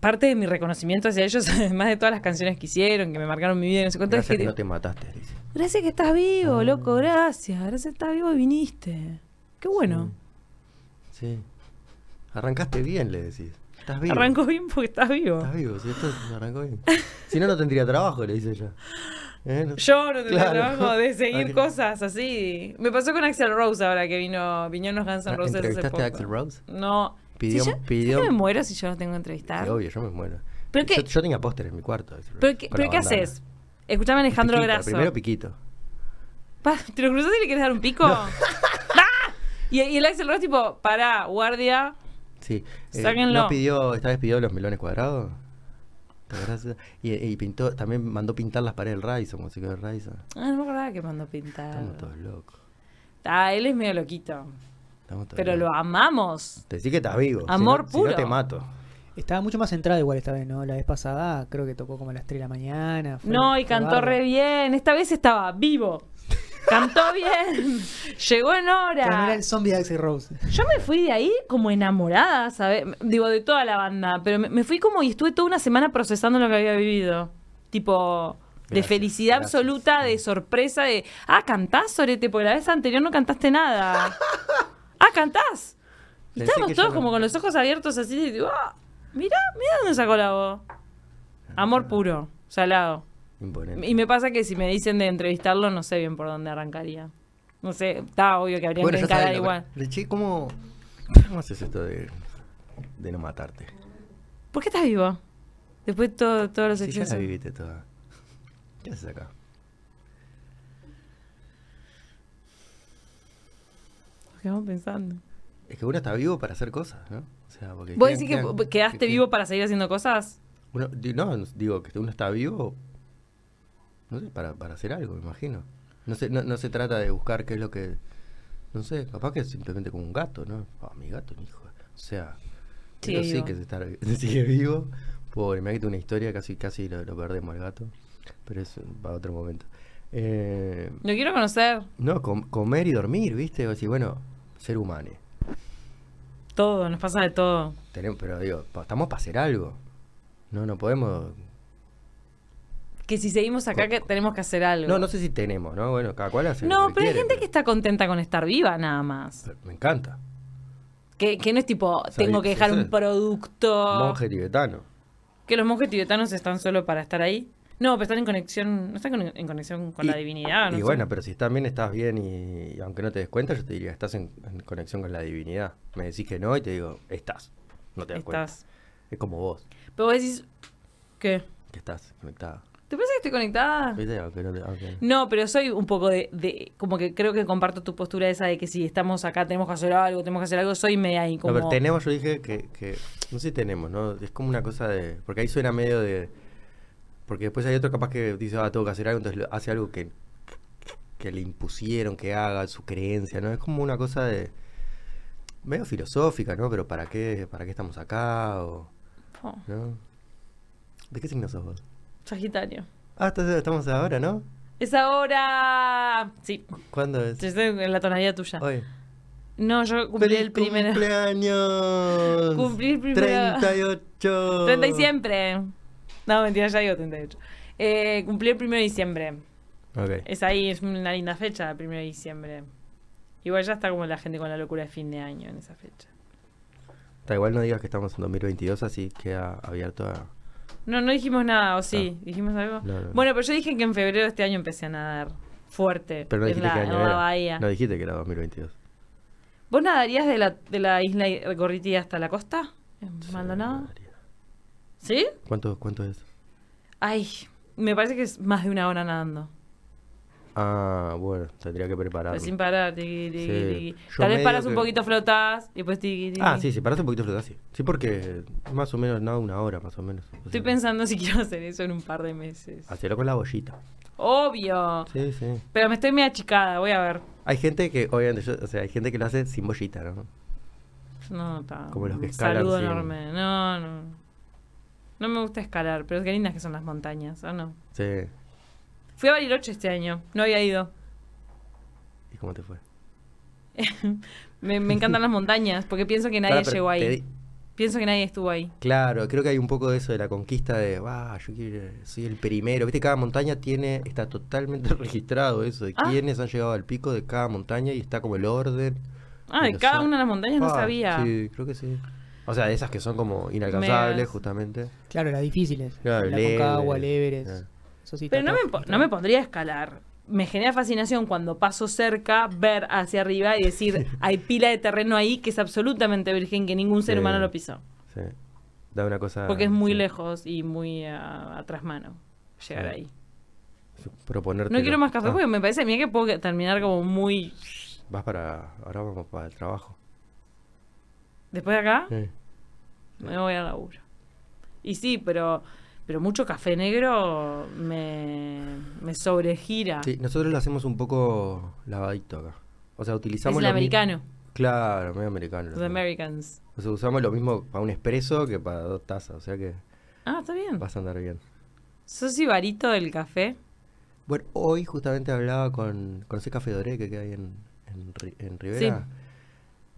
Speaker 2: Parte de mi reconocimiento hacia ellos, además de todas las canciones que hicieron, que me marcaron mi vida, y no sé cuánto, es
Speaker 1: Gracias
Speaker 2: que
Speaker 1: que no
Speaker 2: digo,
Speaker 1: te Ah. mataste, dice.
Speaker 2: Gracias que estás vivo, loco, gracias. Gracias que estás vivo y viniste. Qué bueno.
Speaker 1: Mm. Sí. Arrancaste bien, le decís. Estás vivo.
Speaker 2: Arrancó bien porque estás vivo.
Speaker 1: Estás vivo, si esto arrancó bien. Si no, no tendría trabajo, le dice ella. ¿Eh? No-
Speaker 2: Yo no tenía
Speaker 1: Claro.
Speaker 2: trabajo de seguir
Speaker 1: Ay,
Speaker 2: cosas así. Me pasó con Axel Rose ahora que vino, vinieron los Guns N'
Speaker 1: Ah,
Speaker 2: Roses hace
Speaker 1: ¿entrevistaste
Speaker 2: poco.
Speaker 1: a Axl Rose?
Speaker 2: No.
Speaker 1: Pidió-
Speaker 2: Si yo- ¿sabes
Speaker 1: pidió-
Speaker 2: que me muero si yo no tengo que entrevistar.
Speaker 1: Sí, obvio, yo me muero.
Speaker 2: ¿Ah? Pero
Speaker 1: yo,
Speaker 2: qué-
Speaker 1: yo tenía pósteres en mi cuarto. dice,
Speaker 2: Pero, qué-
Speaker 1: con la
Speaker 2: pero ¿qué
Speaker 1: bandana.
Speaker 2: haces? Escuchame Alejandro
Speaker 1: Piquito,
Speaker 2: Grasso.
Speaker 1: Primero Piquito.
Speaker 2: Pa, ¿Te lo cruzaste y le quieres dar un pico? ¡Ah! Y, y el Axel Rose tipo, pará, guardia.
Speaker 1: Sí. Eh,
Speaker 2: Sáquenlo.
Speaker 1: ¿No pidió, esta vez pidió los melones cuadrados? ¿Te acordás? Y, y pintó, también mandó pintar las paredes del Ryzen, como se quedó el Ryzen.
Speaker 2: Ah, no me acordaba que mandó pintar.
Speaker 1: Estamos todos locos.
Speaker 2: Ah, él es medio loquito.
Speaker 1: Estamos todos
Speaker 2: Pero
Speaker 1: locos.
Speaker 2: lo amamos.
Speaker 1: Decí que estás vivo. si
Speaker 2: Amor
Speaker 1: no- Si
Speaker 2: puro.
Speaker 1: no te mato.
Speaker 3: Estaba mucho más centrada igual esta vez, ¿no? La vez pasada creo que tocó como a las 3 de la mañana. fue-
Speaker 2: No, y
Speaker 3: fue
Speaker 2: cantó
Speaker 3: bárbaro.
Speaker 2: re bien. Esta vez estaba vivo. Cantó bien. Llegó en
Speaker 3: Pero no era
Speaker 2: hora.
Speaker 3: el zombie de Axel Rose.
Speaker 2: Yo me fui de ahí como enamorada, ¿sabes? Digo, de toda la banda. Pero me, me fui como y estuve toda una semana procesando lo que había vivido. Tipo, de
Speaker 1: Gracias,
Speaker 2: felicidad
Speaker 1: gracias.
Speaker 2: absoluta, de sorpresa, de. Ah, cantás, Sorete, porque la vez anterior no cantaste nada. ah, cantás. Y
Speaker 1: Pensé
Speaker 2: estábamos
Speaker 1: que yo no-
Speaker 2: todos como con los ojos abiertos así, de, tipo, ah, mirá, mirá dónde sacó la voz.
Speaker 1: Ah,
Speaker 2: Amor puro, salado.
Speaker 1: Imponente.
Speaker 2: Y me pasa que si me dicen de entrevistarlo, no sé bien por dónde arrancaría. No sé, está obvio que habría
Speaker 1: Bueno,
Speaker 2: que
Speaker 1: ya
Speaker 2: encarar
Speaker 1: sabes.
Speaker 2: igual.
Speaker 1: Lo, que- che, ¿cómo, ¿cómo haces esto de, de no matarte?
Speaker 2: ¿Por qué estás vivo? Después de todo, todos los
Speaker 1: Si ya la
Speaker 2: excesos.
Speaker 1: viviste toda. ¿Qué haces acá?
Speaker 2: Nos quedamos pensando.
Speaker 1: Es que uno está vivo para hacer cosas, ¿no? O sea, porque
Speaker 2: ¿Vos
Speaker 1: quedan-
Speaker 2: decís que
Speaker 1: quedan-
Speaker 2: p- quedaste
Speaker 1: que-
Speaker 2: vivo para seguir haciendo cosas?
Speaker 1: Uno, di- no, no, digo que uno está vivo, no sé, para, para hacer algo, me imagino. No se, no, no se trata de buscar qué es lo que... No sé, capaz que es simplemente como un gato, ¿no? Ah, mi gato, mi hijo. O sea,
Speaker 2: Sigue
Speaker 1: pero sí
Speaker 2: vivo.
Speaker 1: que es estar, sigue vivo. Pobre, me ha una historia, casi, casi lo, lo perdemos al gato. Pero eso para otro momento. Eh,
Speaker 2: Lo quiero conocer
Speaker 1: no, com- comer y dormir, ¿viste? O decir, bueno, ser humano.
Speaker 2: todo, nos pasa de todo.
Speaker 1: Tenemos, pero digo, pa- estamos para hacer algo. No, no podemos
Speaker 2: Que si seguimos acá que tenemos que hacer algo.
Speaker 1: No, no sé si tenemos, ¿no? Bueno, cada cual hace
Speaker 2: No,
Speaker 1: lo que
Speaker 2: pero hay
Speaker 1: quiere,
Speaker 2: gente que está contenta con estar viva nada más.
Speaker 1: pero Me encanta.
Speaker 2: Que, que no es tipo, tengo que
Speaker 1: sí,
Speaker 2: dejar un
Speaker 1: sí.
Speaker 2: producto.
Speaker 1: Monje tibetano.
Speaker 2: Que los monjes tibetanos están solo para estar ahí. No, pero están en conexión, no están con- en conexión con la
Speaker 1: Y-
Speaker 2: divinidad. No
Speaker 1: y
Speaker 2: sé.
Speaker 1: bueno, pero si estás bien, estás bien y, y aunque no te des cuenta, yo te diría, estás en, en conexión con la divinidad. Me decís que no y te digo, estás. No te das
Speaker 2: Estás.
Speaker 1: cuenta. Es como vos,
Speaker 2: Pero vos decís, ¿qué?
Speaker 1: que estás conectada.
Speaker 2: ¿Te parece que estoy conectada?
Speaker 1: ¿Viste? Aunque no te- aunque-
Speaker 2: No, pero soy un poco de, de- Como que creo que comparto tu postura esa de que si estamos acá tenemos que hacer algo, tenemos que hacer algo. Soy media ahí
Speaker 1: No,
Speaker 2: como.
Speaker 1: pero tenemos, yo dije que, que- No sé si tenemos, ¿no? Es como una cosa de. Porque ahí suena medio de. Porque después hay otro capaz que dice, ah, tengo que hacer algo, entonces lo- hace algo que, que le impusieron que haga, su creencia, ¿no? Es como una cosa de. medio filosófica, ¿no? Pero ¿para qué, para qué estamos acá? O,
Speaker 2: Oh.
Speaker 1: ¿no? ¿De qué signo sos vos?
Speaker 2: Sagitario.
Speaker 1: Ah, entonces estamos ahora, ¿no?
Speaker 2: Es ahora. Sí,
Speaker 1: ¿Cuándo es?
Speaker 2: estoy en la tonalidad tuya.
Speaker 1: Hoy.
Speaker 2: No, yo cumplí el
Speaker 1: ¡Feliz
Speaker 2: primero.
Speaker 1: cumpleaños!
Speaker 2: Cumplí el primero.
Speaker 1: 38.
Speaker 2: 30 y siempre. No, mentira, ya digo 38. Eh, cumplí el 1 de diciembre.
Speaker 1: Ok.
Speaker 2: Es ahí, es una linda fecha, el 1 de diciembre. Igual ya está como la gente con la locura de fin de año en esa fecha.
Speaker 1: Está igual no digas que estamos en 2022, así queda abierto a...
Speaker 2: No, no dijimos nada, ¿o sí? ¿Dijimos algo?
Speaker 1: No, no.
Speaker 2: Bueno, pero yo dije que en febrero de este año empecé a nadar fuerte
Speaker 1: Pero no
Speaker 2: en,
Speaker 1: dijiste
Speaker 2: la,
Speaker 1: que
Speaker 2: en
Speaker 1: año
Speaker 2: la
Speaker 1: era.
Speaker 2: bahía.
Speaker 1: No dijiste que era 2022.
Speaker 2: ¿Vos nadarías de la, de la isla Gorriti hasta la costa? ¿En Maldonado? ¿Sí?
Speaker 1: ¿Cuánto, ¿Cuánto es?
Speaker 2: Ay, me parece que es más de una hora nadando.
Speaker 1: Ah, bueno, tendría que prepararlo.
Speaker 2: Pero sin parar, tiqui, tiqui,
Speaker 1: Sí.
Speaker 2: tiqui.
Speaker 1: Yo
Speaker 2: Tal vez
Speaker 1: medio
Speaker 2: paras un
Speaker 1: que-
Speaker 2: poquito, flotás y después tiqui, tiqui.
Speaker 1: Ah, sí, sí, paraste un poquito flotar, sí. Sí, porque más o menos, nada, una hora más o menos. O
Speaker 2: Estoy
Speaker 1: sea,
Speaker 2: pensando si quiero hacer eso en un par de meses.
Speaker 1: Hacerlo con la bollita.
Speaker 2: Obvio.
Speaker 1: Sí, sí.
Speaker 2: Pero me estoy medio achicada, voy a ver.
Speaker 1: Hay gente que, obviamente, yo- o sea, hay gente que lo hace sin bollita, ¿no?
Speaker 2: Pues No, está.
Speaker 1: Como los que
Speaker 2: un
Speaker 1: escalan
Speaker 2: Saludo
Speaker 1: sin-
Speaker 2: enorme. No, no. No me gusta escalar, pero qué lindas que son las montañas, ¿o no?
Speaker 1: Sí.
Speaker 2: Fui a Bariloche este año, no había ido.
Speaker 1: ¿Y cómo te fue?
Speaker 2: Me, me encantan las montañas, porque pienso que nadie
Speaker 1: Pará, pero
Speaker 2: llegó
Speaker 1: te
Speaker 2: ahí.
Speaker 1: di-
Speaker 2: Pienso que nadie estuvo ahí.
Speaker 1: Claro, creo que hay un poco de eso de la conquista de, "Bah, yo quiero- soy el primero. Viste, cada montaña tiene, está totalmente registrado eso, de
Speaker 2: Ah.
Speaker 1: quiénes han llegado al pico de cada montaña y está como el orden.
Speaker 2: Ah,
Speaker 1: Y
Speaker 2: de
Speaker 1: los
Speaker 2: cada
Speaker 1: sa-
Speaker 2: una de las montañas no
Speaker 1: Ah,
Speaker 2: sabía.
Speaker 1: Sí, creo que sí. O sea, de esas que son como inalcanzables,
Speaker 2: Megas.
Speaker 1: justamente.
Speaker 3: Claro, las difíciles.
Speaker 1: Claro,
Speaker 3: la
Speaker 1: el
Speaker 3: Concagua, el
Speaker 1: Everest,
Speaker 3: Everest.
Speaker 1: claro.
Speaker 3: eso sí está
Speaker 2: Pero no me,
Speaker 3: todo
Speaker 2: po-
Speaker 3: registrado.
Speaker 2: no me pondría a escalar. Me genera fascinación cuando paso cerca, ver hacia arriba y decir, hay pila de terreno ahí que es absolutamente virgen, que ningún ser
Speaker 1: Sí.
Speaker 2: humano lo pisó.
Speaker 1: Sí. Da una cosa.
Speaker 2: Porque es muy
Speaker 1: sí,
Speaker 2: lejos y muy a, a trasmano llegar
Speaker 1: Sí.
Speaker 2: ahí.
Speaker 1: Proponerte.
Speaker 2: No quiero más
Speaker 1: Ah.
Speaker 2: café porque me parece a mí que puedo que- terminar como muy...
Speaker 1: Vas para. Ahora vamos para el trabajo.
Speaker 2: Después de acá,
Speaker 1: Sí. Mm.
Speaker 2: me voy al laburo. Y sí, pero, pero mucho café negro me, me sobregira.
Speaker 1: Sí, nosotros lo hacemos un poco lavadito acá. O sea,
Speaker 2: es
Speaker 1: utilizamos.
Speaker 2: el
Speaker 1: lo mi-
Speaker 2: americano,
Speaker 1: Claro, medio americano. lo
Speaker 2: los
Speaker 1: hacemos.
Speaker 2: Americans.
Speaker 1: O sea, usamos lo mismo para un espresso que para dos tazas. O sea que
Speaker 2: Ah, está bien.
Speaker 1: vas a andar bien.
Speaker 2: ¿Sos ibarito del café?
Speaker 1: Bueno, hoy justamente hablaba con. Conocí Café Doré que queda ahí en, en, Ri- en Rivera.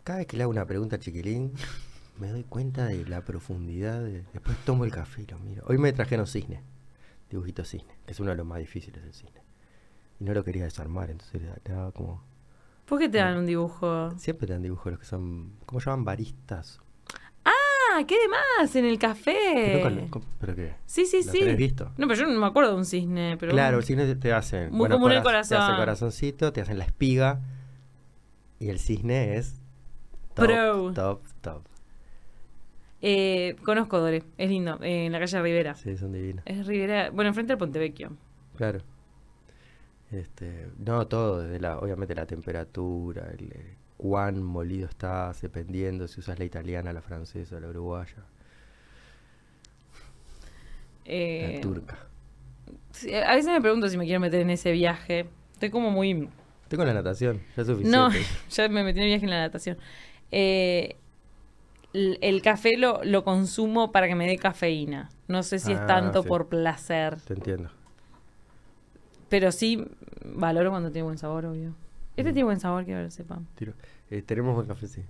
Speaker 1: Cada vez que le hago una pregunta a Chiquilín, me doy cuenta de la profundidad. de- Después tomo el café y lo miro. Hoy me trajeron cisne, dibujito cisne, que es uno de los más difíciles del cisne. Y no lo quería desarmar, entonces le le daba como.
Speaker 2: ¿Por qué te dan un dibujo?
Speaker 1: Siempre te dan dibujos los que son. ¿Cómo llaman baristas?
Speaker 2: Ah, ¿qué demás? En el café.
Speaker 1: Pero, con- con- ¿pero qué?
Speaker 2: Sí, sí,
Speaker 1: ¿Lo
Speaker 2: sí.
Speaker 1: tenés visto?
Speaker 2: No, pero yo no me acuerdo de un cisne. Pero
Speaker 1: Claro, el cisne te hacen.
Speaker 2: Muy común el
Speaker 1: coraz- Te hacen
Speaker 2: corazón.
Speaker 1: corazoncito, te hacen la espiga. Y el cisne es. Top,
Speaker 2: Pro.
Speaker 1: top, top.
Speaker 2: Eh, conozco Dore, es lindo, eh, en la calle Rivera.
Speaker 1: Sí, son divinos.
Speaker 2: Es Rivera, bueno, enfrente al Pontevecchio.
Speaker 1: Claro. Este, no, todo, desde la, obviamente la temperatura, el, eh, cuán molido estás, dependiendo si usas la italiana, la francesa, la uruguaya,
Speaker 2: Eh,
Speaker 1: la turca.
Speaker 2: sí, a veces me pregunto si me quiero meter en ese viaje. Estoy como muy...
Speaker 1: Estoy con la natación, ya es suficiente.
Speaker 2: No, ya me metí en el viaje en la natación. Eh, l- el café lo, lo consumo para que me dé cafeína. No sé si es
Speaker 1: Ah,
Speaker 2: tanto
Speaker 1: sí.
Speaker 2: por placer.
Speaker 1: Te entiendo.
Speaker 2: Pero sí valoro cuando tiene buen sabor, obvio. Este
Speaker 1: Mm.
Speaker 2: tiene buen sabor, que lo sepan.
Speaker 1: Tiro. Eh, tenemos buen café, sí.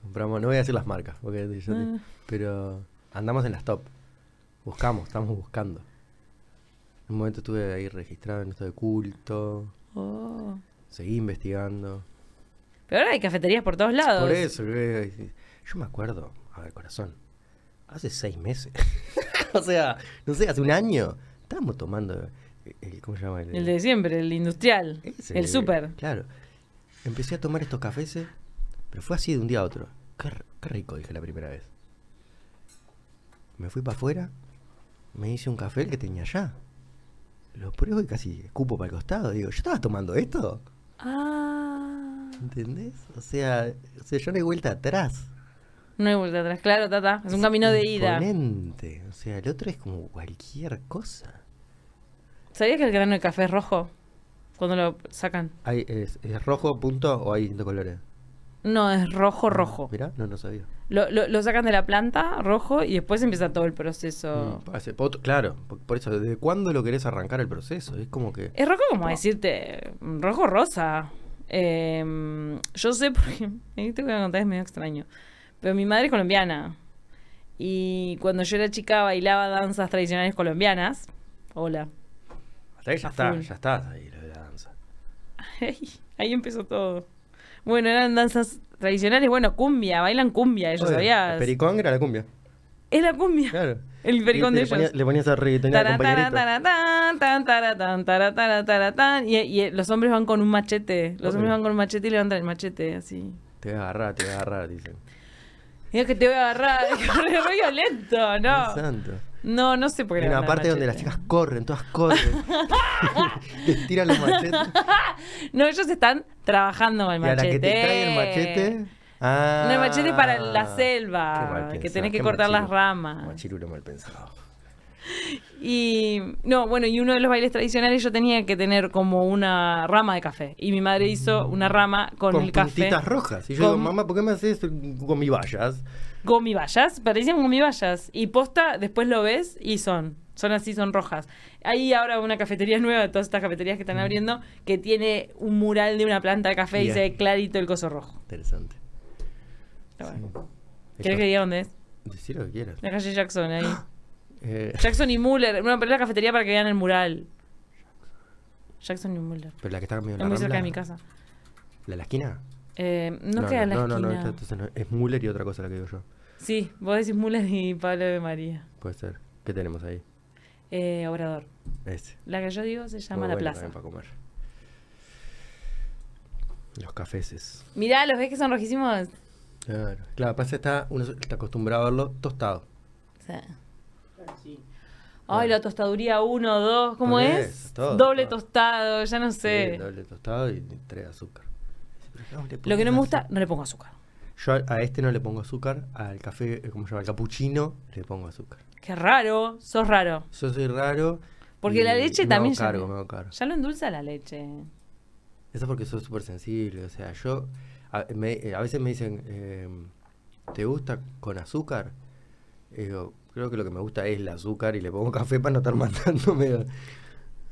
Speaker 1: Compramos, no voy a decir las marcas, porque yo te-
Speaker 2: Ah.
Speaker 1: pero andamos en las top. Buscamos, estamos buscando. En un momento estuve ahí registrado en esto de culto,
Speaker 2: Oh.
Speaker 1: seguí investigando.
Speaker 2: Pero ahora hay cafeterías por todos lados.
Speaker 1: Por eso, eh, eh, yo me acuerdo, a ver, corazón, hace seis meses, o sea, no sé, hace un año, estábamos tomando, eh, el, ¿cómo se llama?
Speaker 2: El de siempre, el industrial.
Speaker 1: Ese,
Speaker 2: el súper.
Speaker 1: Claro. Empecé a tomar estos cafés, eh, pero fue así de un día a otro. Qué, r- qué rico, dije la primera vez. Me fui para afuera, me hice un café el que tenía allá. Lo pruebo y casi escupo para el costado. Digo, ¿yo estaba tomando esto?
Speaker 2: Ah.
Speaker 1: ¿Entendés? O sea, o sea yo no hay vuelta atrás.
Speaker 2: No hay vuelta atrás. Claro, tata. Es un camino de ida.
Speaker 1: Imponente. O sea, el otro es como cualquier cosa.
Speaker 2: ¿Sabías que el grano de café es rojo? Cuando lo sacan.
Speaker 1: Hay, es, es rojo, punto, o hay distintos colores.
Speaker 2: No, es
Speaker 1: Ah,
Speaker 2: rojo, rojo.
Speaker 1: Mirá, no, no sabía.
Speaker 2: Lo, lo- lo sacan de la planta, rojo, y después empieza todo el proceso.
Speaker 1: Mm, hace poto- claro, por, por eso, ¿desde cuándo lo querés arrancar el proceso? Es como que.
Speaker 2: Es rojo como decirte, rojo rosa. Eh, yo sé porque, esto que voy a contar es medio extraño, pero mi madre es colombiana. Y cuando yo era chica bailaba danzas tradicionales colombianas. Hola.
Speaker 1: Hasta ahí ya
Speaker 2: a
Speaker 1: está,
Speaker 2: full.
Speaker 1: ya estás ahí lo de la danza.
Speaker 2: Ahí, ahí empezó todo. Bueno, eran danzas tradicionales, bueno, cumbia, bailan cumbia, ellos
Speaker 1: Oye,
Speaker 2: sabías.
Speaker 1: El pericón era la cumbia.
Speaker 2: Es la cumbia.
Speaker 1: Claro.
Speaker 2: El pericón
Speaker 1: Y
Speaker 2: de
Speaker 1: le ponía-
Speaker 2: ellos.
Speaker 1: Le ponías arriba y tenía
Speaker 2: Tará, tará,
Speaker 1: compañerito.
Speaker 2: taratán, tan, taratán, taratán, taratán. Y, y los hombres van con un machete. Los
Speaker 1: Obvio.
Speaker 2: hombres van con un machete y levantan el machete así.
Speaker 1: Te voy a agarrar, te voy a agarrar, dicen.
Speaker 2: Mira que te voy a agarrar. Es re violento,
Speaker 1: Dios
Speaker 2: ¿no?
Speaker 1: santo.
Speaker 2: No, no sé por qué.
Speaker 1: Hay
Speaker 2: le
Speaker 1: una
Speaker 2: levantan
Speaker 1: parte
Speaker 2: el
Speaker 1: donde las
Speaker 2: machete.
Speaker 1: chicas corren, todas corren. Les tiran los machetes.
Speaker 2: No, ellos están trabajando con el
Speaker 1: Y a la
Speaker 2: machete.
Speaker 1: que te cae el machete. Ah,
Speaker 2: No, el machete para la
Speaker 1: Qué mal
Speaker 2: selva. Que
Speaker 1: pensado,
Speaker 2: tenés que
Speaker 1: qué
Speaker 2: cortar las
Speaker 1: machirulo.
Speaker 2: ramas.
Speaker 1: Machirulo mal pensado.
Speaker 2: Y no, bueno, y uno de los bailes tradicionales yo tenía que tener como una rama de café. Y mi madre hizo una rama con, el café.
Speaker 1: puntitas rojas. Y yo
Speaker 2: Con-
Speaker 1: digo, mamá, ¿por qué me haces con mi vallas?
Speaker 2: gomibayas, parecían gomibayas. Y posta, después lo ves y son. Son así, son rojas. Hay ahora una cafetería nueva, de todas estas cafeterías que están abriendo, que tiene un mural de una planta de café y
Speaker 1: Mm. Bien.
Speaker 2: se ve clarito el coso rojo.
Speaker 1: Interesante.
Speaker 2: Pero
Speaker 1: Sí.
Speaker 2: bueno.
Speaker 1: Esto-
Speaker 2: ¿Querés que diga dónde es?
Speaker 1: Decí lo que quieras.
Speaker 2: La calle Jackson, ahí.
Speaker 1: Eh,
Speaker 2: Jackson y Muller. Bueno, pero es la cafetería para que vean el mural. Jackson y Muller.
Speaker 1: pero la que está medio
Speaker 2: Es
Speaker 1: en la
Speaker 2: muy cerca
Speaker 1: Rambla,
Speaker 2: de mi casa.
Speaker 1: ¿La de la esquina?
Speaker 2: Eh, no, queda en la
Speaker 1: no,
Speaker 2: esquina.
Speaker 1: No, no, esta- entonces no, es Müller y otra cosa la que digo yo.
Speaker 2: Sí, vos decís Muller y Pablo de María.
Speaker 1: Puede ser. ¿Qué tenemos ahí?
Speaker 2: Eh, Obrador.
Speaker 1: Ese.
Speaker 2: La que yo digo se llama
Speaker 1: Muy
Speaker 2: La
Speaker 1: Oh, bueno
Speaker 2: Plaza.
Speaker 1: también para comer. Los cafeses.
Speaker 2: Mirá, ¿los ves que son rojísimos?
Speaker 1: Claro, claro, pasa está, uno está acostumbrado a verlo tostado.
Speaker 2: O sea. Ay, la tostaduría 1, 2, ¿cómo
Speaker 1: Por
Speaker 2: es?
Speaker 1: eso, todo,
Speaker 2: doble
Speaker 1: todo.
Speaker 2: tostado, ya no sé.
Speaker 1: Sí, doble tostado y tres azúcar. Pero no le
Speaker 2: Lo que no
Speaker 1: pongas
Speaker 2: me gusta,
Speaker 1: azúcar.
Speaker 2: no le pongo azúcar.
Speaker 1: Yo a, a este no le pongo azúcar, al café, eh, ¿cómo se llama? Al capuchino le pongo azúcar.
Speaker 2: Qué raro, sos raro.
Speaker 1: Yo soy raro.
Speaker 2: Porque
Speaker 1: y-
Speaker 2: la
Speaker 1: y
Speaker 2: leche
Speaker 1: me
Speaker 2: también
Speaker 1: Hago
Speaker 2: ya,
Speaker 1: cargo, me hago cargo.
Speaker 2: ya lo endulza la leche.
Speaker 1: Eso es porque soy súper sensible. O sea, yo. A, me- eh, a veces me dicen, eh, ¿te gusta con azúcar? Y digo, creo que lo que me gusta es el azúcar y le pongo café para no estar matándome.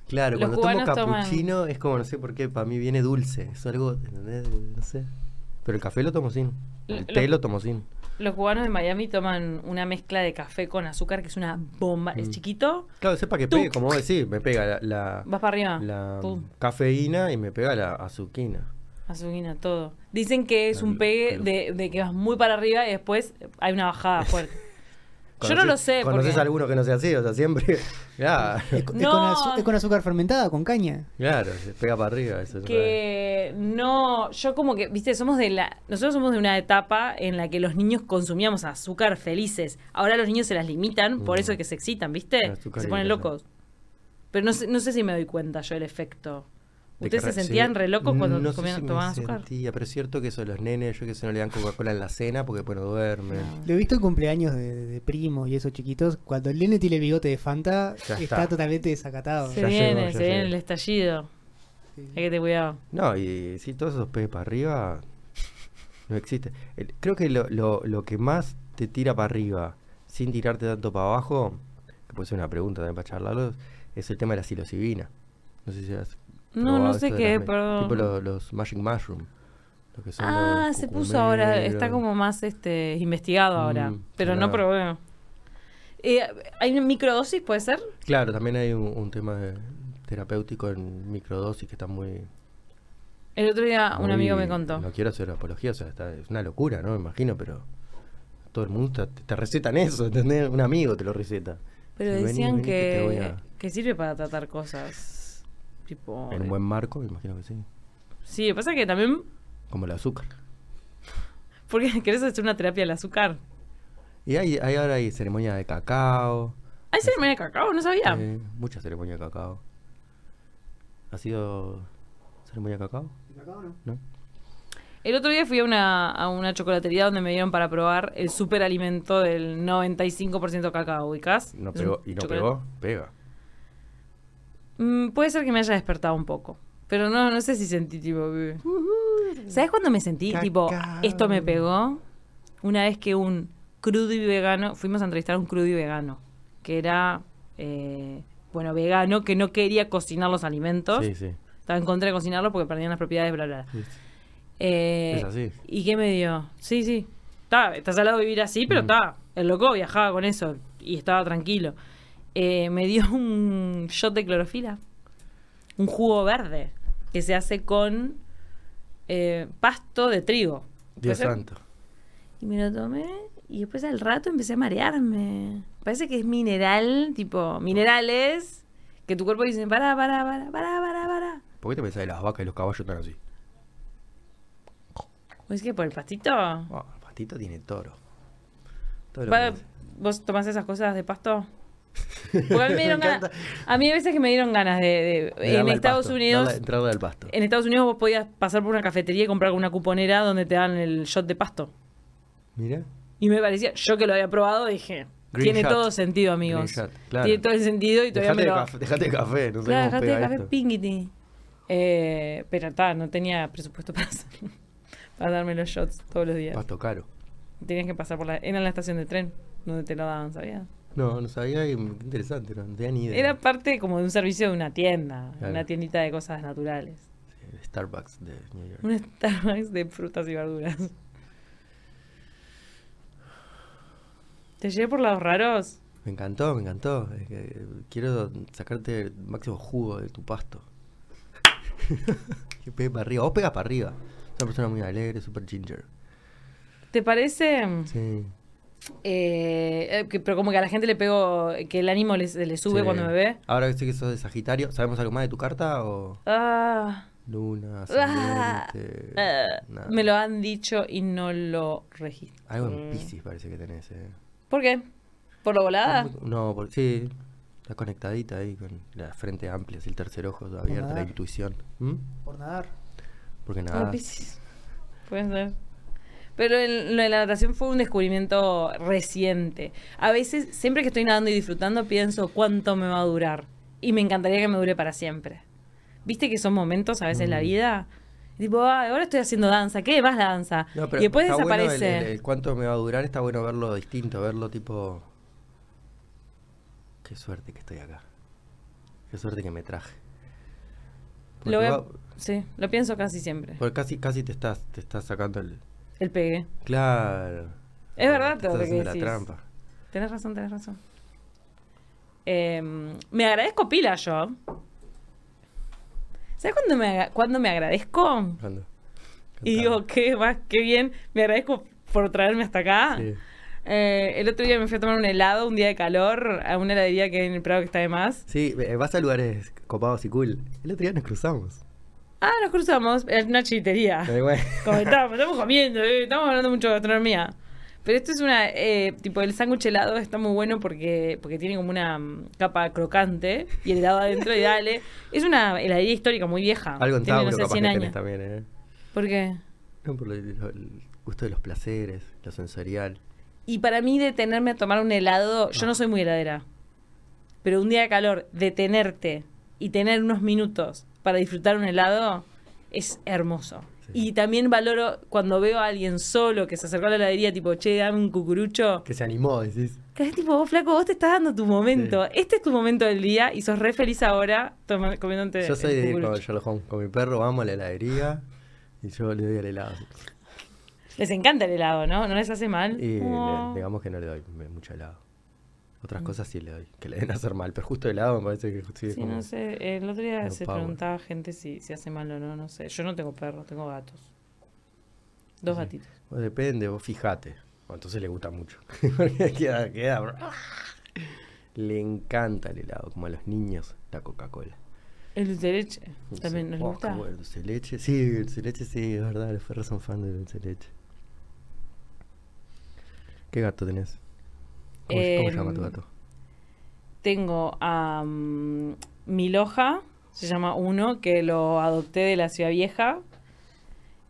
Speaker 1: Claro,
Speaker 2: Los
Speaker 1: cuando tomo
Speaker 2: cubanos toman-
Speaker 1: capuchino es como, no sé por qué, para mí viene dulce. Es algo, ¿entendés? No sé. Pero el café lo tomo sin. El
Speaker 2: Lo-
Speaker 1: té
Speaker 2: lo-
Speaker 1: lo tomo sin.
Speaker 2: Los cubanos de Miami toman una mezcla de café con azúcar que es una bomba. Es
Speaker 1: Mm.
Speaker 2: chiquito,
Speaker 1: Claro, sepa que
Speaker 2: Tú.
Speaker 1: pegue, como vos decís, me pega la,
Speaker 2: vas para arriba.
Speaker 1: la, la
Speaker 2: Ah,
Speaker 1: mm.
Speaker 2: Pum,
Speaker 1: cafeína y me pega la azuquina.
Speaker 2: azuquina, todo. Dicen que es
Speaker 1: La-
Speaker 2: un pegue
Speaker 1: la-
Speaker 2: de, de que vas muy para arriba y después hay una bajada fuerte. Yo no lo sé.
Speaker 1: ¿Conoces
Speaker 2: porque-
Speaker 1: alguno que no sea así? O sea, siempre. Claro,
Speaker 3: Es, co- es
Speaker 2: No.
Speaker 3: con azu- es con azúcar fermentada, con caña.
Speaker 1: claro, se pega para arriba. Eso es
Speaker 2: que no, yo como que, viste, somos de la, nosotros somos de una etapa en la que los niños consumíamos azúcar felices. Ahora los niños se las limitan, por
Speaker 1: Mm.
Speaker 2: eso es que se excitan, viste,
Speaker 1: El azúcar
Speaker 2: Que se
Speaker 1: y
Speaker 2: ponen
Speaker 1: el azúcar.
Speaker 2: locos. Pero no sé, no sé si me doy cuenta yo el efecto.
Speaker 1: De
Speaker 2: ¿Ustedes
Speaker 1: que
Speaker 2: se
Speaker 1: re-
Speaker 2: sentían
Speaker 1: sí.
Speaker 2: re locos cuando
Speaker 1: No sé
Speaker 2: comían,
Speaker 1: si me
Speaker 2: tomaban azúcar?
Speaker 1: sentía, pero es cierto que eso, los nenes, yo que sé, no le dan Coca-Cola en la cena porque después no duermen.
Speaker 2: No.
Speaker 3: Lo he visto en cumpleaños de, de primos y esos chiquitos. Cuando el nene tiene el bigote de Fanta,
Speaker 1: Ya
Speaker 3: está.
Speaker 1: está.
Speaker 3: totalmente desacatado.
Speaker 2: Se
Speaker 1: Ya llegó,
Speaker 2: viene,
Speaker 1: ya
Speaker 2: se
Speaker 1: llegó.
Speaker 2: viene el estallido.
Speaker 3: Sí.
Speaker 2: Hay que tener cuidado.
Speaker 1: No, y si todos esos pegues para arriba no existe. El- creo que lo, lo- lo que más te tira para arriba, sin tirarte tanto para abajo, que puede ser una pregunta también para charlarlos, es el tema de la psilocibina. No sé si has
Speaker 2: No,
Speaker 1: probado
Speaker 2: no
Speaker 1: esto
Speaker 2: sé
Speaker 1: de
Speaker 2: qué,
Speaker 1: las me-
Speaker 2: perdón.
Speaker 1: Tipo lo- los Magic Mushroom. lo que son
Speaker 2: Ah,
Speaker 1: los
Speaker 2: se puso ahora, está
Speaker 1: cucumeros.
Speaker 2: como más este investigado ahora,
Speaker 1: Mm,
Speaker 2: pero no
Speaker 1: claro.
Speaker 2: probé. Eh, ¿Hay una microdosis, puede ser?
Speaker 1: Claro, también hay un, un tema de- terapéutico en microdosis que está muy...
Speaker 2: El otro día Ah, un
Speaker 1: muy-
Speaker 2: amigo me contó.
Speaker 1: No quiero hacer apología, o sea, está- es una locura, ¿no? Me imagino, pero todo el mundo está- te, te recetan eso, ¿entendés? Un amigo te lo receta.
Speaker 2: Pero
Speaker 1: Sí, vení,
Speaker 2: decían
Speaker 1: vení te voy
Speaker 2: que,
Speaker 1: a-
Speaker 2: que sirve para tratar cosas. Tipo.
Speaker 1: En un buen marco, me imagino que sí.
Speaker 2: Sí, pasa que también.
Speaker 1: Como el azúcar.
Speaker 2: Porque querés hacer una terapia del azúcar.
Speaker 1: Y hay, hay ahora hay ceremonia de cacao.
Speaker 2: ¿Hay ceremonia de cacao? No sabía.
Speaker 1: eh, mucha ceremonia de cacao. ¿Ha sido ceremonia de cacao? ¿No?
Speaker 2: El otro día fui a una, a una chocolatería donde me dieron para probar el superalimento del 95% cacao, ¿ubicás?
Speaker 1: No
Speaker 2: Es un
Speaker 1: pegó, ¿Y no
Speaker 2: chocolate-
Speaker 1: pegó? Pega.
Speaker 2: Mm, puede ser que me haya despertado un poco. Pero no, no sé si sentí tipo. "Uh". ¿Sabes cuándo me sentí?
Speaker 1: Cacao.
Speaker 2: Tipo, esto me pegó. Una vez que un crudo y vegano, fuimos a entrevistar a un crudo y vegano, que era, eh, bueno, vegano, que no quería cocinar los alimentos.
Speaker 1: Sí, sí.
Speaker 2: Estaba en contra de cocinarlo porque perdían las propiedades, bla, bla, bla.
Speaker 1: Sí.
Speaker 2: Eh,
Speaker 1: Es así.
Speaker 2: ¿Y qué me dio? Sí, sí. Está, está salado vivir así, pero
Speaker 1: Mm.
Speaker 2: está. El loco viajaba con eso y estaba tranquilo. Eh, me dio un shot de clorofila. Un jugo verde que se hace con eh, pasto de trigo.
Speaker 1: Dios
Speaker 2: Entonces,
Speaker 1: santo.
Speaker 2: Y me lo tomé y después al rato empecé a marearme. Parece que es mineral, tipo, minerales, que tu cuerpo dice, para, para, para, para, para, para.
Speaker 1: ¿Por qué te pensás que las vacas y los caballos están así?
Speaker 2: ¿O es que por el pastito?
Speaker 1: Ah, el pastito tiene toro. Todo lo
Speaker 2: Pa-
Speaker 1: que-
Speaker 2: ¿Vos tomás esas cosas de pasto? Porque a mí, me dieron
Speaker 1: Me
Speaker 2: ganas-
Speaker 1: encanta.
Speaker 2: a mí a veces que me dieron ganas de... de-
Speaker 1: de
Speaker 2: en
Speaker 1: darle al
Speaker 2: Estados
Speaker 1: pasto,
Speaker 2: Unidos...
Speaker 1: darle- Entrarle al pasto.
Speaker 2: En Estados Unidos vos podías pasar por una cafetería y comprar una cuponera donde te dan el shot de pasto.
Speaker 1: Mira.
Speaker 2: Y me parecía, yo que lo había probado, dije,
Speaker 1: Green
Speaker 2: tiene
Speaker 1: shot.
Speaker 2: todo sentido, amigos.
Speaker 1: Green shot, claro.
Speaker 2: Tiene todo el sentido y todavía
Speaker 1: Dejate,
Speaker 2: me
Speaker 1: de
Speaker 2: lo...
Speaker 1: café, dejate de café, no sé
Speaker 2: Claro,
Speaker 1: cómo
Speaker 2: dejate
Speaker 1: pega
Speaker 2: de café
Speaker 1: esto.
Speaker 2: pinguiti. Eh, pero está, no tenía presupuesto para, hacer- para darme los shots todos los días.
Speaker 1: Pasto caro.
Speaker 2: Tenías que pasar por la... Era en la estación de tren donde te lo daban, ¿sabías?
Speaker 1: No, no sabía, y- qué interesante, no, no tenía ni idea.
Speaker 2: Era parte como de un servicio de una tienda,
Speaker 1: Claro.
Speaker 2: una tiendita de cosas naturales.
Speaker 1: Eh, Starbucks de New York.
Speaker 2: Un Starbucks de frutas y verduras. ¿Te llevé por lados raros?
Speaker 1: Me encantó, me encantó. Es que quiero sacarte el máximo jugo de tu pasto. que pegue para arriba. Vos pegas para arriba. Es una persona muy alegre, super ginger.
Speaker 2: ¿Te parece
Speaker 1: Sí.
Speaker 2: eh, eh, que, pero como que a la gente le pego, que el ánimo les- le, sube
Speaker 1: sí.
Speaker 2: cuando me ve?
Speaker 1: Ahora que sé que sos de Sagitario, ¿sabemos algo más de tu carta o
Speaker 2: Ah,
Speaker 1: luna,
Speaker 2: ah,
Speaker 1: ascendente?
Speaker 2: ah,
Speaker 1: nada?
Speaker 2: me lo Mm. han dicho y no lo registro.
Speaker 1: Algo en Pisces parece que tenés, eh.
Speaker 2: ¿Por qué? ¿Por lo
Speaker 1: Ah,
Speaker 2: volada?
Speaker 1: No, por, sí. Está conectadita ahí con la frente amplia, así el tercer ojo abierto, la
Speaker 3: nadar.
Speaker 1: intuición. ¿Mm?
Speaker 3: Por nadar.
Speaker 1: Porque
Speaker 2: Ah,
Speaker 1: nada.
Speaker 2: Piscis. Puede ser. Pero el- lo de la natación fue un descubrimiento reciente. A veces, siempre que estoy nadando y disfrutando, pienso cuánto me va a durar. Y me encantaría que me dure para siempre. ¿Viste que son momentos a veces
Speaker 1: Mm.
Speaker 2: en la vida? Tipo, "Ah, ahora estoy haciendo danza, ¿qué más la danza?
Speaker 1: No, pero
Speaker 2: y después
Speaker 1: está bueno el-
Speaker 2: desaparece.
Speaker 1: el, el cuánto me va a durar, está bueno verlo distinto, verlo tipo. Qué suerte que estoy acá. Qué suerte que me traje. Porque,
Speaker 2: lo, veo-
Speaker 1: va-
Speaker 2: sí, lo pienso casi siempre.
Speaker 1: porque casi, casi te estás, te estás sacando el.
Speaker 2: El pegue.
Speaker 1: Claro.
Speaker 2: Es verdad
Speaker 1: te estás
Speaker 2: todo lo que
Speaker 1: haciendo la
Speaker 2: decís.
Speaker 1: trampa.
Speaker 2: Tenés razón, tenés razón. Em, me agradezco pila yo. ¿Sabes cuándo me, aga- cuándo me agradezco?
Speaker 1: Cuando-
Speaker 2: Y digo, qué más, qué bien. Me agradezco por traerme hasta acá.
Speaker 1: Sí.
Speaker 2: Eh, el otro día me fui a tomar un helado, un día de calor, a una heladería que hay en el Prado que está de más.
Speaker 1: Sí, eh, vas a lugares copados y cool. El otro día nos cruzamos.
Speaker 2: Ah, nos cruzamos. Es una chitería.
Speaker 1: Eh, bueno.
Speaker 2: Comentamos, estamos comiendo, eh, estamos hablando mucho de gastronomía. Pero esto es una. eh, tipo, el sándwich helado está muy bueno porque, porque tiene como una mm, capa crocante y el helado adentro y dale. Es una heladería histórica muy vieja.
Speaker 1: Algo en
Speaker 2: tiene,
Speaker 1: Tauro
Speaker 2: no sé,
Speaker 1: capaz
Speaker 2: 100
Speaker 1: que tenés
Speaker 2: años.
Speaker 1: también, ¿eh?
Speaker 2: ¿Por qué?
Speaker 1: No, por el, el gusto de los placeres, lo sensorial.
Speaker 2: Y para mí, detenerme a tomar un helado. Yo
Speaker 1: Ah.
Speaker 2: no soy muy heladera. Pero un día de calor, detenerte y tener unos minutos para disfrutar un helado es hermoso.
Speaker 1: Sí.
Speaker 2: Y también valoro cuando veo a alguien solo que se acercó a la heladería, tipo, che, dame un cucurucho.
Speaker 1: Que se animó, decís.
Speaker 2: Que es tipo, vos flaco, vos te estás dando tu momento.
Speaker 1: Sí.
Speaker 2: Este es tu momento del día y sos re feliz ahora toma- comiéndote.
Speaker 1: Yo soy
Speaker 2: el
Speaker 1: de ir con
Speaker 2: cucurucho.
Speaker 1: Sherlock Holmes, con mi perro, vamos a la heladería y yo le doy el helado.
Speaker 2: Les encanta el helado, ¿no? No les hace mal.
Speaker 1: Y le-
Speaker 2: Oh. Mm.
Speaker 1: digamos que no le doy me- mucho helado. Otras cosas sí le doy, que le den a hacer mal, pero justo helado me parece que sí, es
Speaker 2: Sí,
Speaker 1: como-
Speaker 2: no sé. El otro día
Speaker 1: no
Speaker 2: se
Speaker 1: power.
Speaker 2: preguntaba a gente si, si hace mal o no, no sé. Yo no tengo perros, tengo gatos. Dos gatitos.
Speaker 1: Bueno, Pues depende, vos fijate. Bueno, entonces le gusta mucho. Porque queda, queda. bro. Le encanta el helado, como a los niños la Coca-Cola.
Speaker 2: El dulce de leche también
Speaker 1: Dice,
Speaker 2: nos
Speaker 1: "Oh, qué
Speaker 2: gusta.
Speaker 1: bueno, el dulce de leche, sí, el dulce de leche, sí, es verdad, los perros son fan del dulce de leche. ¿Qué gato tenés? ¿Cómo, se- cómo se llama tu
Speaker 2: Em,
Speaker 1: gato?
Speaker 2: Tengo a mm, Miloja, se llama uno, que lo adopté de la Ciudad Vieja.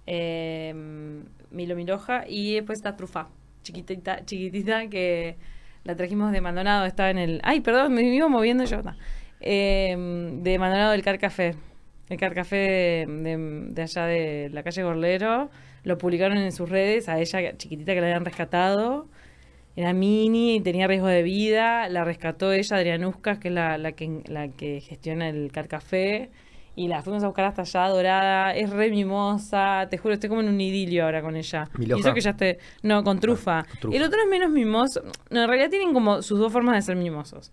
Speaker 2: Eh, Milo Miloja. Y después está Trufa, chiquitita, chiquitita, que la trajimos de Maldonado. Em, Estaba en el. Ay, perdón, me vivo moviendo yo. no. Eh, de Maldonado del Car Café. El carcafé de, de- de allá de la calle Gorlero. Lo publicaron en sus redes a ella chiquitita que la habían rescatado. Era mini y tenía riesgo de vida. La rescató ella, Adrianuscas, que es la, la que, la que gestiona el carcafé. Y la fuimos a buscar hasta allá, dorada. Es re mimosa. Te juro, estoy como en un idilio ahora con ella.
Speaker 1: Milhoja.
Speaker 2: Y eso que ya esté. No, con trufa.
Speaker 1: con trufa.
Speaker 2: El otro es menos mimoso. No, en realidad tienen como sus dos formas de ser mimosos.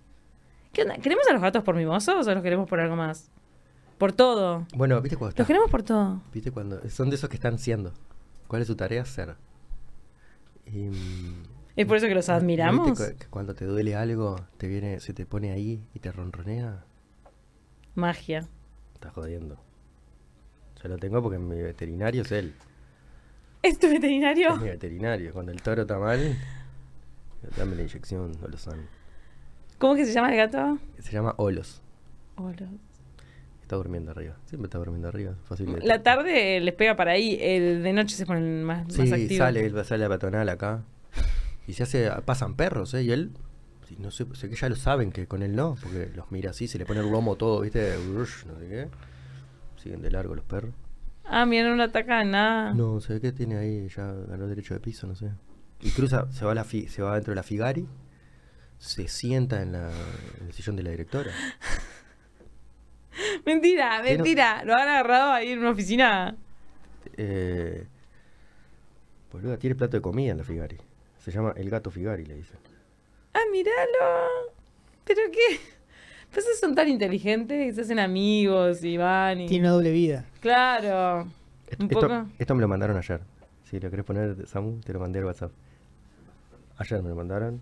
Speaker 2: ¿Qué onda? ¿Queremos a los gatos por mimosos o los queremos por algo más? Por todo.
Speaker 1: Bueno, ¿viste cuando
Speaker 2: Los
Speaker 1: estás?
Speaker 2: queremos por todo.
Speaker 1: ¿Viste cuando? Son de esos que están siendo. ¿Cuál es su tarea? Ser. Y, mm,
Speaker 2: Es por eso que los
Speaker 1: ¿no- no
Speaker 2: admiramos.
Speaker 1: viste cu- que cuando te duele algo, te viene, se te pone ahí y te ronronea.
Speaker 2: Magia.
Speaker 1: Estás jodiendo. Yo lo tengo porque mi veterinario es él.
Speaker 2: ¿Es tu veterinario?
Speaker 1: Es mi veterinario. Cuando el toro está mal, dame la inyección, Olozán.
Speaker 2: ¿Cómo que se llama el gato?
Speaker 1: Se llama Olos.
Speaker 2: Olo.
Speaker 1: Está durmiendo arriba. Siempre está durmiendo arriba. Fácil de-
Speaker 2: La tarde les pega para ahí, el de noche se ponen más, más
Speaker 1: Sí,
Speaker 2: activos.
Speaker 1: sale, él sale a peatonal acá. Y se hace, pasan perros, ¿eh? Y él, sí, no sé, sé que ya lo saben que con él no, porque los mira así, se le pone el lomo todo, ¿viste? Urush, no sé qué. Siguen de largo los perros.
Speaker 2: Ah, mira, no lo ah. ataca nada.
Speaker 1: No, se ve que tiene ahí, ya ganó derecho de piso, no sé. Y cruza, se va, a la fi- se va dentro de la Figari, se sienta en, la, en el sillón de la directora.
Speaker 2: Mentira,
Speaker 1: Pero-
Speaker 2: mentira. Lo han agarrado ahí en una oficina.
Speaker 1: Eh, boluda, tiene plato de comida en la Figari. Se llama El Gato Figari, le dicen.
Speaker 2: Ah, míralo. ¿Pero qué? Entonces son tan inteligentes que se hacen amigos y van y...
Speaker 3: Tiene una doble vida.
Speaker 2: Claro.
Speaker 1: Esto,
Speaker 2: Un
Speaker 1: esto-
Speaker 2: poco.
Speaker 1: esto me lo mandaron ayer. Si lo querés poner, Samu, te lo mandé al WhatsApp. Ayer me lo mandaron.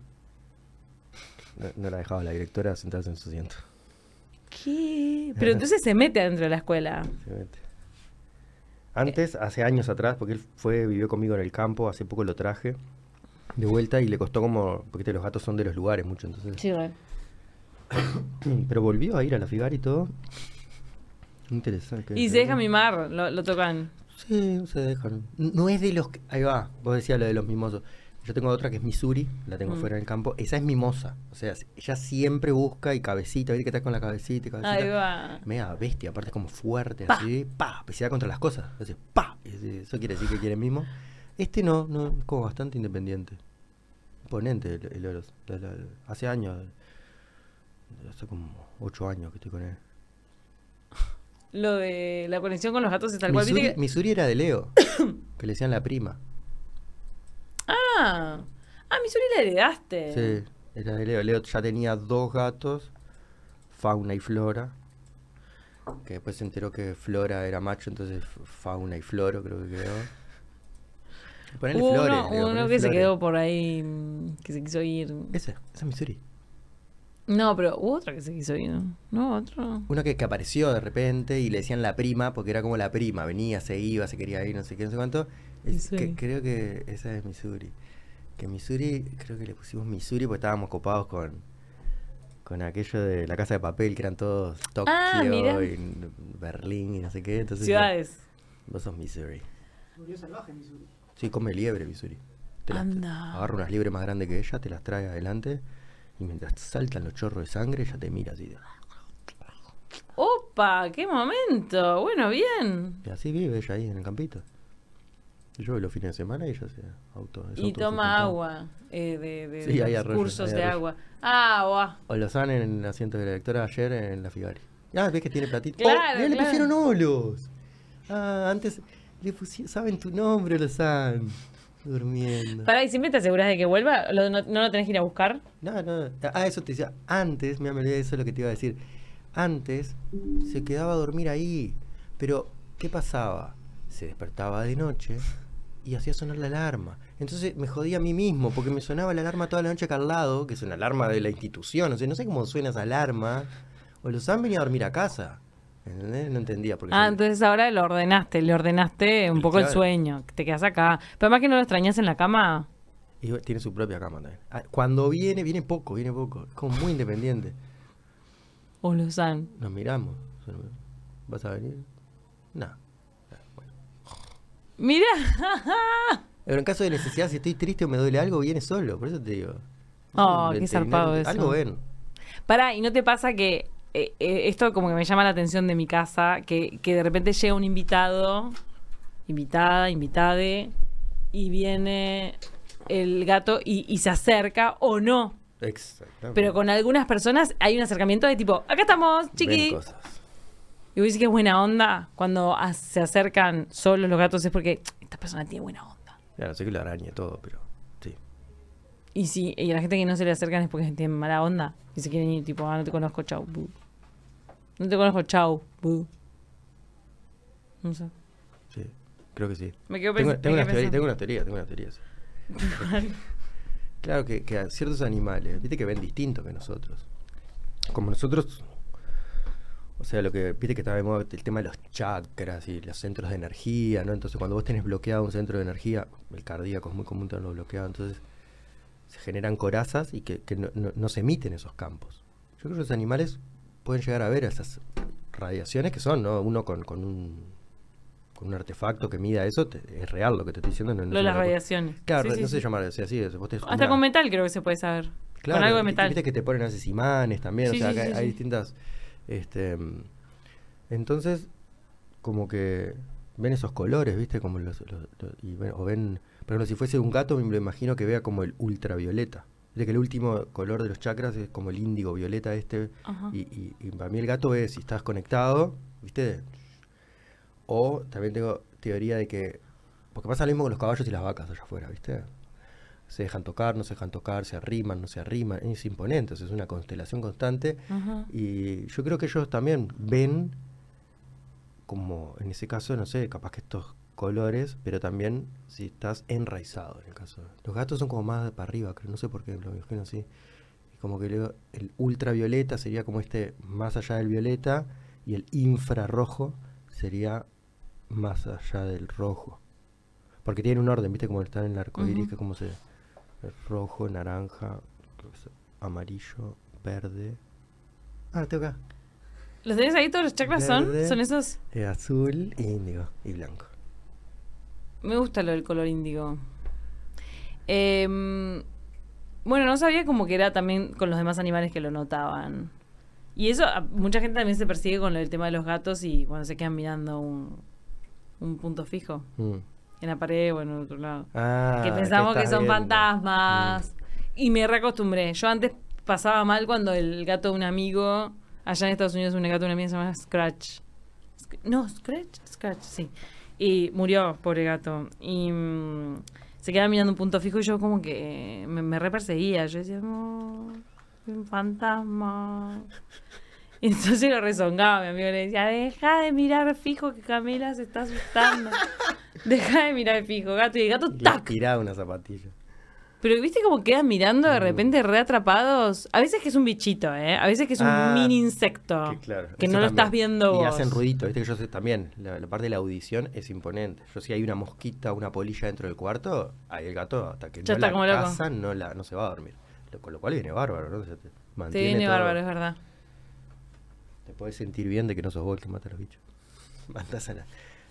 Speaker 1: No, no la dejaba la directora sentarse en su asiento.
Speaker 2: ¿Qué? Pero entonces se mete adentro de la escuela.
Speaker 1: Se mete. Antes, hace años atrás, porque él fue, vivió conmigo en el campo, hace poco lo traje de vuelta y le costó como. Porque viste, los gatos son de los lugares mucho, entonces.
Speaker 2: bueno.
Speaker 1: Pero volvió a ir a la Figar y todo. Interesante.
Speaker 2: Y se deja mimar, lo, lo tocan.
Speaker 1: Sí, se dejan. No es de los que... Ahí va, vos decías lo de los mimosos. Yo tengo otra que es Missouri, la tengo
Speaker 2: Mm.
Speaker 1: fuera del campo. Esa es mimosa. O sea, s- ella siempre busca y cabecita, viste que estás con la cabecita y cabecita.
Speaker 2: Ahí va.
Speaker 1: Mega bestia, aparte es como fuerte,
Speaker 2: Pa.
Speaker 1: así, pa, se da contra las cosas. Entonces, pa, y dice, eso quiere decir que quiere mimo. Este no, no, es como bastante independiente. Imponente el, el Oros. La- la- la- hace años, hace como ocho años que estoy con él.
Speaker 2: Lo de la conexión con los gatos es tal cual.
Speaker 1: Missouri,
Speaker 2: ¿viste que-
Speaker 1: Missouri era de Leo, que le decían la prima.
Speaker 2: Ah, ah, Missouri la heredaste.
Speaker 1: Sí, era de Leo. Leo ya tenía dos gatos, Fauna y Flora. Que después se enteró que Flora era macho, entonces F- Fauna y Floro creo que quedó. Ponele
Speaker 2: Hubo
Speaker 1: Flores,
Speaker 2: uno,
Speaker 1: Leo,
Speaker 2: uno
Speaker 1: ponele
Speaker 2: que se
Speaker 1: Flores.
Speaker 2: quedó por ahí, mm, que se quiso ir.
Speaker 1: Ese, ese es Missouri.
Speaker 2: No, pero hubo otro que se quiso ir. No, otro.
Speaker 1: Uno que, que apareció de repente y le decían la prima, porque era como la prima, venía, se iba, se quería ir, no sé qué, no sé cuánto. Es que-
Speaker 2: Missouri.
Speaker 1: creo que esa es Missouri. Que Missouri, creo que le pusimos Missouri porque estábamos copados con, con aquello de la casa de papel, que eran todos Tokio
Speaker 2: Ah, mirá.
Speaker 1: y n- Berlín y no sé qué. Entonces,
Speaker 2: Ciudades.
Speaker 1: Vos sos Missouri. Sí, come liebre, Missouri. Te las-
Speaker 2: Anda.
Speaker 1: Agarra unas liebres más grandes que ella, te las trae adelante y mientras saltan los chorros de sangre, ella te mira así. de-
Speaker 2: Opa, qué momento. Bueno, bien.
Speaker 1: Y así vive ella ahí en el campito. Y Yo voy los fines de semana y ella se auto. es
Speaker 2: Y toma
Speaker 1: autosustentable.
Speaker 2: agua eh, de, de-
Speaker 1: Sí,
Speaker 2: de
Speaker 1: hay arroyo,
Speaker 2: cursos
Speaker 1: hay
Speaker 2: de
Speaker 1: arroyo.
Speaker 2: agua. Ah, Agua.
Speaker 1: O lo saben en el asiento de la directora ayer en la Figari. Ah, ves que tiene platito.
Speaker 2: Claro,
Speaker 1: mirá, le
Speaker 2: claro.
Speaker 1: pusieron olos. Ah, antes le pusieron, saben tu nombre, Lozán. Durmiendo.
Speaker 2: Pará, y siempre te aseguras de que vuelva. ¿Lo- no, no lo tenés que ir a buscar?
Speaker 1: No, no. Ah, eso te decía. Antes, mira, me olvidé de eso lo que te iba a decir. Antes se quedaba a dormir ahí. Pero, ¿qué pasaba? Se despertaba de noche y hacía sonar la alarma. Entonces me jodía a mí mismo porque me sonaba la alarma toda la noche acá al lado, que es una alarma de la institución. O sea, no sé cómo suena esa alarma. O los han venido a dormir a casa. ¿Entendés? No entendía. Porque
Speaker 2: Ah, entonces ahora lo ordenaste, le ordenaste un poco el
Speaker 1: Claro.
Speaker 2: sueño, que te quedas acá. Pero además que no lo extrañas en la cama.
Speaker 1: Y tiene su propia cama también. Ah, Cuando viene, viene poco, viene poco. Es como muy independiente.
Speaker 2: O lo usan.
Speaker 1: Nos miramos. Yo no- ¿Vas a venir? No.
Speaker 2: Mira,
Speaker 1: Pero en caso de necesidad, si estoy triste o me duele algo, viene solo. Por eso te digo.
Speaker 2: Oh,
Speaker 1: Es un
Speaker 2: qué
Speaker 1: veterinario-
Speaker 2: zarpado eso.
Speaker 1: Algo ven.
Speaker 2: pará, ¿y no te pasa que eh, eh, esto como que me llama la atención de mi casa, que, que de repente llega un invitado, invitada, invitade, y viene el gato y, y se acerca o no.
Speaker 1: Exactamente.
Speaker 2: Pero con algunas personas hay un acercamiento de tipo, acá estamos,
Speaker 1: Ven
Speaker 2: chiqui.
Speaker 1: cosas.
Speaker 2: Y vos decís que es buena onda cuando a- se acercan solos los gatos, es porque esta persona tiene buena onda.
Speaker 1: Ya, no sé que lo araña todo, pero sí.
Speaker 2: Y si y a la gente que no se le acercan es porque tienen mala onda y se quieren ir, tipo, ah, no te conozco, chau, bu. No te conozco, chau, bu. No sé.
Speaker 1: Sí, creo que sí.
Speaker 2: Me quedo
Speaker 1: Tengo,
Speaker 2: pens-
Speaker 1: tengo
Speaker 2: me
Speaker 1: unas
Speaker 2: quedé
Speaker 1: teorías,
Speaker 2: pensando.
Speaker 1: tengo unas teorías, tengo unas teorías. claro que, que a ciertos animales, viste que ven distinto que nosotros. Como nosotros, o sea, lo que, viste que estaba de moda el tema de los chakras y los centros de energía, ¿no? Entonces cuando vos tenés bloqueado un centro de energía, el cardíaco es muy común tenerlo bloqueado, entonces se generan corazas y que, que no, no- no se emiten esos campos. Yo creo que los animales pueden llegar a ver esas radiaciones que son, ¿no? Uno con, con un con un artefacto que mida eso, te- es real lo que te estoy diciendo. No, no
Speaker 2: Lo
Speaker 1: es
Speaker 2: de
Speaker 1: una
Speaker 2: las
Speaker 1: locura.
Speaker 2: radiaciones.
Speaker 1: Claro,
Speaker 2: Sí, sí,
Speaker 1: no
Speaker 2: sí.
Speaker 1: sé llamar, o sea, sí, vos tenés
Speaker 2: Hasta
Speaker 1: una-
Speaker 2: con metal creo que se puede saber.
Speaker 1: Claro,
Speaker 2: con algo de
Speaker 1: y- y
Speaker 2: metal.
Speaker 1: Viste que te ponen a veces imanes también,
Speaker 2: Sí,
Speaker 1: o sea,
Speaker 2: sí,
Speaker 1: que
Speaker 2: sí,
Speaker 1: hay, hay
Speaker 2: sí.
Speaker 1: distintas. Este, mm, entonces, como que ven esos colores, ¿viste? Como los, los- los- y ven- o ven, por ejemplo, si fuese un gato, me lo imagino que vea como el ultravioleta. Viste que el último color de los chakras es como el índigo violeta este.
Speaker 2: Ajá.
Speaker 1: Y, y- y para mí el gato es si estás conectado, ¿viste? O también tengo teoría de que. Porque pasa lo mismo con los caballos y las vacas allá afuera, ¿viste? Se dejan tocar, no se dejan tocar, se arriman, no se arriman. Es imponente, o sea, es una constelación constante.
Speaker 2: Ajá.
Speaker 1: Y yo creo que ellos también ven, como en ese caso, no sé, capaz que estos colores, pero también si estás enraizado en el caso. Los gatos son como más de para arriba, creo, no sé por qué, lo imagino así. Y como que luego el ultravioleta sería como este más allá del violeta y el infrarrojo sería más allá del rojo. Porque tienen un orden, ¿viste? Como están en el arco iris,
Speaker 2: Ujú.
Speaker 1: que como se. el rojo, naranja, creo que es amarillo, verde. Ah, tengo acá.
Speaker 2: ¿Los tenés ahí todos los chakras son?
Speaker 1: Verde.
Speaker 2: ¿Son esos?
Speaker 1: Eh, azul, índigo y blanco.
Speaker 2: Me gusta lo del color índigo. Em, bueno, no sabía como que era también con los demás animales que lo notaban. Y eso, a- mucha gente también se persigue con lo del tema de los gatos y cuando se quedan mirando un, un punto fijo
Speaker 1: Mm.
Speaker 2: en la pared o en otro lado.
Speaker 1: Ah,
Speaker 2: que
Speaker 1: ¿qué
Speaker 2: pensamos que
Speaker 1: estás
Speaker 2: son
Speaker 1: viendo? Mm.
Speaker 2: fantasmas. Y me reacostumbré. Yo antes pasaba mal cuando el gato de un amigo, allá en Estados Unidos, un gato de un amigo se llama Scratch. Sc- No, Scratch, Scratch, sí. Y murió, pobre gato. Y mm, se quedaba mirando un punto fijo y yo como que me, me re perseguía. Yo decía, no, es un fantasma. Y entonces lo rezongaba, mi amigo le decía, deja de mirar fijo que Camila se está asustando. Deja de mirar fijo, gato. Y el gato,
Speaker 1: Mm. Le
Speaker 2: ¡tac!
Speaker 1: tiraba una zapatilla.
Speaker 2: Pero viste cómo quedan mirando
Speaker 1: Mm.
Speaker 2: de repente reatrapados. A veces que es un bichito, ¿eh? A veces que es un
Speaker 1: Ah,
Speaker 2: mini insecto.
Speaker 1: Que, claro,
Speaker 2: que
Speaker 1: eso
Speaker 2: no lo
Speaker 1: también.
Speaker 2: estás viendo
Speaker 1: Y
Speaker 2: vos.
Speaker 1: hacen ruidito, viste que yo sé también, la, la parte de la audición es imponente. Yo si hay una mosquita, una polilla dentro del cuarto, ahí el gato hasta que
Speaker 2: Ya
Speaker 1: no
Speaker 2: está
Speaker 1: la
Speaker 2: como loco.
Speaker 1: cazan, no, la, no se va a dormir. Lo- con lo cual viene bárbaro, ¿no? O sea, te
Speaker 2: Te
Speaker 1: mantiene
Speaker 2: viene
Speaker 1: todo.
Speaker 2: bárbaro, es verdad.
Speaker 1: Te puedes sentir bien de que no sos vos el que mata a los bichos. Matás a la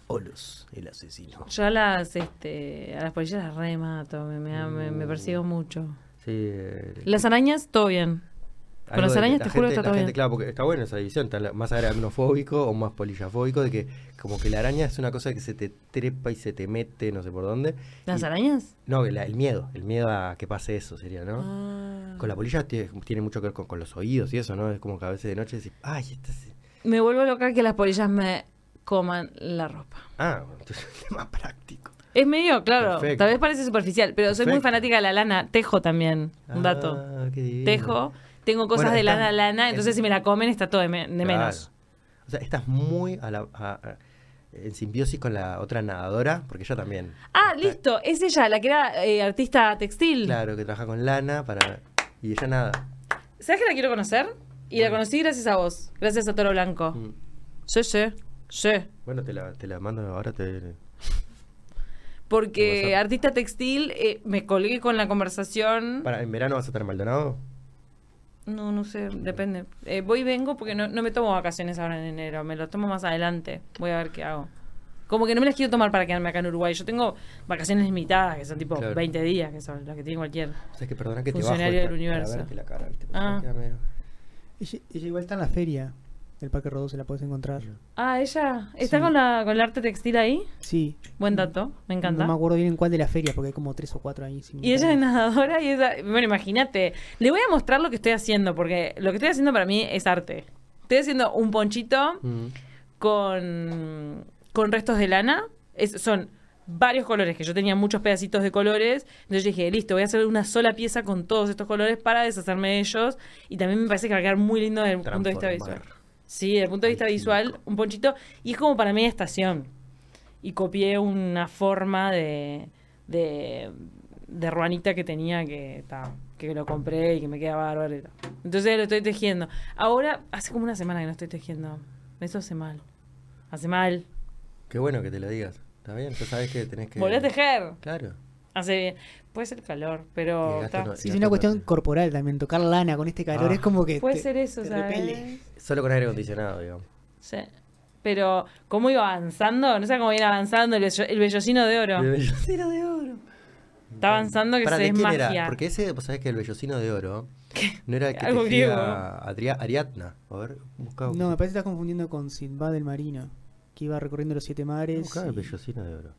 Speaker 1: Olus, el asesino.
Speaker 2: Yo a las, este, a las polillas las remato, me, me, me-
Speaker 1: Mm.
Speaker 2: me persigo mucho.
Speaker 1: Sí, eh,
Speaker 2: Las arañas, todo bien.
Speaker 1: Algo
Speaker 2: Con las
Speaker 1: de que
Speaker 2: arañas
Speaker 1: la
Speaker 2: te juro que
Speaker 1: gente-
Speaker 2: está
Speaker 1: la
Speaker 2: todo
Speaker 1: gente,
Speaker 2: bien.
Speaker 1: Claro, porque está buena esa división, está la- más aracnofóbico o más polillafóbico, de que como que la araña es una cosa que se te trepa y se te mete, no sé por dónde.
Speaker 2: ¿Las
Speaker 1: y-
Speaker 2: arañas?
Speaker 1: No, que la- el miedo, el miedo a que pase eso sería, ¿no?
Speaker 2: Ah.
Speaker 1: Con la polilla tie- tiene mucho que ver con, con los oídos y eso, ¿no? Es como que a veces de noche decís, ay, este esta se-
Speaker 2: Me vuelvo loca que las polillas me coman la ropa.
Speaker 1: Ah, bueno, entonces es un tema práctico.
Speaker 2: Es medio, claro,
Speaker 1: Perfecto.
Speaker 2: tal vez parece superficial, pero soy muy
Speaker 1: Perfecto.
Speaker 2: fanática de la lana. Tejo también, un dato.
Speaker 1: Ah, qué divino.
Speaker 2: Tejo, tengo cosas
Speaker 1: Bueno,
Speaker 2: de
Speaker 1: está-
Speaker 2: lana a lana, entonces
Speaker 1: es-
Speaker 2: si me la comen está todo de, me- de
Speaker 1: Claro.
Speaker 2: menos.
Speaker 1: O sea, estás muy a la- a- a- en simbiosis con la otra nadadora, porque ella también.
Speaker 2: Ah,
Speaker 1: está-
Speaker 2: listo, es ella, la que era eh, artista textil.
Speaker 1: Claro, que trabaja con lana para. Y ella nada.
Speaker 2: ¿Sabes que la quiero conocer? Y la conocí gracias a vos, gracias a Toro Blanco.
Speaker 1: Mm.
Speaker 2: Sí, sí, sí.
Speaker 1: Bueno, te la, te la mando ahora. Te...
Speaker 2: Porque
Speaker 1: Vas a-
Speaker 2: artista textil, eh, me colgué con la conversación.
Speaker 1: Para, ¿En verano vas a estar en Maldonado?
Speaker 2: No, no sé, depende. Eh, voy y vengo porque no, no me tomo vacaciones ahora en enero, me lo tomo más adelante. Voy a ver qué hago. Como que no me las quiero tomar para quedarme acá en Uruguay. Yo tengo vacaciones limitadas, que son tipo
Speaker 1: Claro.
Speaker 2: 20 días, que son las que tiene cualquiera.
Speaker 1: O sea, es que perdona que te bajo
Speaker 2: Funcionario
Speaker 1: esta-
Speaker 2: del
Speaker 1: para
Speaker 2: universo.
Speaker 1: verte la cara, ¿viste?
Speaker 2: Ah.
Speaker 1: Porque queda medio-
Speaker 3: Ella, ella igual está en la feria del Parque Rodó, se la puedes encontrar.
Speaker 2: Ah, ella está
Speaker 3: Sí.
Speaker 2: con, la, con el arte textil ahí.
Speaker 3: Sí.
Speaker 2: Buen
Speaker 1: Mm.
Speaker 2: dato, me encanta.
Speaker 3: No me acuerdo bien en cuál de las ferias, porque hay como tres o cuatro ahí. sin
Speaker 2: Y ella es
Speaker 3: internet.
Speaker 2: nadadora y esa... Bueno, imagínate. Le voy a mostrar lo que estoy haciendo, porque lo que estoy haciendo para mí es arte. Estoy haciendo un ponchito
Speaker 1: Mm.
Speaker 2: con, con restos de lana. Es- son varios colores, que yo tenía muchos pedacitos de colores. Entonces yo dije, listo, voy a hacer una sola pieza con todos estos colores para deshacerme de ellos. Y también me parece que va a quedar muy lindo desde el punto de vista visual.
Speaker 1: Transformar.
Speaker 2: Sí, desde el punto de vista
Speaker 1: Al
Speaker 2: visual,
Speaker 1: químico.
Speaker 2: un ponchito. Y es como para media estación. Y copié una forma de, de, de ruanita que tenía que, ta, que lo compré y que me queda bárbaro. y ta. Entonces lo estoy tejiendo. Ahora, hace como una semana que no estoy tejiendo. Eso hace mal. Hace mal.
Speaker 1: Qué bueno que te lo digas. ¿Está bien? Ya sabes que tenés que.
Speaker 2: Volví a tejer.
Speaker 1: Claro.
Speaker 2: Hace bien. Puede ser calor,
Speaker 1: Y
Speaker 2: pero.
Speaker 1: el gasto
Speaker 2: ta.
Speaker 1: no-
Speaker 3: Sí, es una cuestión corporal también. Tocar lana con este calor
Speaker 1: Ah.
Speaker 3: es como que.
Speaker 2: Puede
Speaker 3: te-
Speaker 2: ser eso,
Speaker 3: te
Speaker 2: ¿sabes?
Speaker 3: repele.
Speaker 1: Solo con aire acondicionado, digamos.
Speaker 2: Sí. Pero, ¿cómo iba avanzando? No sé cómo iba avanzando el, vello- el vellocino de oro.
Speaker 1: El vello-
Speaker 2: Está avanzando que
Speaker 1: Pará,
Speaker 2: se
Speaker 1: ¿de
Speaker 2: es
Speaker 1: quién
Speaker 2: magia.
Speaker 1: era? Porque ese, vos sabés que el vellocino de oro no era el que
Speaker 2: Algo griego.
Speaker 1: tejía Adria- Ariadna. A ver, buscá.
Speaker 3: No, me parece que estás confundiendo con Sinbad el Marino, que iba recorriendo los siete mares.
Speaker 1: buscá el
Speaker 3: y-
Speaker 1: vellocino de oro.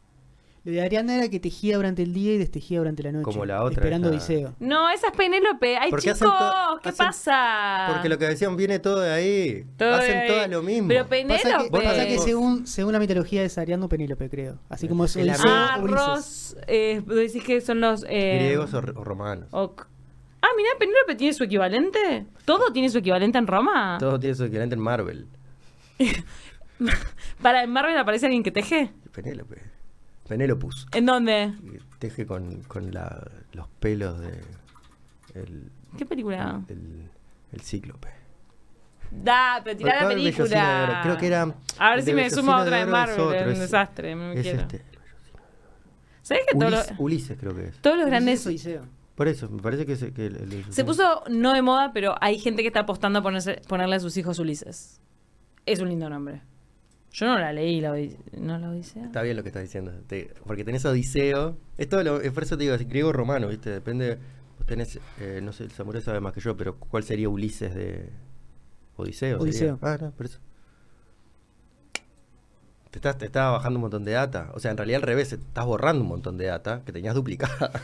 Speaker 3: Lo de Ariana era que tejía durante el día y destejía durante la noche.
Speaker 1: Como la otra,
Speaker 3: Esperando
Speaker 1: esa-
Speaker 3: Odiseo.
Speaker 2: No, esa es Penélope. ¡Ay,
Speaker 1: Porque
Speaker 2: chicos!
Speaker 1: hacen to-
Speaker 2: ¿Qué
Speaker 1: hacen-
Speaker 2: pasa?
Speaker 1: Porque lo que decían viene todo de ahí.
Speaker 2: Todo
Speaker 1: Hacen
Speaker 2: de ahí.
Speaker 1: todas lo mismo.
Speaker 2: Pero
Speaker 3: Pasa
Speaker 2: Penélope.
Speaker 3: que, pasa que
Speaker 1: Vos-
Speaker 3: según, según la mitología es Ariano Penélope, creo. Así como es
Speaker 1: El
Speaker 3: Odiseo,
Speaker 2: Ah,
Speaker 3: Ulises.
Speaker 2: Ros. Eh, vos decís que son los. eh,
Speaker 1: Griegos o, o romanos.
Speaker 2: ok. Ah, mirá, Penélope tiene su equivalente. ¿Todo tiene su equivalente en Roma?
Speaker 1: Todo tiene su equivalente en Marvel.
Speaker 2: ¿Para en Marvel aparece alguien que teje?
Speaker 1: Penélope. Penélopus.
Speaker 2: ¿En dónde?
Speaker 1: que Teje con, con la- los pelos de el,
Speaker 2: ¿Qué película?
Speaker 1: el- el cíclope.
Speaker 2: Da, pero tirá la
Speaker 1: Acá el
Speaker 2: película.
Speaker 1: Vellocino de Oro, Creo que era.
Speaker 2: A ver
Speaker 1: el
Speaker 2: si
Speaker 1: de
Speaker 2: me
Speaker 1: Vellocino
Speaker 2: sumo a otra de
Speaker 1: Oro
Speaker 2: Marvel.
Speaker 1: es otro,
Speaker 2: es un desastre. No me
Speaker 1: Es
Speaker 2: quiero.
Speaker 1: este.
Speaker 2: ¿Sabés que todos
Speaker 1: Ulis-
Speaker 2: los,
Speaker 1: Ulises creo que es.
Speaker 2: todos los
Speaker 3: Ulises
Speaker 2: grandes
Speaker 3: Odiseo.
Speaker 1: Por eso, me parece que, se, que el- el-
Speaker 2: Se puso no de moda, pero hay gente que está apostando a ponerse- ponerle a sus hijos Ulises. Es un lindo nombre. Yo no la leí, la Odi- ¿no la Odisea?
Speaker 1: Está bien lo que estás diciendo. te- porque tenés Odiseo. Es todo lo, es por eso te digo, es griego romano, ¿viste? Depende. Vos tenés. eh, no sé, el samurai sabe más que yo, pero ¿cuál sería Ulises de. Odiseo? sería?
Speaker 3: Odiseo.
Speaker 1: Ah, no, por eso. Te estás, te estaba bajando un montón de data. O sea, en realidad al revés, estás borrando un montón de data que tenías duplicada.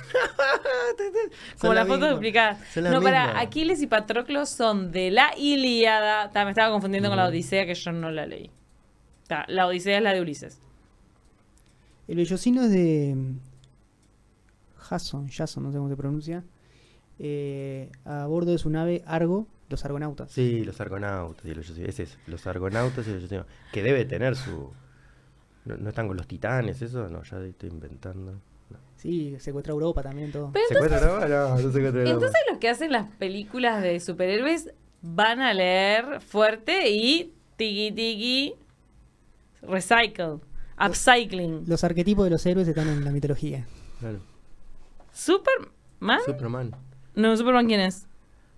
Speaker 2: Como
Speaker 1: Son
Speaker 2: la
Speaker 1: la
Speaker 2: foto
Speaker 1: misma.
Speaker 2: duplicada.
Speaker 1: Son la
Speaker 2: No, para
Speaker 1: misma.
Speaker 2: Aquiles y Patroclo son de la Ilíada. Ta, me estaba confundiendo con la
Speaker 1: Mm.
Speaker 2: Odisea, que yo no la leí. Ta, la Odisea es la de Ulises.
Speaker 3: El vellocino es de mm, Jason, Jason, no sé cómo se pronuncia. eh, a bordo de su nave Argo, los argonautas.
Speaker 1: Sí, los argonautas y el Yoshino. Ese es, los argonautas y el Yoshino. Que debe tener su. No, no están con los titanes, eso? No, ya estoy inventando. No.
Speaker 3: Sí, secuestra Europa también, todo.
Speaker 2: Pero
Speaker 1: ¿Se
Speaker 2: entonces,
Speaker 1: encuentra Europa? No, no se encuentra Europa.
Speaker 2: entonces los que hacen las películas de superhéroes van a leer fuerte y tiki tiki recycle, upcycling.
Speaker 3: Los arquetipos de los héroes están en la mitología.
Speaker 1: Claro.
Speaker 2: ¿Superman?
Speaker 1: Superman.
Speaker 2: No, Superman quién es?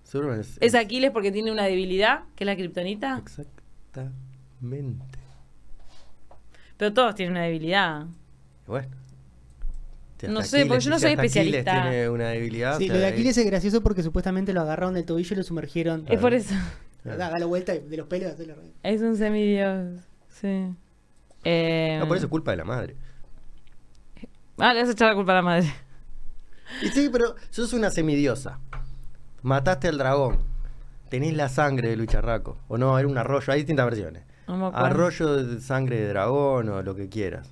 Speaker 1: Superman es.
Speaker 2: Es Aquiles porque tiene una debilidad, que es la kriptonita.
Speaker 1: Exactamente.
Speaker 2: Pero todos tienen una debilidad.
Speaker 1: Y Bueno. Si
Speaker 2: No
Speaker 1: hasta
Speaker 2: sé, porque yo no
Speaker 1: si
Speaker 2: soy
Speaker 1: hasta
Speaker 2: especialista.
Speaker 1: Aquiles tiene una debilidad.
Speaker 3: Sí,
Speaker 1: o
Speaker 3: lo
Speaker 1: sea, eh,
Speaker 3: de
Speaker 1: ahí-
Speaker 3: Aquiles es gracioso porque supuestamente lo agarraron del tobillo y lo sumergieron.
Speaker 2: Es por eso.
Speaker 3: Haga la vuelta y de los pelos. hacele re-
Speaker 2: Es un semidios. Sí. Eh,
Speaker 1: No, por eso es culpa de la madre.
Speaker 2: Ah, le vas a echar la culpa a la madre.
Speaker 1: Y sí, pero sos una semidiosa. Mataste al dragón. Tenés la sangre de Lucharraco. O no, era un arroyo. Hay distintas versiones.
Speaker 2: No me acuerdo.
Speaker 1: Arroyo de sangre de dragón o lo que quieras.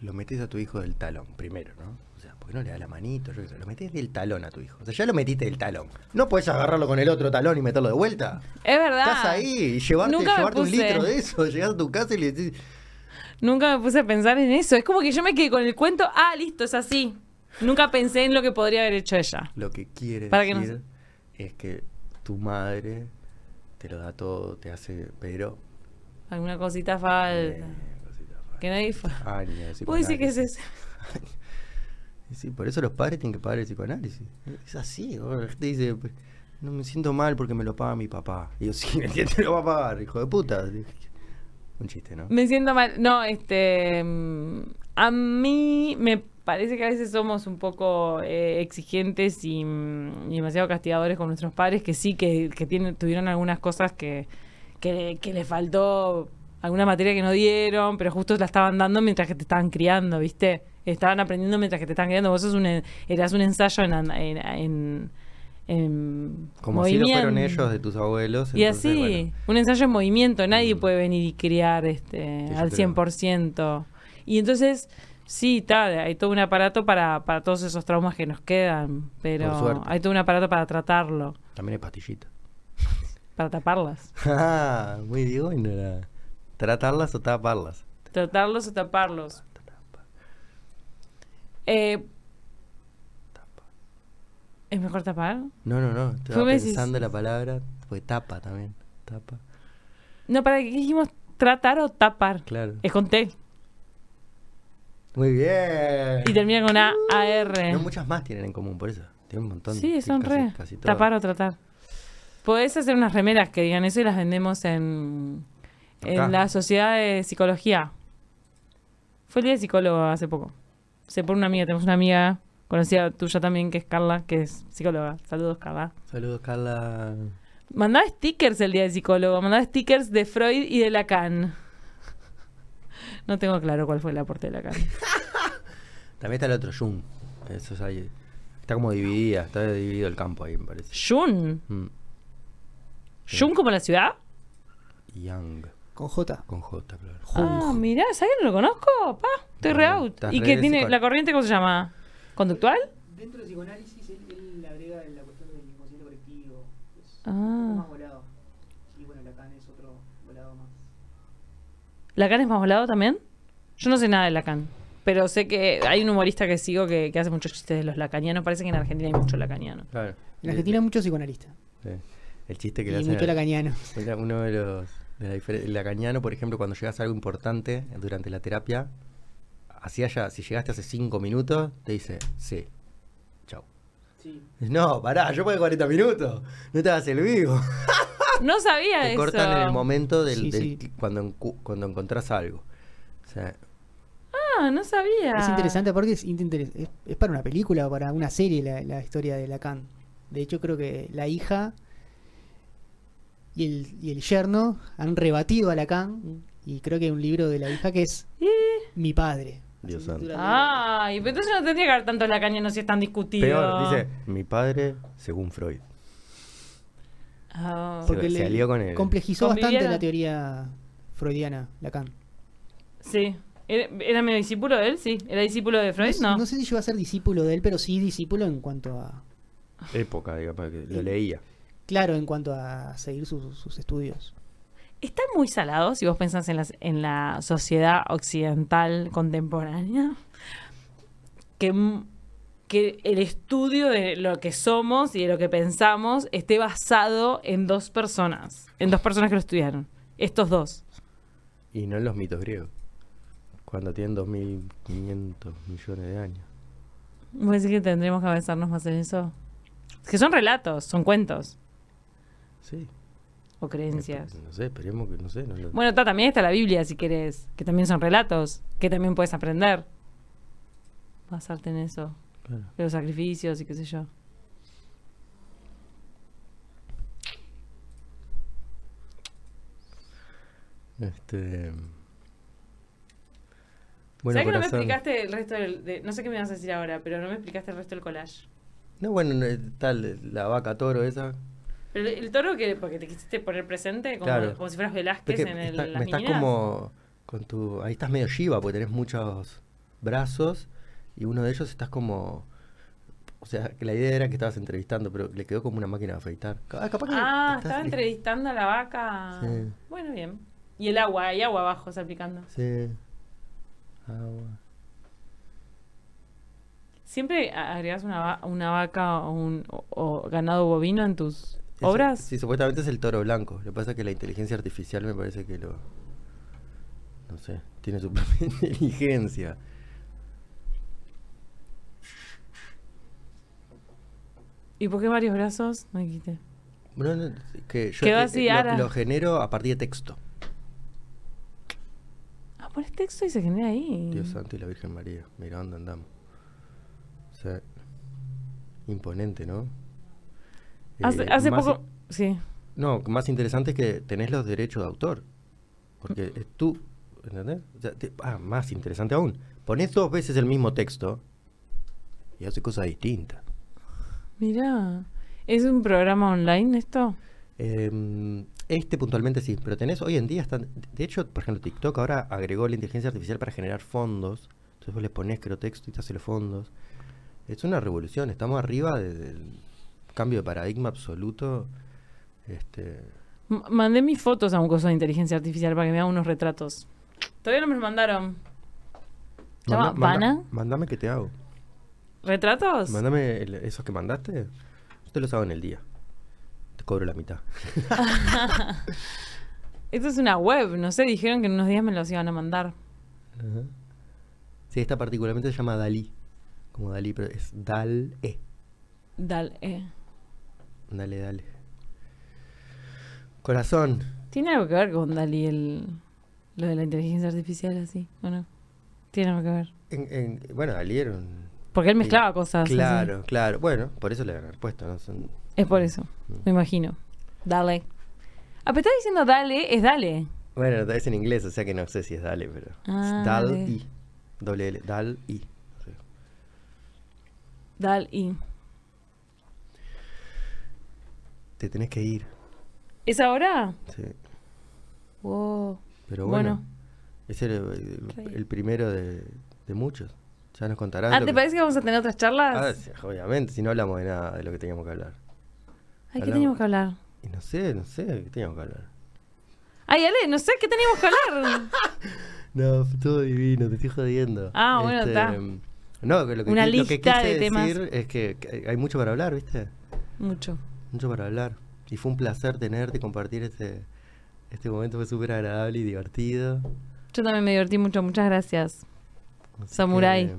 Speaker 1: Lo metes a tu hijo del talón primero, ¿no? O sea, porque no le da la manito, yo qué sé. Lo metes del talón a tu hijo. O sea, ya lo metiste del talón. No puedes agarrarlo con el otro talón y meterlo de vuelta.
Speaker 2: Es verdad.
Speaker 1: Estás ahí y llevarte,
Speaker 2: Nunca me
Speaker 1: llevarte un
Speaker 2: puse.
Speaker 1: litro de eso. Llegás a tu casa y le decís,
Speaker 2: Nunca me puse a pensar en eso. Es como que yo me quedé con el cuento. Ah, listo, es así. Nunca pensé en lo que podría haber hecho ella.
Speaker 1: Lo que quiere
Speaker 2: Para que no
Speaker 1: decir es que tu madre te lo da todo, te hace, pero
Speaker 2: Alguna cosita falta.
Speaker 1: eh, cosita,
Speaker 2: Que nadie fue.
Speaker 1: Ah, años. de
Speaker 2: Puedo decir que es
Speaker 1: psicoanálisis.
Speaker 2: ese.
Speaker 1: Y Sí, por eso los padres tienen que pagar el psicoanálisis. Es así, boludo. la gente dice, "Pues, no me siento mal porque me lo paga mi papá. Y yo, sí, el día te lo va a pagar, hijo de puta. Un chiste, ¿no?
Speaker 2: Me siento mal. No, este. mm, A mí me parece que a veces somos un poco eh, exigentes y, mm, y demasiado castigadores con nuestros padres, que sí, que, que tienen, tuvieron algunas cosas que, que, que les faltó, alguna materia que no dieron, pero justo la estaban dando mientras que te estaban criando, ¿viste? Estaban aprendiendo mientras que te estaban criando. Vos sos un, en- eras un ensayo en... an- en, en- en
Speaker 1: Como así lo fueron
Speaker 2: movimiento.
Speaker 1: ellos de tus abuelos.
Speaker 2: Y
Speaker 1: entonces,
Speaker 2: así,
Speaker 1: bueno.
Speaker 2: un ensayo en movimiento, nadie
Speaker 1: Mm.
Speaker 2: puede venir y criar este,
Speaker 1: Sí, yo
Speaker 2: al
Speaker 1: creo.
Speaker 2: 100%. Y entonces, sí, tal, hay todo un aparato para, para todos esos traumas que nos quedan,
Speaker 1: Por
Speaker 2: pero
Speaker 1: suerte.
Speaker 2: hay todo un aparato para tratarlo,
Speaker 1: También hay pastillita.
Speaker 2: para taparlas.
Speaker 1: Ah, muy Diego y no era. ¿Tratarlas o taparlas?
Speaker 2: Tratarlos o taparlos. Eh, ¿Es mejor tapar?
Speaker 1: No, no, no. Estaba
Speaker 2: me decís-
Speaker 1: pensando la palabra. Pues tapa también. Tapa.
Speaker 2: No, ¿para qué dijimos tratar o tapar?
Speaker 1: Claro.
Speaker 2: Es con T.
Speaker 1: Muy bien.
Speaker 2: Y termina con A-R.
Speaker 1: No muchas más tienen en común, por eso. Tienen un montón.
Speaker 2: Sí, son
Speaker 1: casi-
Speaker 2: re.
Speaker 1: casi todas.
Speaker 2: tapar o tratar. Podés hacer unas remeras que digan eso y las vendemos en, en
Speaker 1: Acá.
Speaker 2: la sociedad de psicología. Fue el día de psicólogo hace poco. Se pone una amiga, tenemos una amiga conocida tuya también, que es Carla, que es psicóloga. Saludos, Carla.
Speaker 1: Saludos, Carla.
Speaker 2: Mandaba stickers el día del psicólogo, mandaba stickers de Freud y de Lacan. No tengo claro cuál fue el aporte de Lacan.
Speaker 1: También está el otro Jung. Eso es ahí. Está como dividida. Está dividido el campo ahí, me parece.
Speaker 2: Jun.
Speaker 1: Mm.
Speaker 2: Jun como la ciudad.
Speaker 1: Yang.
Speaker 3: Con J.
Speaker 1: Con J, claro.
Speaker 2: Ah, mirá, ¿sabes que no lo conozco? Pa, estoy re
Speaker 1: Dale,
Speaker 2: out.
Speaker 1: estás
Speaker 2: ¿Y
Speaker 1: re
Speaker 2: que tiene
Speaker 1: psicólogo.
Speaker 2: la corriente cómo se llama? ¿Conductual?
Speaker 3: Dentro del psicoanálisis, él, él agrega la cuestión del inconsciente colectivo. Es
Speaker 2: Ah.
Speaker 3: un poco más volado. Y bueno, Lacan es otro volado más.
Speaker 2: ¿Lacan es más volado también? Yo no sé nada de Lacan. Pero sé que hay un humorista que sigo que, que hace muchos chistes de los lacanianos. Parece que en Argentina hay mucho lacaniano.
Speaker 1: Claro.
Speaker 3: En Argentina hay muchos psicoanalistas.
Speaker 1: Sí. El chiste que le
Speaker 3: y
Speaker 1: hacen.
Speaker 3: mucho
Speaker 1: al-
Speaker 3: lacaniano.
Speaker 1: Era uno de los. De la difere- el lacaniano, por ejemplo, cuando llegas a algo importante durante la terapia, así haya, si llegaste hace 5 minutos, te dice, sí, chau.
Speaker 3: Sí.
Speaker 1: No, pará, yo puedo 40 minutos, no te hagas el vivo.
Speaker 2: No sabía
Speaker 1: Te
Speaker 2: eso.
Speaker 1: cortan en el momento del,
Speaker 3: Sí,
Speaker 1: del-
Speaker 3: sí.
Speaker 1: Cuando, encu- cuando encontrás algo. O sea,
Speaker 2: Ah, no sabía.
Speaker 3: Es interesante porque es, interes- es, es para una película o para una serie la, la historia de Lacan. De hecho, creo que la hija y el, y el yerno han rebatido a Lacan. Y creo que hay un libro de la hija que es
Speaker 2: Y-
Speaker 3: Mi padre. Así
Speaker 1: Dios
Speaker 3: se
Speaker 1: santo.
Speaker 3: titula el libro.
Speaker 2: Ah. Ay, pero entonces no tendría que haber tantos lacanianos si es tan discutido.
Speaker 1: peor, dice, mi padre, según Freud.
Speaker 2: Ah.
Speaker 1: Se-
Speaker 3: Porque
Speaker 1: se
Speaker 3: le
Speaker 1: alió con el-
Speaker 3: complejizó
Speaker 2: ¿Con
Speaker 3: bastante
Speaker 2: Viviana?
Speaker 3: la teoría freudiana, Lacan.
Speaker 2: sí. ¿Era, era medio discípulo de él? Sí. ¿Era discípulo de Freud?
Speaker 3: sé-
Speaker 2: No.
Speaker 3: sé si llegó a ser discípulo de él, pero sí discípulo en cuanto a.
Speaker 1: Época, digamos, que lo leía.
Speaker 3: Claro, en cuanto a seguir sus, sus estudios.
Speaker 2: Está muy salado si vos pensás en, las- en la sociedad occidental contemporánea. Que, m- que el estudio de lo que somos y de lo que pensamos esté basado en dos personas. En dos personas que lo estudiaron. Estos dos.
Speaker 1: Y no en los mitos griegos. Cuando tienen 2.500 millones de años.
Speaker 2: Voy a decir que tendríamos que avanzarnos más en eso. Es que son relatos, son cuentos
Speaker 1: Sí. este,
Speaker 2: o creencias.
Speaker 1: No sé, esperemos que no sé. No lo-
Speaker 2: Bueno, está, también está la Biblia, si querés, que también son relatos, que también puedes aprender. Basarte en eso.
Speaker 1: Claro.
Speaker 2: de los sacrificios y qué sé yo.
Speaker 1: Este.
Speaker 2: ¿Sabés que no me
Speaker 1: corazón.
Speaker 2: explicaste el resto del... de- no sé qué me vas a decir ahora, pero no me explicaste el resto del collage.
Speaker 1: No, bueno, no, está el- la vaca toro esa.
Speaker 2: Pero el, el toro que... Porque te quisiste poner presente como,
Speaker 1: Claro.
Speaker 2: como si fueras Velázquez
Speaker 1: Porque
Speaker 2: en el,
Speaker 1: está-
Speaker 2: las
Speaker 1: me estás
Speaker 2: meninas.
Speaker 1: como. Con tu, ahí estás medio Shiva porque tenés muchos brazos y uno de ellos estás como. O sea, que la idea era que estabas entrevistando, pero le quedó como una máquina de afeitar. Ah, capaz que
Speaker 2: Ah,
Speaker 1: estás-
Speaker 2: estaba entrevistando a la vaca.
Speaker 1: Sí.
Speaker 2: Bueno, bien. Y el agua, hay agua abajo salpicando.
Speaker 1: Sí. Ah, Agua.
Speaker 2: ¿Siempre a- agregás una, va- una vaca o, un, o- o ganado bovino en tus
Speaker 1: Eso-
Speaker 2: obras?
Speaker 1: Sí, supuestamente es el toro blanco. Lo que pasa es que la inteligencia artificial me parece que lo. No sé, tiene su propia inteligencia.
Speaker 2: ¿Y por qué varios brazos? No dijiste.
Speaker 1: No, no, es que yo
Speaker 2: Quedó
Speaker 1: eh,
Speaker 2: así,
Speaker 1: eh, lo-
Speaker 2: Ara.
Speaker 1: lo, genero a partir de texto.
Speaker 2: Ah, pones texto y se genera ahí. Mm.
Speaker 1: Dios santo y la Virgen María. Mira dónde andamos. Sí. Imponente, ¿no?
Speaker 2: Hace,
Speaker 1: Eh,
Speaker 2: hace
Speaker 1: más-
Speaker 2: poco. Sí.
Speaker 1: No, más interesante es que tenés los derechos de autor. Porque
Speaker 2: Mm.
Speaker 1: es tú, ¿entendés? O sea, te- ah, más interesante aún. Ponés dos veces el mismo texto y hace cosas distintas.
Speaker 2: Mirá. ¿Es un programa online esto?
Speaker 1: Em, este puntualmente sí, pero tenés hoy en día están. De hecho, por ejemplo, TikTok ahora agregó la inteligencia artificial para generar fondos. Entonces vos le ponés creo texto y te hace los fondos. Es una revolución, estamos arriba de- del cambio de paradigma absoluto. Este,
Speaker 2: M- mandé mis fotos a un coso de inteligencia artificial para que me haga unos retratos. Todavía no me los mandaron. ¿Se
Speaker 1: manda-
Speaker 2: llama
Speaker 1: manda-
Speaker 2: Vana?
Speaker 1: Mandame que te hago.
Speaker 2: ¿Retratos?
Speaker 1: Mándame el- esos que mandaste. Yo te los hago en el día. Te cobro la mitad.
Speaker 2: Esto es una web, no sé, dijeron que en unos días me los iban a mandar.
Speaker 1: Ajá. Sí, esta particularmente se llama Dalí. Como Dalí, pero es Dal-E.
Speaker 2: Dale. eh.
Speaker 1: Dale, dale. Corazón.
Speaker 2: ¿Tiene algo que ver con Dalí el, lo de la inteligencia artificial así? ¿O no? Tiene algo que ver.
Speaker 1: En- en- bueno, Dalí era un-
Speaker 2: Porque él mezclaba cosas. así.
Speaker 1: Claro, claro. Bueno, por eso le ganan el puesto. ¿no? Son- Mm.
Speaker 2: Es por eso, me imagino. Dale. Ah, pero está diciendo dale, es dale.
Speaker 1: Bueno, es en inglés, o sea que no sé si es Dale, pero.
Speaker 2: Ah,
Speaker 1: es
Speaker 2: dale.
Speaker 1: Dal-I. Doble L. Dal-I. Sí.
Speaker 2: Dale. y.
Speaker 1: Te tenés que ir.
Speaker 2: ¿Es ahora?
Speaker 1: Sí.
Speaker 2: Wow.
Speaker 1: Pero bueno,
Speaker 2: Bueno.
Speaker 1: es el, el-
Speaker 2: Re.
Speaker 1: el primero de, de muchos. Ya nos contarán.
Speaker 2: Ah,
Speaker 1: lo
Speaker 2: ¿te
Speaker 1: que-
Speaker 2: parece que vamos a tener otras charlas?
Speaker 1: Ah, sí, obviamente, si no hablamos de nada de lo que teníamos que hablar.
Speaker 2: Ay, ¿qué
Speaker 1: hablamos.
Speaker 2: teníamos que hablar?
Speaker 1: Y no sé, no sé de qué teníamos que hablar.
Speaker 2: Ay, Ale, no sé qué teníamos que hablar.
Speaker 1: No, fue todo divino, te estoy jodiendo.
Speaker 2: Ah, bueno,
Speaker 1: Este,
Speaker 2: ta.
Speaker 1: No, que lo que, qui-
Speaker 2: Una
Speaker 1: lo que
Speaker 2: lista
Speaker 1: quise
Speaker 2: de temas.
Speaker 1: decir es que, que hay mucho para hablar, ¿viste?
Speaker 2: Mucho.
Speaker 1: Mucho para hablar. Y fue un placer tenerte y compartir este, este momento. Fue súper agradable y divertido.
Speaker 2: Yo también me divertí mucho, muchas gracias.
Speaker 1: Así
Speaker 2: Samurái.
Speaker 1: que,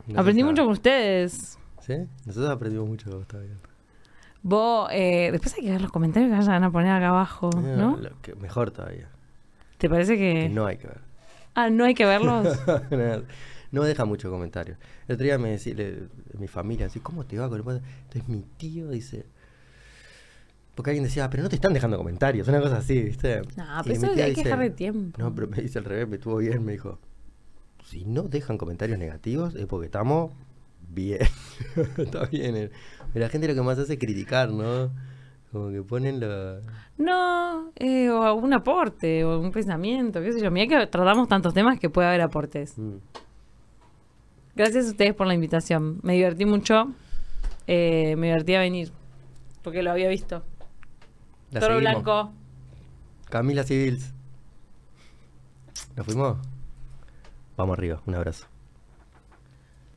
Speaker 1: nosotros
Speaker 2: Aprendí
Speaker 1: a-
Speaker 2: mucho con ustedes.
Speaker 1: ¿Sí? Nosotros aprendimos mucho de vos también.
Speaker 2: Vos, eh, después hay que ver los comentarios que vayan a poner acá abajo,
Speaker 1: Eh,
Speaker 2: ¿no? Eh.
Speaker 1: lo que- mejor todavía.
Speaker 2: ¿Te parece que...
Speaker 1: Que no hay que ver.
Speaker 2: Ah, no hay que verlos?
Speaker 1: no, no deja mucho comentario. El otro día me decía le- mi familia, así, ¿cómo te va con el podcast? Entonces mi tío dice. Porque alguien decía, "Ah, pero no te están dejando comentarios, una cosa así, ¿viste?
Speaker 2: No,
Speaker 1: Y
Speaker 2: pero
Speaker 1: mi
Speaker 2: eso
Speaker 1: tía
Speaker 2: hay que
Speaker 1: dice-
Speaker 2: dejarle tiempo.
Speaker 1: No, pero me dice al revés, me estuvo bien, me dijo. Si no dejan comentarios negativos es porque estamos bien. Está bien. eh. Pero la gente lo que más hace es criticar, ¿no? Como que ponen lo.
Speaker 2: No, eh, o algún aporte, o un pensamiento, qué sé yo. Mira que tratamos tantos temas que puede haber aportes.
Speaker 1: Mm.
Speaker 2: Gracias a ustedes por la invitación. Me divertí mucho. Eh, me divertí a venir, porque lo había visto.
Speaker 1: La
Speaker 2: Toro
Speaker 1: seguimos.
Speaker 2: Blanco.
Speaker 1: Camila Civils. ¿Nos fuimos? Vamos arriba, un abrazo.